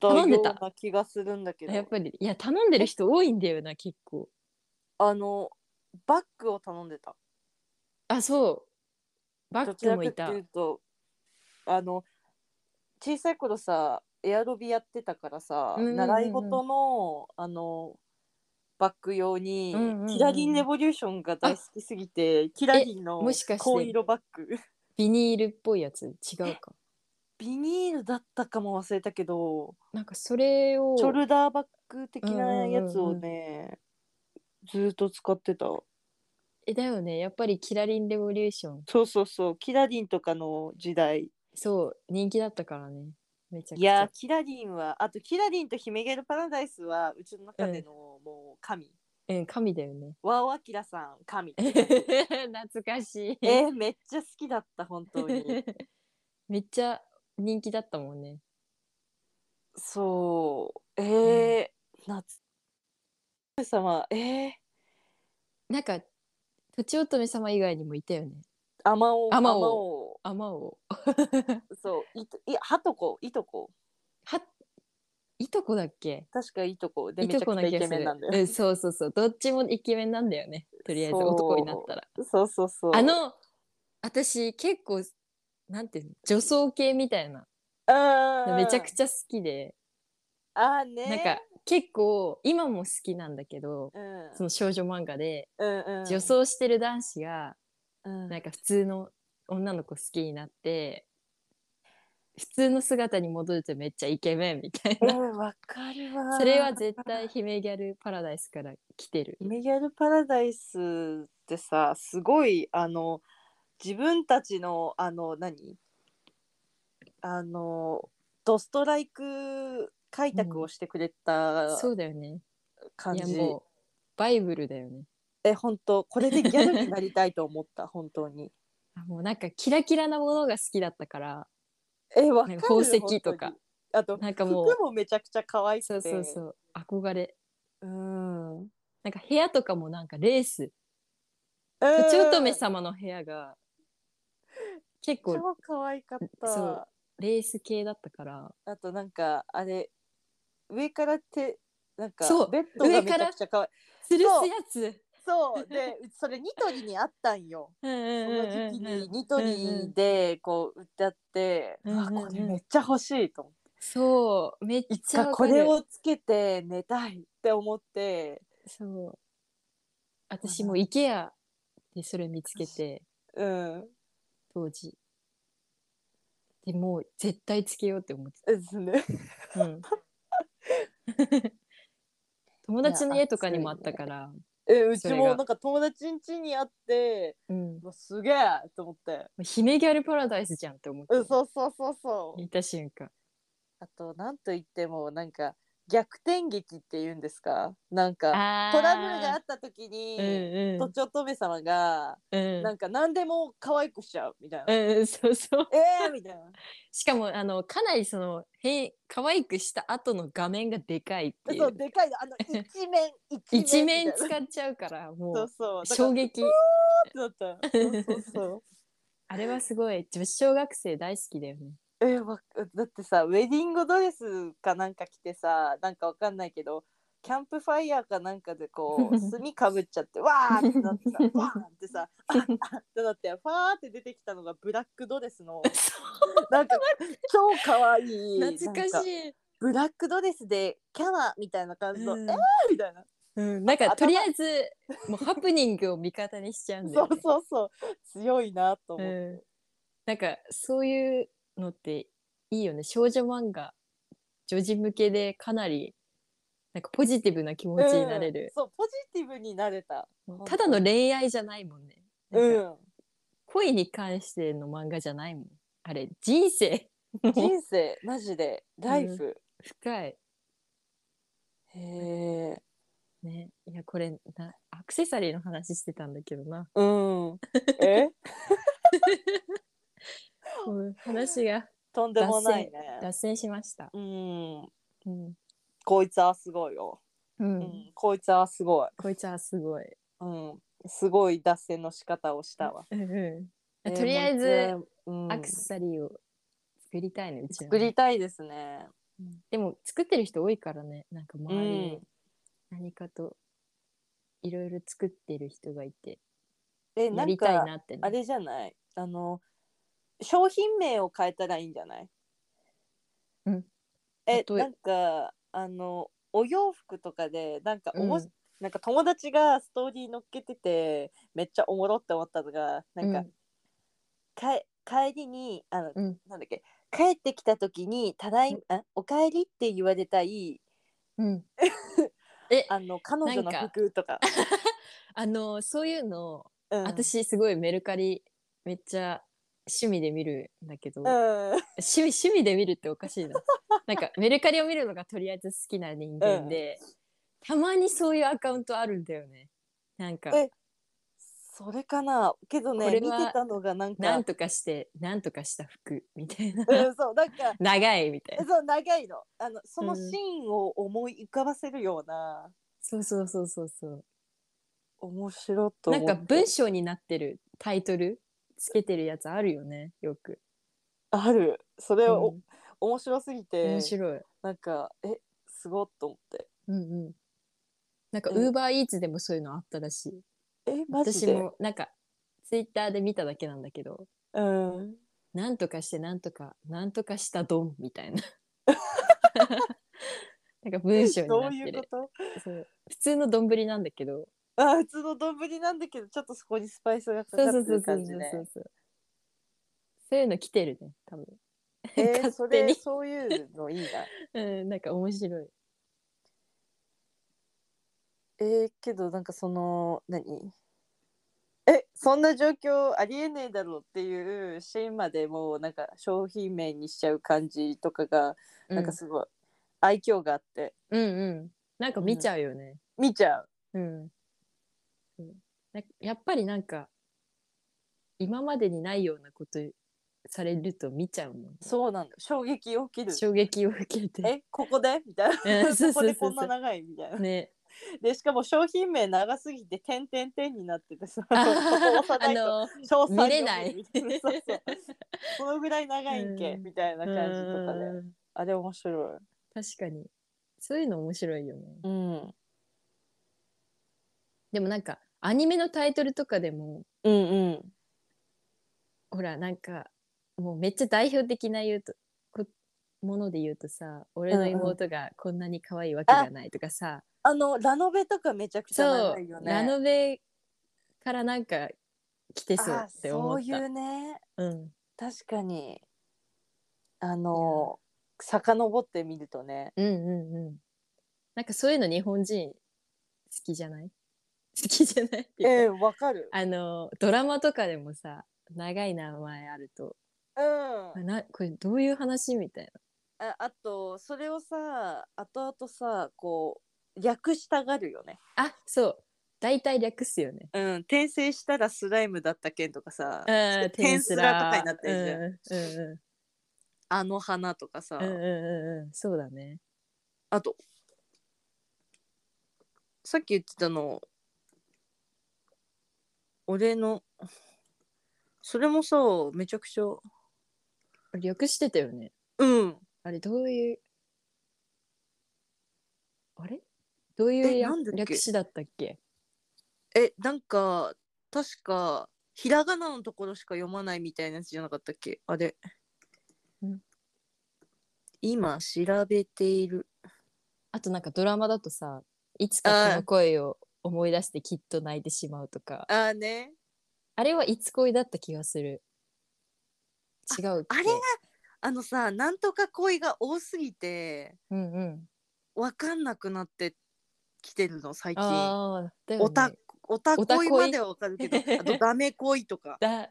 S3: た
S4: 頼
S3: よ
S4: んで
S3: う
S4: た
S3: な気がするんだけど
S4: やっ、ぱりいや頼んでる人多いんだよな結構
S3: あの、バッグを頼んでた。
S4: あそうバ
S3: ど
S4: ッ
S3: ちらか
S4: グも
S3: っ
S4: い
S3: て
S4: た
S3: いうと、あの、小さい頃さ、エアロビやってたからさ、
S4: うんうんうん
S3: 習い事の、あの、バッグ用に、
S4: うんうんうん
S3: キラリンレボリューションが大好きすぎて、キラリンの
S4: もしかして
S3: 紺色バッグ。
S4: ビニールっぽいやつ違うか
S3: ビニールだったかも忘れたけど、
S4: なんかそれを
S3: ショルダーバッグ的なやつ
S4: う
S3: を
S4: んうん
S3: ね、ずーっと使ってた。
S4: えだよねやっぱりキラリンレボリューション
S3: そうそうそう、キラリンとかの時代。
S4: そう人気だったからねめちゃく
S3: い
S4: ちゃ
S3: やー、キラリンは、あとキラリンとヒメゲルパラダイスは、うちの中でのもう神。
S4: うん神だよ
S3: [laughs]
S4: ね
S3: ワオアキラさん、神。
S4: 懐かしい
S3: えー、めっちゃ好きだった、本当に。
S4: [laughs] めっちゃ人気だったもんね
S3: [laughs] そう。えー、夏。神様、えー、
S4: なんかとちおとめ様以外にもいたよね
S3: アマオ、
S4: アマオ
S3: オ
S4: あまお
S3: そう、いと、い、はとこ、いとこ。
S4: はいとこだっけ
S3: 確かいとこで
S4: い
S3: めちゃ
S4: と
S3: く
S4: こ
S3: ちゃ
S4: な
S3: イ
S4: 気が
S3: ケ
S4: す
S3: メン
S4: る
S3: なんだよ。
S4: うんそうそうそうどっちもイケメンなんだよねとりあえず
S3: そう
S4: 男になったら
S3: そうそうそう。
S4: あの私結構なんていうの女装系みたいな
S3: うん、
S4: めちゃくちゃ好きで、
S3: あーね
S4: なんか結構今も好きなんだけど
S3: うん
S4: その少女漫画で
S3: うんうん、
S4: 女装してる男子が
S3: うん
S4: なんか普通の女の子好きになって普通の姿に戻るとめっちゃイケメンみたい
S3: え
S4: な
S3: ーわかるわ。
S4: それは絶対姫ギャルパラダイスから来てる。
S3: メギャルパラダイスってさ、すごいあの自分たちのあの何あのドストライク開拓をしてくれた
S4: そうだよね。
S3: 感
S4: いや
S3: じ。
S4: もうバイブルだよね。
S3: え本当これでギャルになりたいと思った本当に。 [laughs]
S4: あもうなんかキラキラなものが好きだったから
S3: えわかる
S4: なんか宝石とか。
S3: 本当にあと
S4: なんかもう
S3: 服もめちゃくちゃ可愛くて。
S4: そうそうそう憧れ
S3: うん。
S4: なんか部屋とかもなんかレース
S3: う
S4: と
S3: ん
S4: ちおとめ様の部屋が結構
S3: 超可愛かった。
S4: そうレース系だったから
S3: あとなんかあれ上から手なんか
S4: そう
S3: ベッドがめちゃくちゃ可愛い。
S4: 吊るすやつ
S3: そうでう [laughs] それニトリにあったんよ。
S4: うんう
S3: そ
S4: ん
S3: の
S4: うん
S3: 時期
S4: うんう
S3: に
S4: ん
S3: ニトリでこう売ってあって、
S4: う
S3: うん
S4: うん
S3: わ
S4: うん
S3: これめっちゃ欲しいと思って。
S4: そうめっ
S3: いつ
S4: ちゃ
S3: か
S4: わ
S3: こ
S4: かる
S3: れをつけて寝たいって思って、
S4: そう私も IKEA でそれ見つけて
S3: うん、
S4: 当時でもう絶対つけようって思って
S3: です
S4: [laughs]
S3: ね。
S4: た、うん
S3: [laughs]
S4: 友達の家とかにもあったから、
S3: えうち
S4: それが
S3: もなんか友達ん家にあって、
S4: うん
S3: う、わすげえと思って。
S4: 姫ギャルパラダイスじゃんって思って
S3: うん、そうそうそうそう。
S4: 見た瞬間
S3: あと、なんと言っても、なんか、逆転劇って言うんですかなんか、
S4: あー
S3: トラブルがあった時
S4: うん
S3: に、
S4: うん
S3: とちおとめ様が、
S4: うん
S3: なんか、何でも可愛くしちゃう、みたいな。
S4: うんうんそうそう
S3: え
S4: [laughs]
S3: ーみたいな。
S4: しかもあのかなりその変可愛くした後の画面がでかいってい
S3: そう、
S4: う
S3: でかい
S4: [laughs]
S3: の、あの、一面、
S4: 一
S3: 一面
S4: 面
S3: みたい
S4: 使
S3: な。
S4: っちゃうから
S3: そ
S4: も
S3: うそう。
S4: う衝撃
S3: だから。だった。そうそうそう。
S4: あれはすごい女子小学生大好きだよね
S3: えーわだってさ、ウェディングドレスかなんか着てさ、なんかわかんないけど、キャンプファイヤーかなんかでこ
S4: [laughs]
S3: う、炭かぶっちゃって、わーってなってさ、わーってさ、ああってなって、ファーって出てきたのがブラックドレスの、 [laughs] なんか超可愛い
S4: 懐か
S3: なん
S4: しい
S3: ブラックドレスでキャラみたいな感じの、
S4: うん
S3: えーみたいな。
S4: うん、なんか
S3: 頭
S4: とりあえずもうハプニングを味方にしちゃうんだ
S3: そ
S4: よ
S3: う
S4: ね
S3: そうそう、強いなと思って。
S4: うん、なんかそういうのっていいよね少女漫画女児向けでかなりなんかポジティブな気持ちになれ
S3: うん
S4: る、
S3: そう、ポジティブになれた。
S4: ただの恋愛じゃないもんね
S3: う
S4: なんか
S3: ん。
S4: 恋に関しての漫画じゃないもんあれ人生の
S3: 人生、マジで、ライフ。
S4: 深い
S3: へえ。
S4: ね、いやこれなアクセサリーの話してたんだけどな [laughs]
S3: うん。え
S4: もう話が
S3: とんでもないね。
S4: 脱線しました。
S3: うん。
S4: うん
S3: こいつはすごいよ。
S4: う、
S3: うんん。こいつはすごい。
S4: こいつはすごい。
S3: うん。すごい脱線の仕方をしたわ。
S4: うんうん、とりあえ
S3: え
S4: ず
S3: ー、もう全部う
S4: ア
S3: ん
S4: クセサリーを作りたいねうちらも
S3: 作りたいですね。
S4: うんでも作ってる人多いからねなんか周り
S3: う
S4: に
S3: ん
S4: 何かといろいろ作ってる人がいて
S3: え、
S4: や
S3: なん
S4: りたい
S3: か、
S4: なってね、
S3: あれじゃないあの、商品名を変えたらいいんじゃない
S4: うん
S3: え、
S4: 例え
S3: なんか、あの、お洋服とかで、なんかおもし、
S4: うん
S3: なんか友達がストーリー乗っけてて、めっちゃおもろって思ったのが、なんか、
S4: うん
S3: かえ帰りにあの、
S4: うん
S3: なんだっけ帰ってきた時に「ただいま、あおかえり」って言われたい
S4: うん、えあ
S3: あの彼女の
S4: なんか
S3: 服とか
S4: のそういうの、
S3: うん
S4: 私すごいメルカリめっちゃ趣味で見るんだけど、
S3: うんうん
S4: 趣味趣味で見るっておかしいな [laughs] なんかメルカリを見るのがとりあえず好きな人間で、たまにそういうアカウントあるんだよねなんか
S3: えそれかなけど
S4: こ
S3: ね
S4: れ
S3: 見
S4: は
S3: てたのがなんか
S4: なんとかしてなんとかした服みたいな
S3: うん、そうなんか
S4: [laughs] 長いみたいな
S3: そう長いのあのその
S4: うん
S3: シーンを思い浮かばせるような、
S4: そうそうそうそうそう
S3: 面白と
S4: な
S3: 思
S4: ん
S3: って
S4: か文章になってるタイトルつけてるやつあるよねよく、
S3: あるそれを、
S4: うん
S3: 面白すぎて
S4: 面白い、
S3: なんかえすごっと思って
S4: うんうんなんか
S3: う
S4: ウ
S3: ん
S4: ーバーイーツでもそういうのあったらしい
S3: えマジ
S4: 私
S3: で
S4: もなんかツイッターで見ただけなんだけど
S3: うん
S4: なんとかしてなんとかなんとかしたドンみた
S3: [laughs]
S4: いななんか文章
S3: [laughs]
S4: に
S3: ど
S4: なっ
S3: うい
S4: て
S3: うこ
S4: る
S3: と
S4: そう普通の丼なんだけど
S3: あ普通の丼なんだけどちょっとそこにスパイスがかか
S4: そう
S3: っ
S4: そう
S3: て
S4: そ
S3: る
S4: うそう
S3: 感
S4: そ
S3: じ
S4: う
S3: ね
S4: そうそうそういうの来てるね多分
S3: えーそ
S4: 勝手
S3: れ
S4: に
S3: そういうのいいな
S4: うんなんか面白い
S3: えーけどなんかその何えそんな状況ありえねえだろうっていうシーンまでもうなんか商品名にしちゃう感じとかがなんかすごい愛嬌があって
S4: うんうんなんか見ちゃうよね
S3: 見ちゃう
S4: うん、うんなんかやっぱりなんか今までにないようなことされると見ちゃうもんね、
S3: そうなんだ衝撃起きる
S4: 衝撃を受けて
S3: えここでみたい
S4: うん
S3: な
S4: そう
S3: こ
S4: そ
S3: こ
S4: うそうそう
S3: でこんな長いみたいな [laughs]
S4: ね
S3: でしかも商品名長すぎて点点点になっててさそこ
S4: あ
S3: 押さないと
S4: [laughs] の
S3: 賞賛
S4: 見れない
S3: 読めるみたいなそうそうこのぐらい長いんけ、
S4: うん
S3: みたいな感じとかで、
S4: うん
S3: あれ面白い
S4: 確かにそういうの面白いよね
S3: うん
S4: でもなんかアニメのタイトルとかでも
S3: うんうん
S4: ほらなんかもうめっちゃ代表的な言うとこもので言うとさ俺の妹がこんなに可愛いわけじゃないとかさ、
S3: あのラノベとかめちゃくちゃ
S4: そ
S3: 長
S4: う
S3: いよ、ね
S4: ラノベからなんか来てそう
S3: あ
S4: って思った。
S3: そういうね
S4: うん、
S3: 確かにあの遡ってみるとね
S4: うんうんうん。なんかそういうの日本人好きじゃない [laughs] 好きじゃないってい
S3: え
S4: うか
S3: ーわかる
S4: あのドラマとかでもさ長い名前あると
S3: うん
S4: あなこれどういう話みたい
S3: ああとそれをさ後々さこう略したがるよね
S4: な。あそう大体略すよね。
S3: うん転生したらスライムだったけんとかさ
S4: う
S3: [laughs]
S4: ん
S3: テンスラとかになってるじゃん
S4: うんうん
S3: あの花とかさ、
S4: うんうんうんうんうんそうだね。
S3: あとさっき言ってたの俺のそれもさめちゃくちゃ
S4: 略してたよね。
S3: うん
S4: あれどういうあれどういう
S3: え
S4: や
S3: なんだっけ
S4: 略詞だったっけ
S3: えなんか確かひらがなのところしか読まないみたいなやつじゃなかったっけあれ、
S4: うん
S3: 今調べている
S4: あとなんかドラマだとさいつかこの声を思い出してきっと泣いてしまうとかあ
S3: あーね
S4: れはいつ恋だった気がする違うっけ
S3: あれがあのさなんとか恋が多すぎて
S4: うんうん
S3: わかんなくなってきてるの最近。
S4: ああだよね
S3: オタオタ
S4: オタ
S3: 恋
S4: 恋
S3: まではわかるけど、あとダメ恋とか。
S4: だ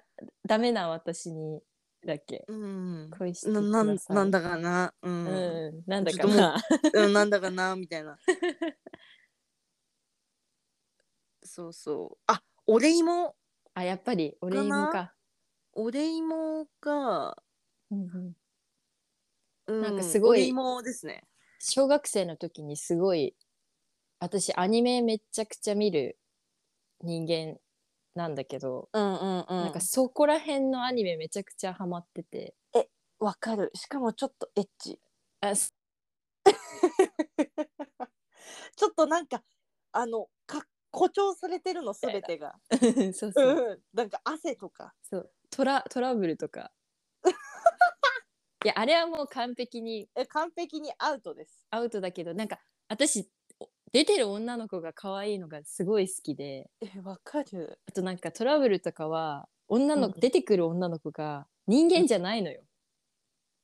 S4: ダメな私にだっけ
S3: うん。
S4: 恋してく
S3: な
S4: だ
S3: なん
S4: さい
S3: なんだかな、う、
S4: うんんなんだ
S3: ち
S4: か
S3: ょっとも
S4: な
S3: うん、なんだかなみたいな。 [laughs] そうそうあお礼も
S4: あ、やっぱり、俺芋
S3: か
S4: か。
S3: お礼芋が、
S4: うんうん
S3: う
S4: なんかすごい
S3: お礼芋ですね
S4: 小学生の時にすごい、私、アニメめっちゃくちゃ見る人間なんだけど、
S3: うんうんうん
S4: なんかそこら辺のアニメめちゃくちゃハマっ
S3: [laughs]
S4: てて。
S3: わかるしかもちょっとエッチ
S4: あす
S3: [laughs] ちょっとなんかあのか誇張されてるのすべてが、
S4: そう
S3: う
S4: そう。
S3: ん、なんか汗とか
S4: そうトラトラブルとか。 [laughs] いや、あれはもう完璧に
S3: え完璧にアウトです
S4: アウトだけど、なんか私、お出てる女の子が可愛いのがすごい好きで。
S3: えわかる
S4: あとなんかトラブルとかは女の、
S3: うん
S4: 出てくる女の子が人間じゃないのよ、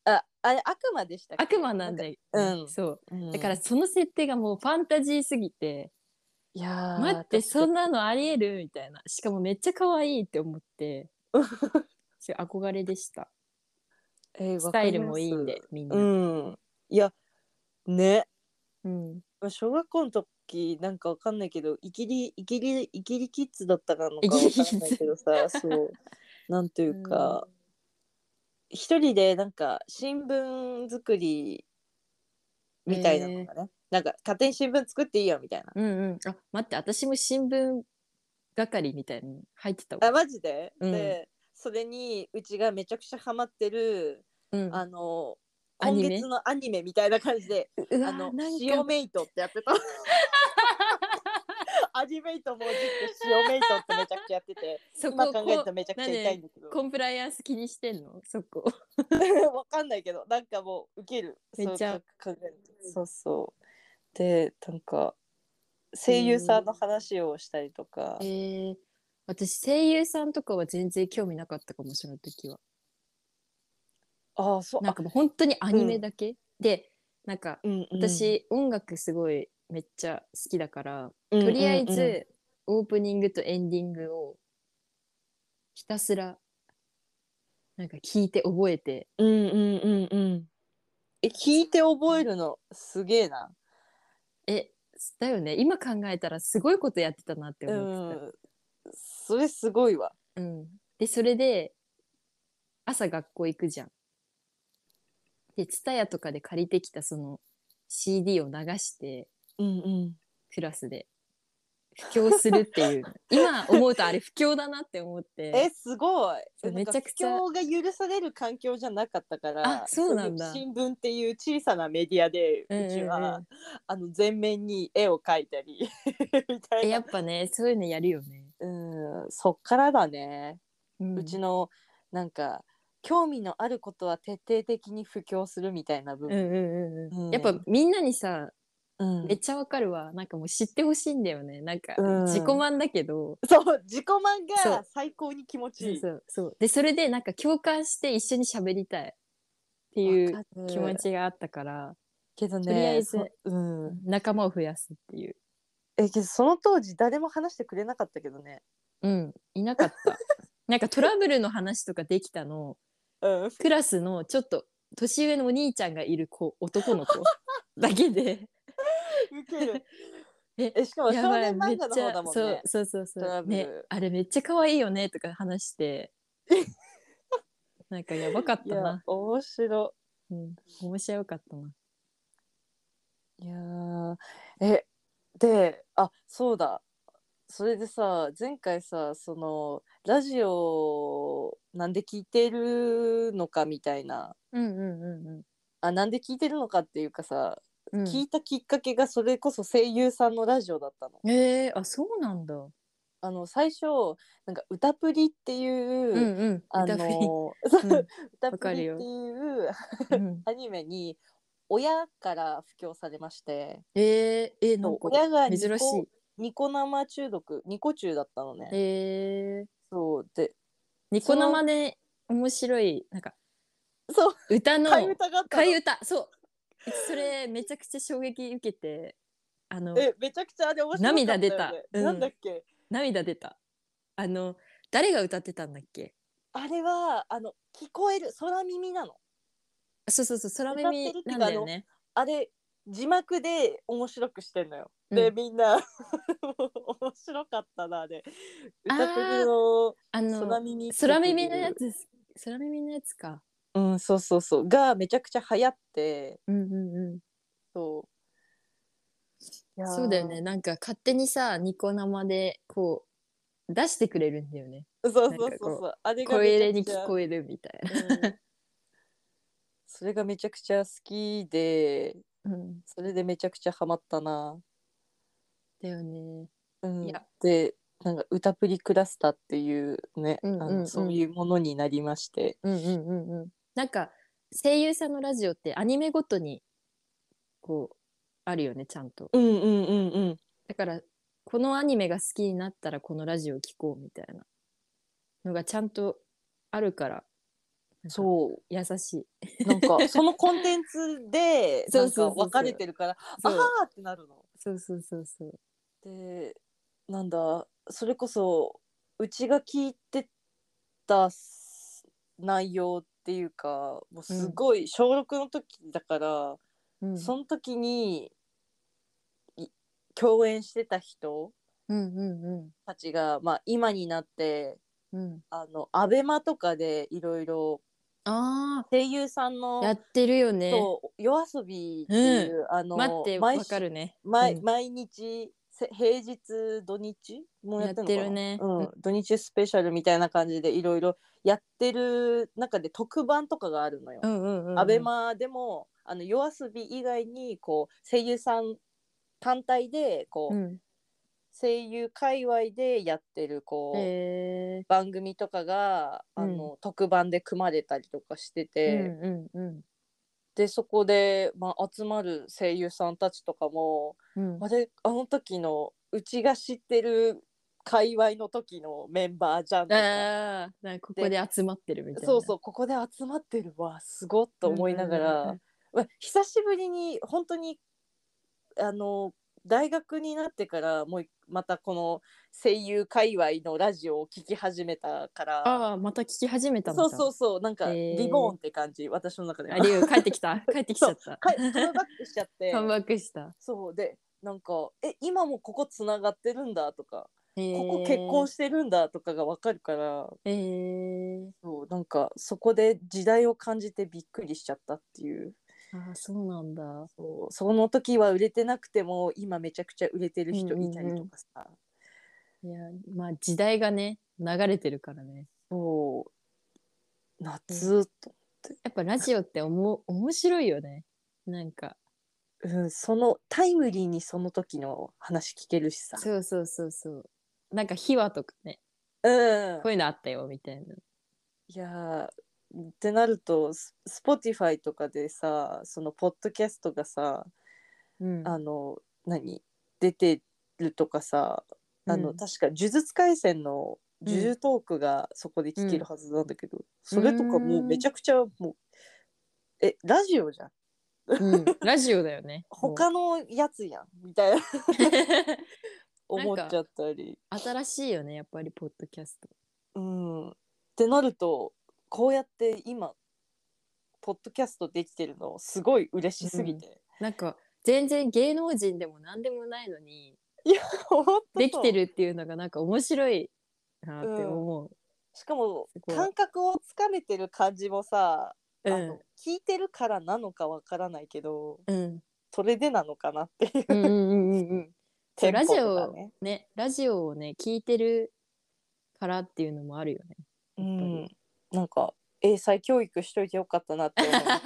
S3: ああれ悪魔でしたっけ
S4: 悪魔なんだよ、
S3: なんかうん
S4: そう
S3: うん
S4: だからその設定がもうファンタジーすぎて、
S3: いやー
S4: 待ってそ
S3: 確
S4: んなのありえるみたいなしかもめっちゃ可愛いって思って
S3: かに
S4: それ憧れでした
S3: [laughs] え
S4: スタイルもいいんでみんな、
S3: う
S4: うん
S3: んいやね
S4: うん
S3: まあ小学校の時なんかわかんないけどイギリイギリイギリキッズだったかのかわかんないけどさそうなんというか、一人でなんか新聞作りみたいなのがね、なんか勝手に新聞作っていいよみたいな
S4: うんあ待って私も新聞係みたいに入ってた
S3: あ
S4: わ、
S3: マジで、
S4: うん
S3: でそれにうちがめちゃくちゃハマってる、
S4: うん、
S3: あの
S4: ア
S3: 今
S4: ニメ
S3: 月のアニメみたいな感じで
S4: うわ
S3: あの
S4: なんか
S3: 塩メイトってやって [laughs] た。アニメイトもじって塩メイトってめちゃくちゃやってて、
S4: そ
S3: 今
S4: こ
S3: 考えるとめちゃくちゃ痛いんだけ
S4: こ
S3: ど
S4: う、コンプライアンス気にしてんのそこ
S3: [laughs] わかんないけど、なんかもう受ける。
S4: めっちゃ
S3: そう考えるとそうそう。で、なんか声優さんの話をしたりとか、
S4: えー私声優さんとかは全然興味なかったかもその時は
S3: ああそう、
S4: なん
S3: あ
S4: かもう本当にアニメだけ、でなんか
S3: うんうん
S4: 私、音楽すごいめっちゃ好きだから、とりあえ、
S3: うんうんうん
S4: ずオープニングとエンディングをひたすらなんか聞いて覚えて
S3: うんうんうんうん。え聞いて覚えるのすげえな。
S4: えだよね今考えたらすごいことやってたなって
S3: う
S4: 思って
S3: ん、それすごいわ。
S4: た、うんでそれで朝学校行くじゃんで TSUTAYA とかで借りてきたその CD を流して
S3: うんうん。
S4: クラスで布教するって
S3: [laughs]
S4: いう今思うとあれ布教だなって思って
S3: えすごい
S4: そ
S3: なん
S4: う
S3: か
S4: めちゃくちゃ
S3: 布教が許される環境じゃなかったから
S4: あそうなんだ
S3: その新聞っていう小さなメディアで
S4: うんうんうん
S3: うちは、あの全面に絵を描いたり [laughs] みた
S4: え
S3: い
S4: や
S3: な
S4: っぱねそういうのやるよね、
S3: うんそっからだね、
S4: うん
S3: うちのなんか興味のあることは徹底的に布教するみたいな部
S4: うん
S3: 分、
S4: うんうんうん
S3: うん
S4: やっぱみんなにさ
S3: うん
S4: めっちゃわかるわなんかもう知ってほしいんだよねなんか
S3: うん
S4: 自己満だけど、
S3: そう自己満
S4: そう
S3: が最高に気持ちいい
S4: そうそうそうでそれでなんか共感して一緒に喋りたいっていう
S3: わかる
S4: 気持ちがあったから
S3: けどね
S4: とりあえず
S3: そうん
S4: 仲間を増やすっていう
S3: えけどその当時誰も話してくれなかったけどね
S4: うんいなかった
S3: [laughs]
S4: なんかトラブルの話とかできたの
S3: うん
S4: クラスのちょっと年上のお兄ちゃんがいる子男の子だけで
S3: ウケる
S4: え
S3: [laughs] えしかも少年漫画の方だもん
S4: そう
S3: ね
S4: そうそう
S3: ト
S4: そ
S3: ラ
S4: う、
S3: ブル
S4: ね、あれめっちゃ可愛いよねとか話してなんかやばかっ
S3: [laughs] い
S4: た
S3: や
S4: な、
S3: 面白
S4: うん、面白かったない
S3: やーえであそうだそれでさ前回さそのラジオなんで聞いてるのかみたいな
S4: うんうんうん
S3: あなんで聞いてるのかっていうかさ、
S4: うん
S3: 聞いたきっかけがそれこそ声優さんのラジオだったの。
S4: えー、あそうなんだう
S3: あの最初なんか歌プリっていう、
S4: んうん
S3: あ
S4: 歌振り
S3: の
S4: うん
S3: 歌
S4: わ
S3: プ
S4: かる
S3: リ
S4: よ
S3: っていう
S4: うん
S3: アニメに親から布教されまして
S4: えー、
S3: [laughs]
S4: えー、なん
S3: 親が
S4: か
S3: ニコ
S4: 珍しい
S3: ニコ生中毒ニコ中だったのね。
S4: えー、
S3: そうで
S4: ニコ生で面白いなんか
S3: そう
S4: 歌の
S3: 替え歌があったの
S4: 替え歌そうそれめちゃくちゃ衝撃受けてあの
S3: えめちゃくちゃあれ面白かったよ、ね、
S4: 涙出たうん
S3: なんだっけ
S4: 涙出たあの誰が歌ってたんだっけ
S3: あれはあの聞こえる空耳なの。
S4: そうそうそう空耳なんだよね
S3: あれ字幕で面白くしてんのよ。で、
S4: うん
S3: みんな [laughs] 面白かったなで
S4: あー
S3: 歌っての
S4: あ
S3: 空
S4: の
S3: 耳
S4: 空耳のやつ空耳のやつか
S3: うんそうそうそうがめちゃくちゃ流行って
S4: うんうんうん
S3: そういやー
S4: そうだよねなんか勝手にさニコ生でこう出してくれるんだよね
S3: そうそうそう
S4: なんか
S3: そ
S4: こ
S3: うあれが
S4: 声入れに聞
S3: え
S4: こえるみたい
S3: それがめちゃくちゃ好きで
S4: な、うん、
S3: それでめちゃくちゃハマったな、
S4: だよね
S3: うん
S4: いや、
S3: でなんか歌プリクラスターっていうね、
S4: うんうんうん
S3: あのそういうものになりまして
S4: うんうんうんうんなんか声優さんのラジオってアニメごとにこうあるよねちゃんと
S3: うんうんうんうん
S4: だからこのアニメが好きになったらこのラジオ聞こうみたいなのがちゃんとあるからう
S3: そう
S4: 優しい
S3: なん [laughs] かそのコンテンツで
S4: そ
S3: な
S4: うんそうそう
S3: か
S4: そう
S3: 分かれてるからあ
S4: そう
S3: あってなるの。
S4: そうそうそうそう
S3: でなんだそれこそうちが聞いてたす内容っていうかもうすごい小6の時だから、
S4: うん
S3: その時にい共演してた人
S4: うんうん
S3: たちが、まあ、今になって
S4: うんうん
S3: あのアベマとかでいろいろ
S4: あ
S3: 声優さん
S4: あ
S3: の
S4: やってるよね
S3: そう夜遊びっていう、あの
S4: 待って
S3: 毎
S4: わかるね
S3: 毎,、
S4: うん
S3: 毎日せ平日土日もやってんのかな
S4: やってるね
S3: う、
S4: うん
S3: 土日スペシャルみたいな感じでいろいろやってる中で特番とかがあるのよ。
S4: うんうんうんうん
S3: アベマでもあの夜遊び以外にこう声優さん単体でこう、
S4: うん
S3: 声優界隈でやってるこう、
S4: へえ
S3: 番組とかがあの、特番で組まれたりとかしてて、
S4: うんうんうん
S3: でそこで、まあ、集まる声優さんたちとかも
S4: うん
S3: あれあの時のうちが知ってる界隈の時のメンバーじゃんとか
S4: ああ、なんかここで集まってるみたいな。
S3: そうそうここで集まってるわすごっと思いなが
S4: うんうん
S3: ら
S4: うん、
S3: まあ久しぶりに本当にあの大学になってからもうまたこの声優界隈のラジオを聞き始めたから
S4: ああ、また聞き始めた
S3: そうそうそうなんか
S4: へー
S3: リボーンって感じ私の中で
S4: ありゅう、帰ってきた。帰ってきちゃっ
S3: [laughs]
S4: た。
S3: かカムバックしちゃっ
S4: [laughs]
S3: て
S4: カムバックした。
S3: そうでなんかえ今もここつながってるんだとかこ
S4: こ
S3: こ結婚してるんだとかがわかるから
S4: えー、
S3: そうなんかそこで時代を感じてびっくりしちゃったっていう
S4: ああ、そうなんだ。
S3: そうその時は売れてなくても今めちゃくちゃ売れてる人いたりとかさ、
S4: いや、まあ時代がね、流れてるからね。
S3: そう夏と、
S4: やっぱラジオっておも面白いよね。なんか、
S3: うん、そのタイムリーにその時の話聞けるしさ
S4: そうそうそうそう。なんか秘話とかね、
S3: うん
S4: こういうのあったよみたいな。
S3: いやーってなるとス Spotify とかでさそのポッドキャストがさ
S4: うん
S3: あの何出てるとかさあの、
S4: うん
S3: 確か「呪術廻戦」の「
S4: ん
S3: 呪術トーク」がそこで聞けるはずなんだけど、それとかもうめちゃくちゃもうえラジオじゃん
S4: うん、ラジオだよね。
S3: 他のやつやんみた
S4: [laughs]
S3: いな思っちゃったり。
S4: 新しいよね、やっぱりポッドキャスト。
S3: うん、ってなるとこうやって今ポッドキャストできてるのすごい嬉しすぎて、
S4: なんか全然芸能人でも何でもないのに
S3: [laughs] ほんとそう
S4: できてるっていうのがなんか面白いなって思う。
S3: しかも
S4: すごい
S3: 感覚をつかめてる感じもさ
S4: う
S3: あの
S4: ん
S3: 聞いてるからなのかわからないけど
S4: うん
S3: それでなのかなっていう、
S4: うんうんうんうんそ
S3: テ
S4: う
S3: ン
S4: ラ
S3: ポ
S4: ジ
S3: とか
S4: オ
S3: ね、
S4: ねラジオをね聞いてるからっていうのもあるよ
S3: [laughs]
S4: ね。
S3: うん
S4: やっぱり、
S3: なんか英才教育しといてよかったなって思った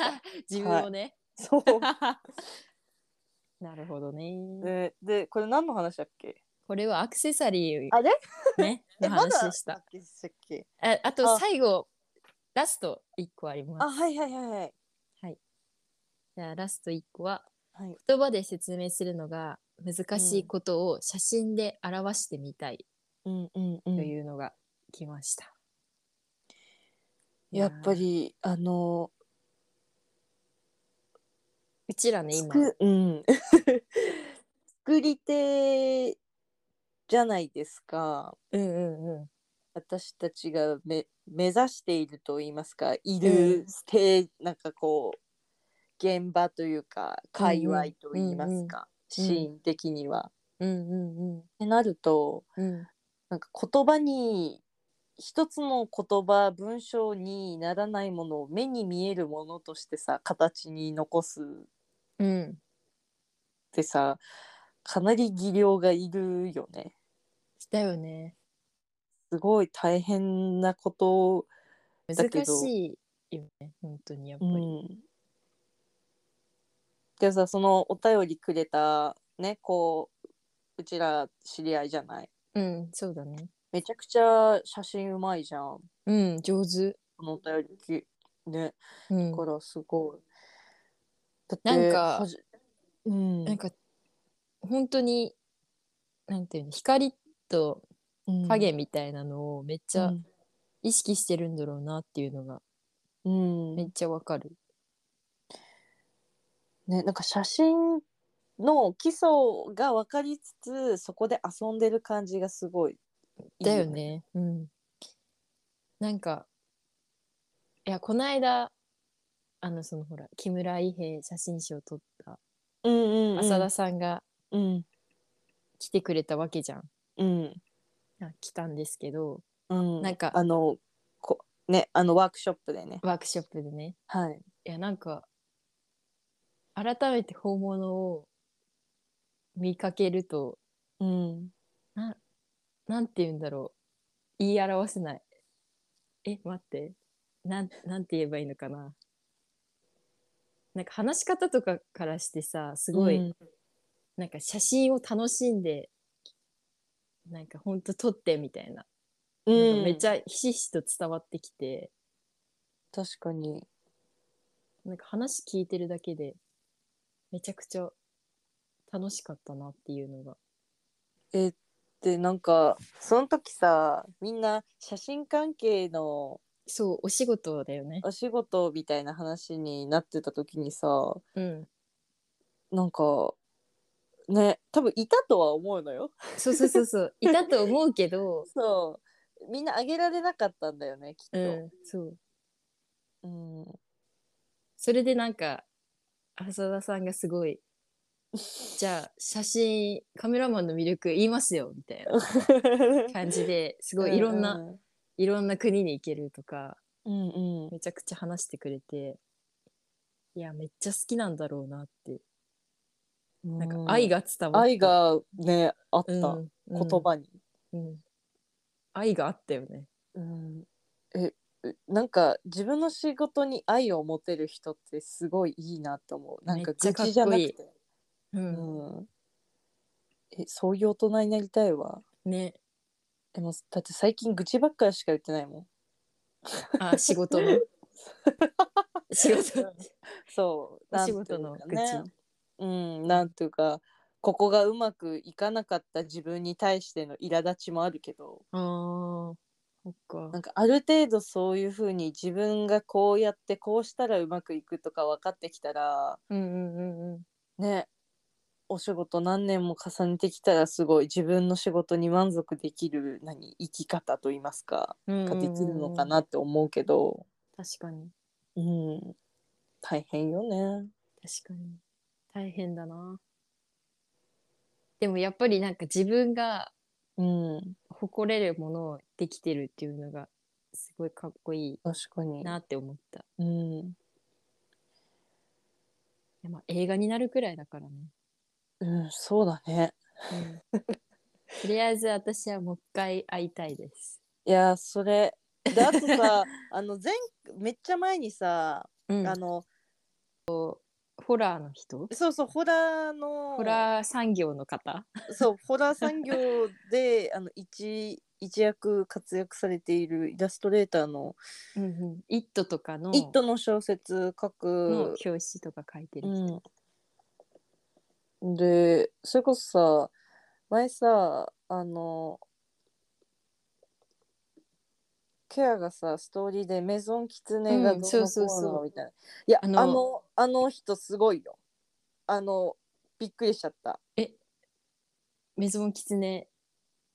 S4: 自分をね。 [laughs]
S3: そう
S4: なるほどね。
S3: ででこれ何の話だっけ
S4: これはアクセサリ
S3: あれ
S4: ーね
S3: え
S4: の
S3: まだ
S4: 話でし
S3: だ
S4: た
S3: っ。けでしたっけ
S4: ああ
S3: あ
S4: と最後ラスト一個あります
S3: あ。はいはいはいはい
S4: じゃあラスト一個は
S3: はい
S4: 言葉で説明するのが難しいことを写真で表してみたい
S3: うんうんう
S4: と
S3: ん
S4: いうのが来ました。
S3: やっぱ
S4: り
S3: りあの
S4: うちらね
S3: つ
S4: 今
S3: く、うん、 [laughs] 作り手じゃないですか
S4: うんうんう
S3: 私たちがめ目指していると言いますかいるステージなんかこう現場というか界隈といいますか、
S4: うんうん
S3: シーン的には。
S4: うんうん
S3: ってなると
S4: うんうん
S3: なんか言葉に一つの言葉文章にならないものを目に見えるものとしてさ形に残すっ
S4: うん
S3: てさかなり技量がいるよね。
S4: だよね
S3: すごい大変なこと、
S4: 難
S3: だけど
S4: しいよね本当にやっぱ
S3: う
S4: り、
S3: ん、でさそのお便りくれたねこううちら知り合いじゃない
S4: うん、そうだね
S3: めちゃくちゃ写真うまいじゃん
S4: うん上手、
S3: このお便りきね
S4: うん
S3: だ、からすごい。だって
S4: なんか
S3: はじうん、
S4: なんか本当になんていうの光と
S3: うん
S4: 影みたいなのをめっちゃ
S3: うん
S4: 意識してるんだろうなっていうのが
S3: うん
S4: めっちゃわかる、
S3: ね、なんか写真の基礎が分かりつつそこで遊んでる感じがすごいいい
S4: だよ。ねうんなんかいやこの間あのそのほら木村伊兵衛写真集を撮った
S3: うんうん、うん、
S4: 浅田さんが
S3: うん
S4: 来てくれたわけじゃん、
S3: うん
S4: あ来たんですけど
S3: うん、
S4: なんか
S3: あのこねあのワークショップでね
S4: ワークショップでね
S3: はい
S4: いやなんか改めて本物を見かけると
S3: うん
S4: なんて言うんだろう言い表せないえ待ってなんなんて言えばいいのかななんか話し方とかからしてさすごい、
S3: うん
S4: なんか写真を楽しんでなんかほんと撮ってみたいな,、なんかめっち
S3: ゃ
S4: ゃひしひしと伝わってきて
S3: 確かに
S4: なんか話聞いてるだけでめちゃくちゃ楽しかったなっていうのが
S3: えでなんかその時さみんな写真関係の
S4: そうお仕事だよね
S3: お仕事みたいな話になってた時にさ
S4: うん
S3: なんかね多分いたとは思うのよ
S4: [laughs]
S3: [laughs]
S4: そうそうそうそういたと思うけど
S3: そうみんなあげられなかったんだよねきっ
S4: う
S3: と、
S4: んそう
S3: うん
S4: それでなんか浅田さんがすごい「じゃあ写真カメラマンの魅力言いますよ」みたい [laughs]
S3: [laughs]
S4: な感じですごいいろんな、いろんな国に行けるとか
S3: うんうん、
S4: めちゃくちゃ話してくれていやめっちゃ好きなんだろうなって
S3: うん
S4: なんか愛が伝わった
S3: 愛がねあった、
S4: うんうん
S3: 言葉に、
S4: うん愛があったよね
S3: うんええなんか自分の仕事に愛を持てる人ってすごいいいなと思うなんか
S4: めっちゃ
S3: 愚
S4: かっこい
S3: 痴
S4: い
S3: じゃなくて
S4: うん、
S3: うん、えそういう大人になりたいわ
S4: ね
S3: でもだって最近愚痴ばっかりしか言ってないもん
S4: [laughs] あ仕事の仕事の
S3: そう
S4: お仕事の
S3: なん
S4: 愚
S3: ていうかねうんなんというかここがうまくいかなかった自分に対しての苛立ちもあるけど
S4: あーそっか
S3: なんかある程度そういうふうに自分がこうやってこうしたらうまくいくとか分かってきたら
S4: うんうんうんうん
S3: ねお仕事何年も重ねてきたらすごい自分の仕事に満足できる何生き方といいますかができるのかなって思うけど、
S4: 確かに
S3: うん、大変よね。
S4: 確かに大変だなでもやっぱりなんか自分が
S3: うん、
S4: 誇れるものをできてるっていうのがすごいかっこいい
S3: 確かに。
S4: なって思った、
S3: うん
S4: でも映画になるくらいだからね、
S3: うん、そうだね。
S4: うんとりあえず私はもう一回会いたいです、
S3: いやそれであと
S4: [laughs]
S3: さあの前めっちゃ前にさ、
S4: うん
S3: あの
S4: ホラーの人
S3: そうそうホラーの
S4: ホラー産業の方
S3: そうホラー産業であの一一躍活躍されているイラストレーターの
S4: 「うんうん、イット!」とか
S3: 「
S4: の
S3: イット!」の小説書
S4: の
S3: く
S4: 表、紙とか書いてる人、
S3: うん、でそれこそさ前さあのケアがさストーリーで「メゾンキツネがどうのこ
S4: うんそうそう
S3: う
S4: そ
S3: の」
S4: う
S3: みたいな、いや
S4: あ
S3: あ
S4: の
S3: のあの人すごいよあのびっくりしちゃった
S4: メゾンキツネ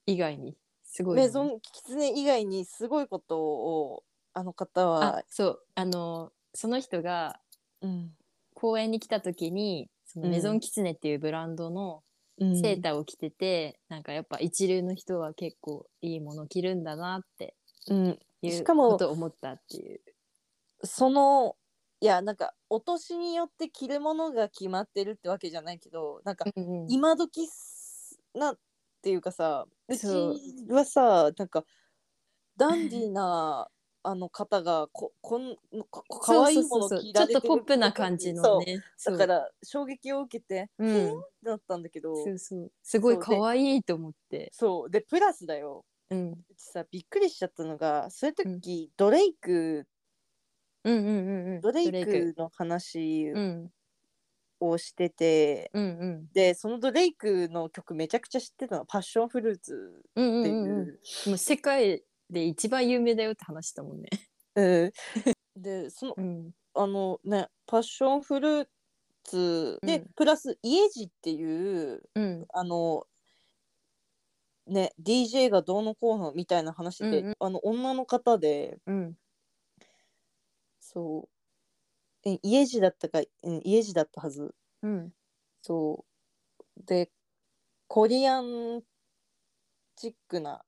S4: 以外にすごい
S3: メゾ
S4: ン
S3: ンキツネ以外にすごいことをあの方
S4: あ
S3: は
S4: そうあのその人が
S3: うん
S4: 公園に来た時にそのメゾンキツネっていうブランドのセーターを着てて、なんかやっぱ一流の人は結構いいもの着るんだなって
S3: うん、
S4: い
S3: し
S4: う
S3: かも
S4: ことを思ったっていう。
S3: そのいやなんかお年によって着るものが決まってるってわけじゃないけどなんか
S4: うんうん
S3: 今時すなっていうかさうち
S4: そう
S3: はさなんかダンディーなあの方がここんここかわいいもの
S4: そうそうそう
S3: 着られてる
S4: ちょっとポップな感じのね。
S3: そ
S4: そうう
S3: だから衝撃を受けて
S4: う
S3: へー
S4: ん、
S3: だったんだけど
S4: そうそうすごい可愛いと思って。
S3: そうでプラスだよ
S4: うん、
S3: うちさびっくりしちゃったのがそういう時、ドレイク
S4: うんうんうんうん。
S3: ドレイ
S4: ドレイ
S3: クの話
S4: うん
S3: をしてて、
S4: うんうん
S3: でそのドレイクの曲めちゃくちゃ知ってたの「パッションフルーツ」
S4: うん
S3: っ
S4: う
S3: てい
S4: んうんうん。
S3: う、
S4: もう世界で一番有名だよって話したもんね。
S3: うんでその
S4: うん。
S3: あのね「パッションフルーツで」
S4: うん
S3: プラス「イエジ」っていう
S4: うん。
S3: あのね DJ がどうのこうのみたいな話で、
S4: うんう
S3: あの女の方で
S4: うん。
S3: そうえイエジだったか、うん、イエジだったはず
S4: うん。
S3: そうでコリアンチックな、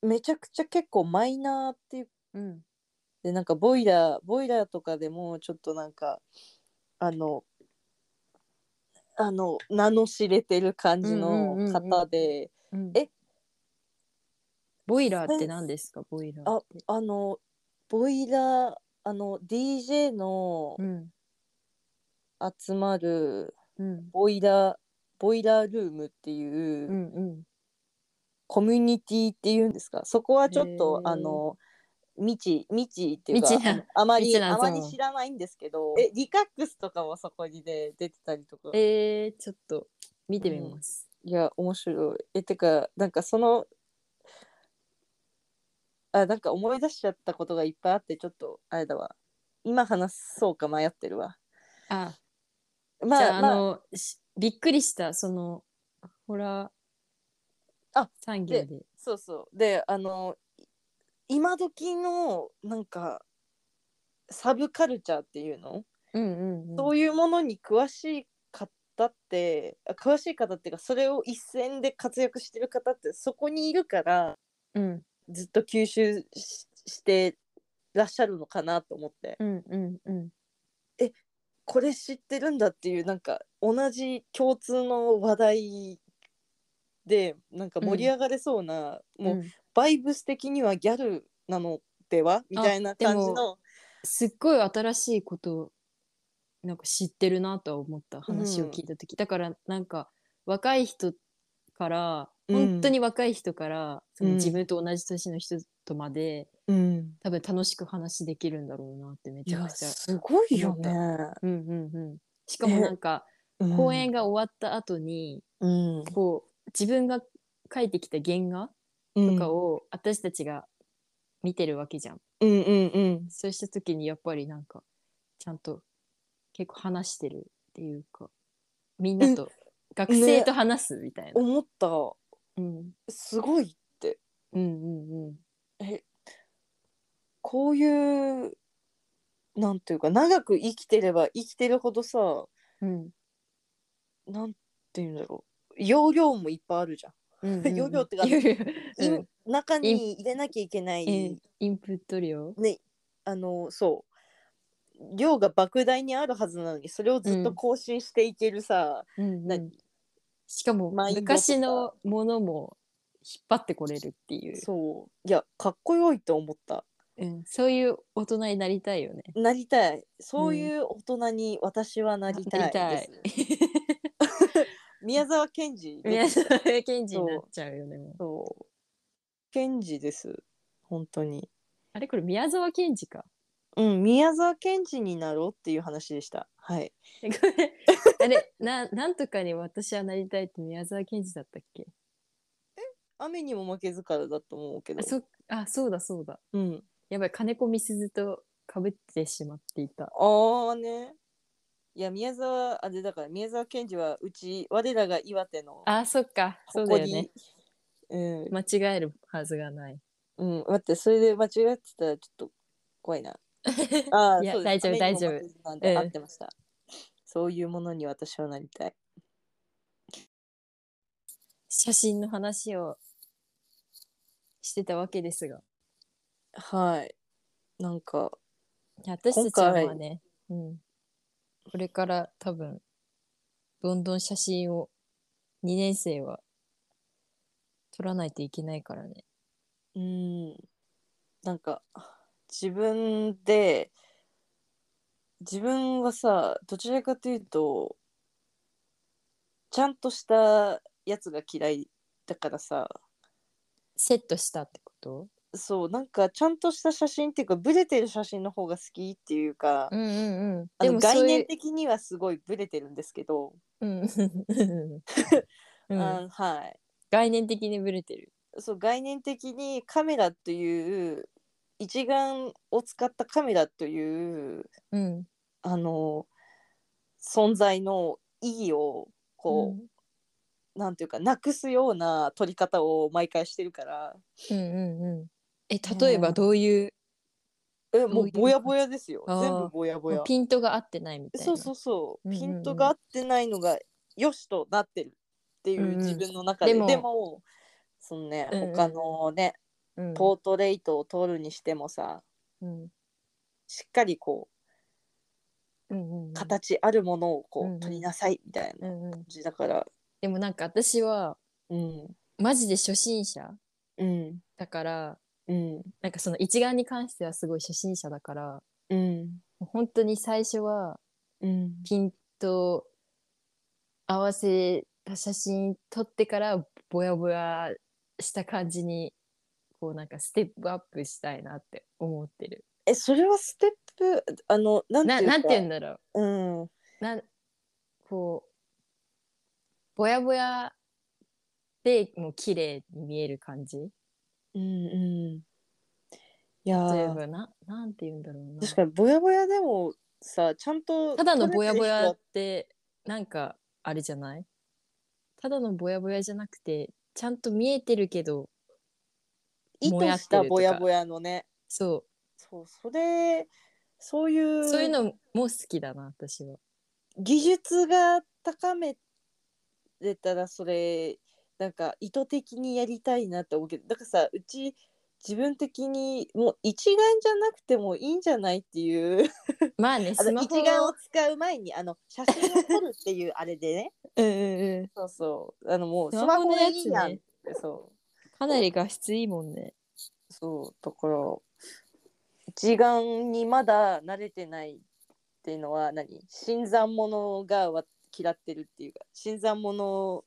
S3: めちゃくちゃ結構マイナーっていう
S4: うん。
S3: でなんかボイラーボイラーとかでもちょっとなんかあのあの名の知れてる感じの
S4: うんうんうんうん
S3: 方で、
S4: うん
S3: え
S4: ボイラーって何ですかボイラーって。
S3: あのボイラーあの DJ の
S4: うん。
S3: 集まる
S4: うん。
S3: ボイラーボイラールームっていう、
S4: うんうん。
S3: コミュニティっていうんですかそこはちょっと
S4: へー
S3: あの未知未知っていうか
S4: 未知な
S3: あのあまり
S4: 未知な
S3: あま
S4: ゾー
S3: り
S4: ン
S3: 知らないんですけどえリカックスとかもそこにね出てたりとか
S4: えー、ちょっと見てみます。
S3: いや面白いえてかなんかそのあなんか思い出しちゃったことがいっぱいあってちょっとあれだわ今話そうか迷ってるわ
S4: あ、
S3: ま
S4: じ
S3: あ
S4: ゃあ、
S3: ま
S4: あ
S3: あ、
S4: の、しびっくりした、その、ホラー
S3: あ
S4: 産業で。
S3: そうそうであのい今時のなんかサブカルチャーっていうの
S4: うんうんうん。
S3: そういうものに詳しい方ってあ詳しい方っていうかそれを一線で活躍してる方ってそこにいるから
S4: うん
S3: ずっと吸収ししてらっしゃるのかなと思って
S4: うんうんうん。
S3: これ知ってるんだっていうなんか同じ共通の話題でなんか盛り上がれそうな、もう
S4: うん
S3: バイブス的にはギャルなのではみたいな感じ
S4: で
S3: の
S4: すっごい新しいことをなんか知ってるなとは思った話を聞いた時、だからなんか若い人から、
S3: うん
S4: 本当に若い人からその
S3: うん
S4: 自分と同じ年の人とまで、
S3: うん
S4: 多分楽しく話できるんだろうなってめ
S3: い
S4: ちゃ
S3: や
S4: くちゃ。
S3: すごいよね、
S4: うんうんうん、しかもなんか
S3: うん
S4: 公演が終わった後に、
S3: うん
S4: こう自分が書いてきた原画とかを私たちが見てるわけじゃん。
S3: うんうんうん
S4: そうした時にやっぱりなんかちゃんと結構話してるっていうかみんなと、学生と話すみたいな、
S3: 思った
S4: うん、
S3: すごいって
S4: うんうんうん
S3: えこういうなんていうか長く生きてれば生きてるほどさ
S4: うん
S3: なんていうんだろう容量もいっぱいあるじゃん、 [laughs]
S4: うんうんうん
S3: 容量ってか
S4: 容量
S3: イン
S4: うん
S3: 中に入れなきゃいけない、
S4: えーインプット量
S3: ねあのそう量が莫大にあるはずなのにそれをずっと更新していけるさ、
S4: うんう
S3: なん
S4: しかも
S3: マインドとか
S4: 昔のものも引っ張ってこれるっていう
S3: そういやかっこよいと思った
S4: う、ん、そういう大人になりたいよね。
S3: なりたいそういう大人に私はなりたいです、宮沢賢治
S4: [laughs]
S3: です
S4: 皆さん賢治になっちゃうよねもう
S3: そう。賢治です。本当に。
S4: あれこれ宮沢賢治か。
S3: うん、宮沢賢治になろうっていう話でした。はい。
S4: [laughs] えこれあれななんとかに私はなりたいって宮沢賢治だったっけ
S3: 雨にも負けずからだと思うけど
S4: あ。そあそうだそうだ
S3: うん。
S4: やばい金子みすずとかぶってしまっていた
S3: ああね。いや、宮沢、あれだから、宮沢賢治はうち、我らが岩手の
S4: あそっかそうだよね
S3: うん、
S4: 間違えるはずがない
S3: うん、待って、それで間違ってたらちょっと怖いな。ああ、 [laughs]
S4: いや
S3: そうです
S4: 大丈夫
S3: 雨にも
S4: 大丈夫
S3: 負けずなんで
S4: うん
S3: 合ってました。そういうものに私はなりたい。
S4: 写真の話をしてたわけですが
S3: はい。なんか、
S4: 私たちはね、うん、これから多分どんどん写真を2年生は撮らないといけないからね。
S3: うん。なんか、自分で、自分はさ、どちらかというと、ちゃんとしたやつが嫌いだからさ、
S4: セットしたってこと
S3: そう、なんか、ちゃんとした写真っていうか、ブレてる写真の方が好きっていうか、
S4: うんうんうん。
S3: あの概念
S4: 的。
S3: 的にはすごいブレてるんですけど、
S4: うんうんう
S3: うん
S4: [laughs] うん、
S3: ん、はい。
S4: 概念的にブレてる。
S3: そう概念的にカメラという一眼を使ったカメラという
S4: うん。
S3: あの存在の意義をこ
S4: う
S3: う、なんていうかなくすような撮り方を毎回してるから
S4: んうんうん。え例えばどういう、
S3: えも
S4: どういうう
S3: ぼやぼやですよ
S4: あー
S3: 全部ぼやぼや
S4: ピントが合ってないみたいな。
S3: そうそうそう、
S4: うんうん
S3: ピ
S4: うん
S3: ントが合ってないのがよしとなってるっていう自分の中で、
S4: うんうん
S3: で
S4: でも
S3: もそのね、
S4: うんうん
S3: 他のね
S4: うん
S3: ポートレートを撮るにしてもさ、
S4: うん
S3: しっかりこう
S4: うんうん、
S3: 形あるものを
S4: う
S3: こ
S4: んう
S3: うん取りなさいみたいな
S4: う
S3: 感
S4: んうん、
S3: じだから
S4: でもなんか私は
S3: うん
S4: マジで初心者
S3: うん
S4: だから
S3: うん
S4: なんかその一眼に関してはすごい初心者だから
S3: うん
S4: もう本当に最初は
S3: うん
S4: ピントを合わせた写真撮ってからぼやぼやした感じにこうなんかステップアップしたいなって思ってる。
S3: えそれはステップあのなんて
S4: な
S3: いうか
S4: なんて言うんだろ
S3: うん
S4: うなんこうぼやぼやでもう綺麗に見える感じ
S3: うんうんいや
S4: 例え
S3: ー
S4: ばななんて言うんだろうな
S3: 確かにぼやぼやでもさちゃんと
S4: ただの
S3: 撮
S4: ぼ
S3: れ
S4: や
S3: てる
S4: ぼ
S3: 人
S4: や
S3: は
S4: ってなんかあれじゃないただのぼやぼやじゃなくてちゃんと見えてるけど
S3: 意
S4: ぼや
S3: 図
S4: っ
S3: して
S4: る
S3: た
S4: とか
S3: ぼやぼやのね
S4: そ
S3: そうそれそういう
S4: うそういうのも好きだな私は。
S3: 技術が高めれたらそれなんか意図的にやりたいなって思うけどだからさうち自分的にもう一眼じゃなくてもいいんじゃないっていう
S4: まあね
S3: あ
S4: ス
S3: の
S4: マホ
S3: 一眼を使う前にあの写真を撮るっていうあれでね
S4: うんうんうん
S3: [laughs] そうそうあのもう
S4: ス
S3: ス
S4: マ
S3: マ
S4: ホ
S3: ホ
S4: の
S3: で
S4: や
S3: いい
S4: つ
S3: やんっ
S4: ね
S3: てそう
S4: かなり画質いいもんね。
S3: そうだから一眼にまだ慣れてないっていうのは何新参者がわ嫌ってるっていうか新参者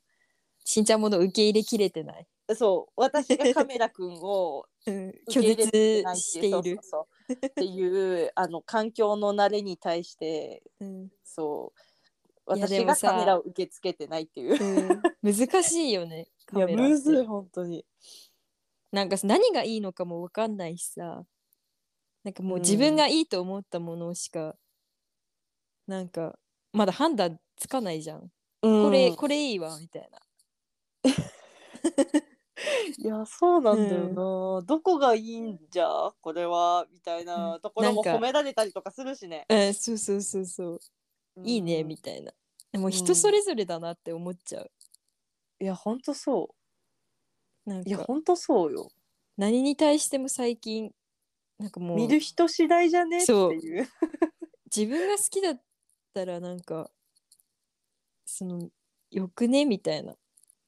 S4: しんちゃんもの受け入れきれてない。
S3: そう私がカメラくんを
S4: うん、
S3: 受け
S4: 拒
S3: 入れ
S4: 絶
S3: ないって
S4: して
S3: い
S4: いうる。
S3: [laughs] そうそうそうっていうあの環境の慣れに対して
S4: うん
S3: そう
S4: いや
S3: 私
S4: でも
S3: が
S4: さ
S3: カメラを受け付けてないっていう。
S4: うん難しいよねカメラ
S3: む
S4: っ
S3: ずい
S4: て。
S3: 本当に。
S4: なんかさ何がいいのかも分かんないしさなんかもう
S3: うん
S4: 自分がいいと思ったものしか、なんかまだ判断つかないじゃん、こ
S3: こ
S4: れこれいいわみたいない
S3: やそうなんだよな、どこがいいんじゃこれはみたいなところも
S4: なんか
S3: 褒められたりとかするしね。
S4: えーそうそうそうそう、いいね
S3: うん
S4: みたいなでも人それぞれだなって思っちゃう、
S3: いや本当そ
S4: なん
S3: ういや
S4: か
S3: 本当そうよ。
S4: 何に対しても最近なんかもう
S3: 見る人次第じゃねって
S4: そう
S3: いう。
S4: 自分が好きだったらなんかそのよくねみたいな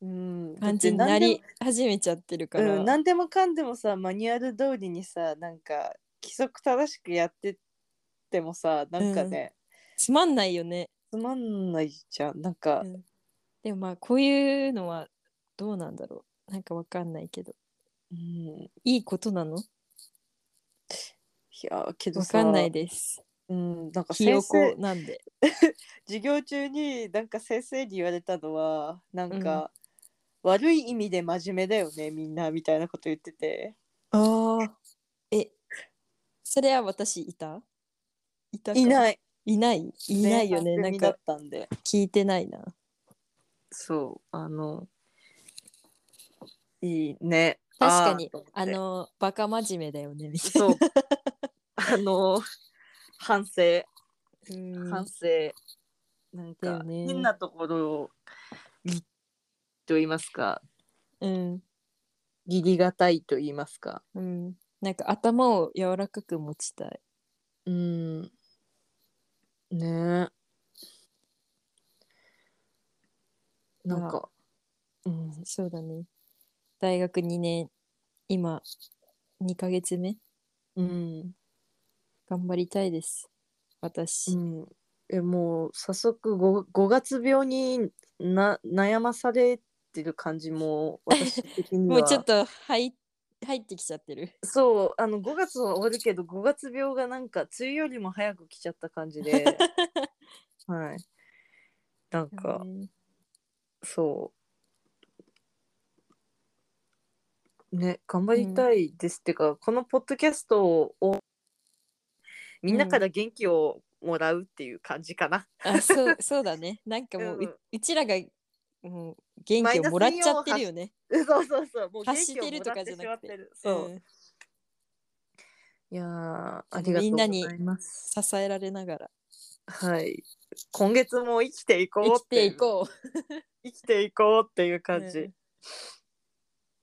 S3: うん、
S4: 感じに
S3: だって何
S4: な
S3: でも
S4: り始めちゃってるから、
S3: うん、何でもかんでもさマニュアル通りにさなんか規則正しくやってってもさなんかね、
S4: つまんないよね
S3: つまんないじゃんなんか、
S4: うんでもまあこういうのはどうなんだろうなんかわかんないけど
S3: うん、い
S4: いいことなの
S3: やけど
S4: わ
S3: さ
S4: かんないです
S3: うん、なんか
S4: ひよ
S3: 先
S4: こ
S3: 生
S4: なんで
S3: 授業中になんか先生に言われたのはなんか、悪い意味で真面目だよねみんなみたいなこと言ってて
S4: ああえそれは私いたいたか
S3: いない
S4: いないいないよね
S3: 前半
S4: な
S3: 組
S4: ん
S3: だっ
S4: か
S3: たんで
S4: 聞いてないな
S3: そうあのいいね
S4: 確かに
S3: あーと思って
S4: あのバカ真面目だよねみたい
S3: そう。 [laughs] あの、反省、
S4: なうん
S3: 反省。なん
S4: だよ
S3: か
S4: ね
S3: 変なところにと言いますか
S4: [laughs] うん。
S3: 義理がたいと言いますか
S4: うん。なんか頭を柔らかく持ちたい。
S3: うんねえなんか、うん、
S4: そうだね。大学2年、今、2ヶ月目、
S3: うん、
S4: 頑張りたいです。私。
S3: うん、えもう早速ご5月病にな悩まされてる感じも私的には
S4: もうちょっと入入ってきちゃってる。
S3: そうあの5月は終わるけど5月病がなんか梅雨よりも早く来ちゃった感じ
S4: [laughs]
S3: ではいなんかそうね頑張りたいです、ってかこのポッドキャストをみんなから元気をもらうっていう感じかな、
S4: あそうそうだね。なんかもう、う
S3: うん
S4: うちらがもう元気をもらっちゃってるよね。
S3: [laughs] そうそうそう。もう元
S4: 発し
S3: 気を
S4: てる
S3: も
S4: と
S3: ら
S4: か
S3: っ
S4: じゃ
S3: てし
S4: な
S3: まっ
S4: く
S3: て
S4: て
S3: る。そう。
S4: ん
S3: いやー
S4: その
S3: ありがと
S4: み
S3: うんござ
S4: なに
S3: います。
S4: 支えられながら
S3: はい。今月も生きていこう
S4: 生
S3: っ
S4: きてい
S3: いう。
S4: こう。
S3: 生きていこうっていう感じ。
S4: うん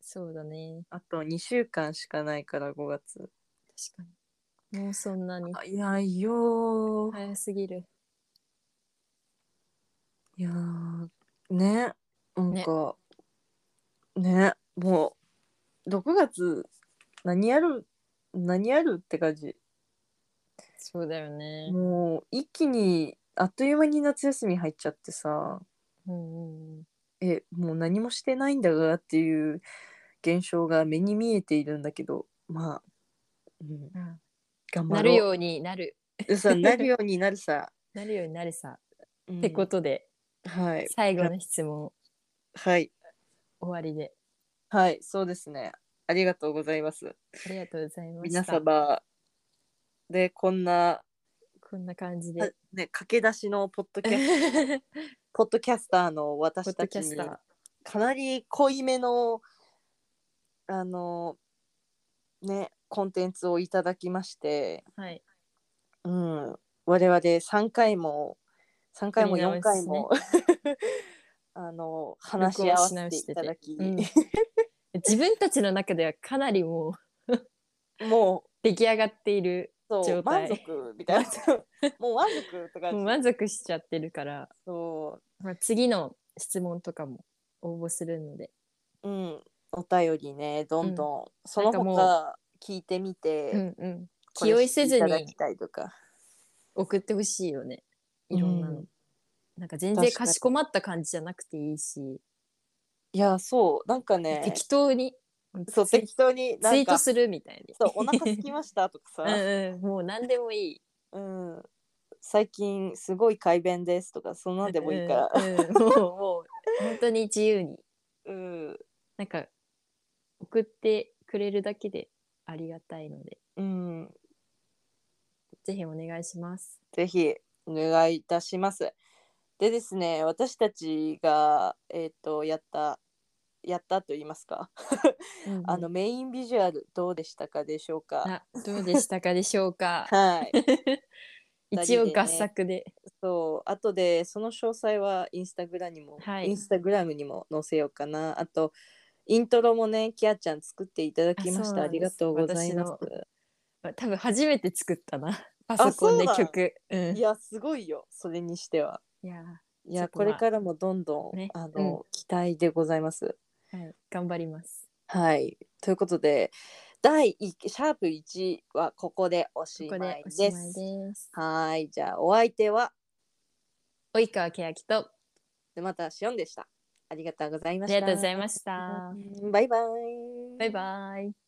S4: そうだね。
S3: あと2週間しかないから5月。
S4: 確かに。もうそんなに
S3: 早いよー。
S4: 早すぎる。
S3: いやーね。なんかねもう6月何やる何やるって感じ。
S4: そうだよね。
S3: もう一気にあっという間に夏休み入っちゃってさ。
S4: うんうんうん
S3: えもう何もしてないんだがっていう現象が目に見えているんだけどまあ、うん、頑張ろう
S4: な
S3: [laughs]
S4: るようになる。
S3: うさなるようになるさ、
S4: なるようになるさ。
S3: うん
S4: [laughs] ってことで、
S3: はい
S4: 最後の質問
S3: はい
S4: 終わりで。
S3: はいそうですねありがとうございます
S4: ありがとうございました。
S3: 皆様でこんな、
S4: こんな感じ
S3: あ
S4: で。
S3: ね、駆け出しのポッドキ
S4: ポ
S3: ャ
S4: [laughs]
S3: スポッドキャスターの私
S4: ッ
S3: た
S4: ド
S3: ち
S4: キャ
S3: に
S4: スター。
S3: かなり濃いめのあのねコンテンツをいただきまして
S4: はい。
S3: うん、我々3回も3回も
S4: やり
S3: 4
S4: 直し
S3: 回も、 [laughs] あの話し合わせていただき、
S4: うん自分たちの中ではかなりも
S3: [laughs]
S4: う
S3: も
S4: 出来上がっている、
S3: うそう
S4: 状
S3: 満
S4: 態
S3: 足みた
S4: [laughs]
S3: いなもう満足とか
S4: もう満足しちゃってるから、
S3: そ
S4: まあ、次の質問とかも応募するので、
S3: う、うん、お便りねどんどん、そ
S4: な
S3: の
S4: んかもう
S3: 他聞いてみて、
S4: うんうん、
S3: これ
S4: 気負いせず
S3: いただき
S4: に
S3: たいとか
S4: 送ってほしいよねいろんなの、
S3: うん
S4: なんか全然かしこまった感じじゃなくていいし、
S3: いやそうなんかね
S4: 適当に
S3: そう
S4: ツイ
S3: 適当にな
S4: ツイ
S3: ん
S4: ート
S3: か
S4: するみたいに
S3: そうお腹空きましたとかさ、
S4: [laughs] うんうん、もう何でもいい
S3: うん、最近すごい改便ですとかそんなんでもいいから、
S4: うんうんもうもう本当に自由に
S3: [laughs] うん
S4: なんか送ってくれるだけでありがたいので
S3: うん、
S4: ぜひお願いします。
S3: ぜひお願いいたします。でですね、私たちが、えっとやったやったと言いますか、あのメインビジュアルどうでしたかでしょうか。
S4: あどうでしたかでしょうか。
S3: はい、
S4: 一応合作で。
S3: そう後でその詳細はインスタグラムにも、
S4: はい
S3: インスタグラムにも載せようかな。あとイントロもね、キアちゃん作っていただきま
S4: あそ
S3: し
S4: う
S3: た。
S4: な
S3: あ
S4: んで
S3: り
S4: す
S3: がとうございます。
S4: 多分初めて作っ
S3: [laughs]
S4: たな。パソコンで
S3: そうだ
S4: 曲。うん
S3: いやすごいよ、それにしては。
S4: いや
S3: い
S4: ちょ
S3: や
S4: っ
S3: こ
S4: とまあ
S3: れからもどんどん、
S4: ね
S3: あの、期待でございます。
S4: ーはい、頑張ります。
S3: はい。ということで、第1、シャープ1はここでお
S4: こ
S3: し
S4: こ
S3: ま
S4: で
S3: い
S4: お
S3: です。
S4: しまいです。
S3: はい。じゃあ、お相手は
S4: 及川けやきと
S3: 沼田しおんでした。ありがとうござい
S4: あ
S3: まし
S4: り
S3: た。
S4: がとうございました。
S3: バイバイ。
S4: バイバイ。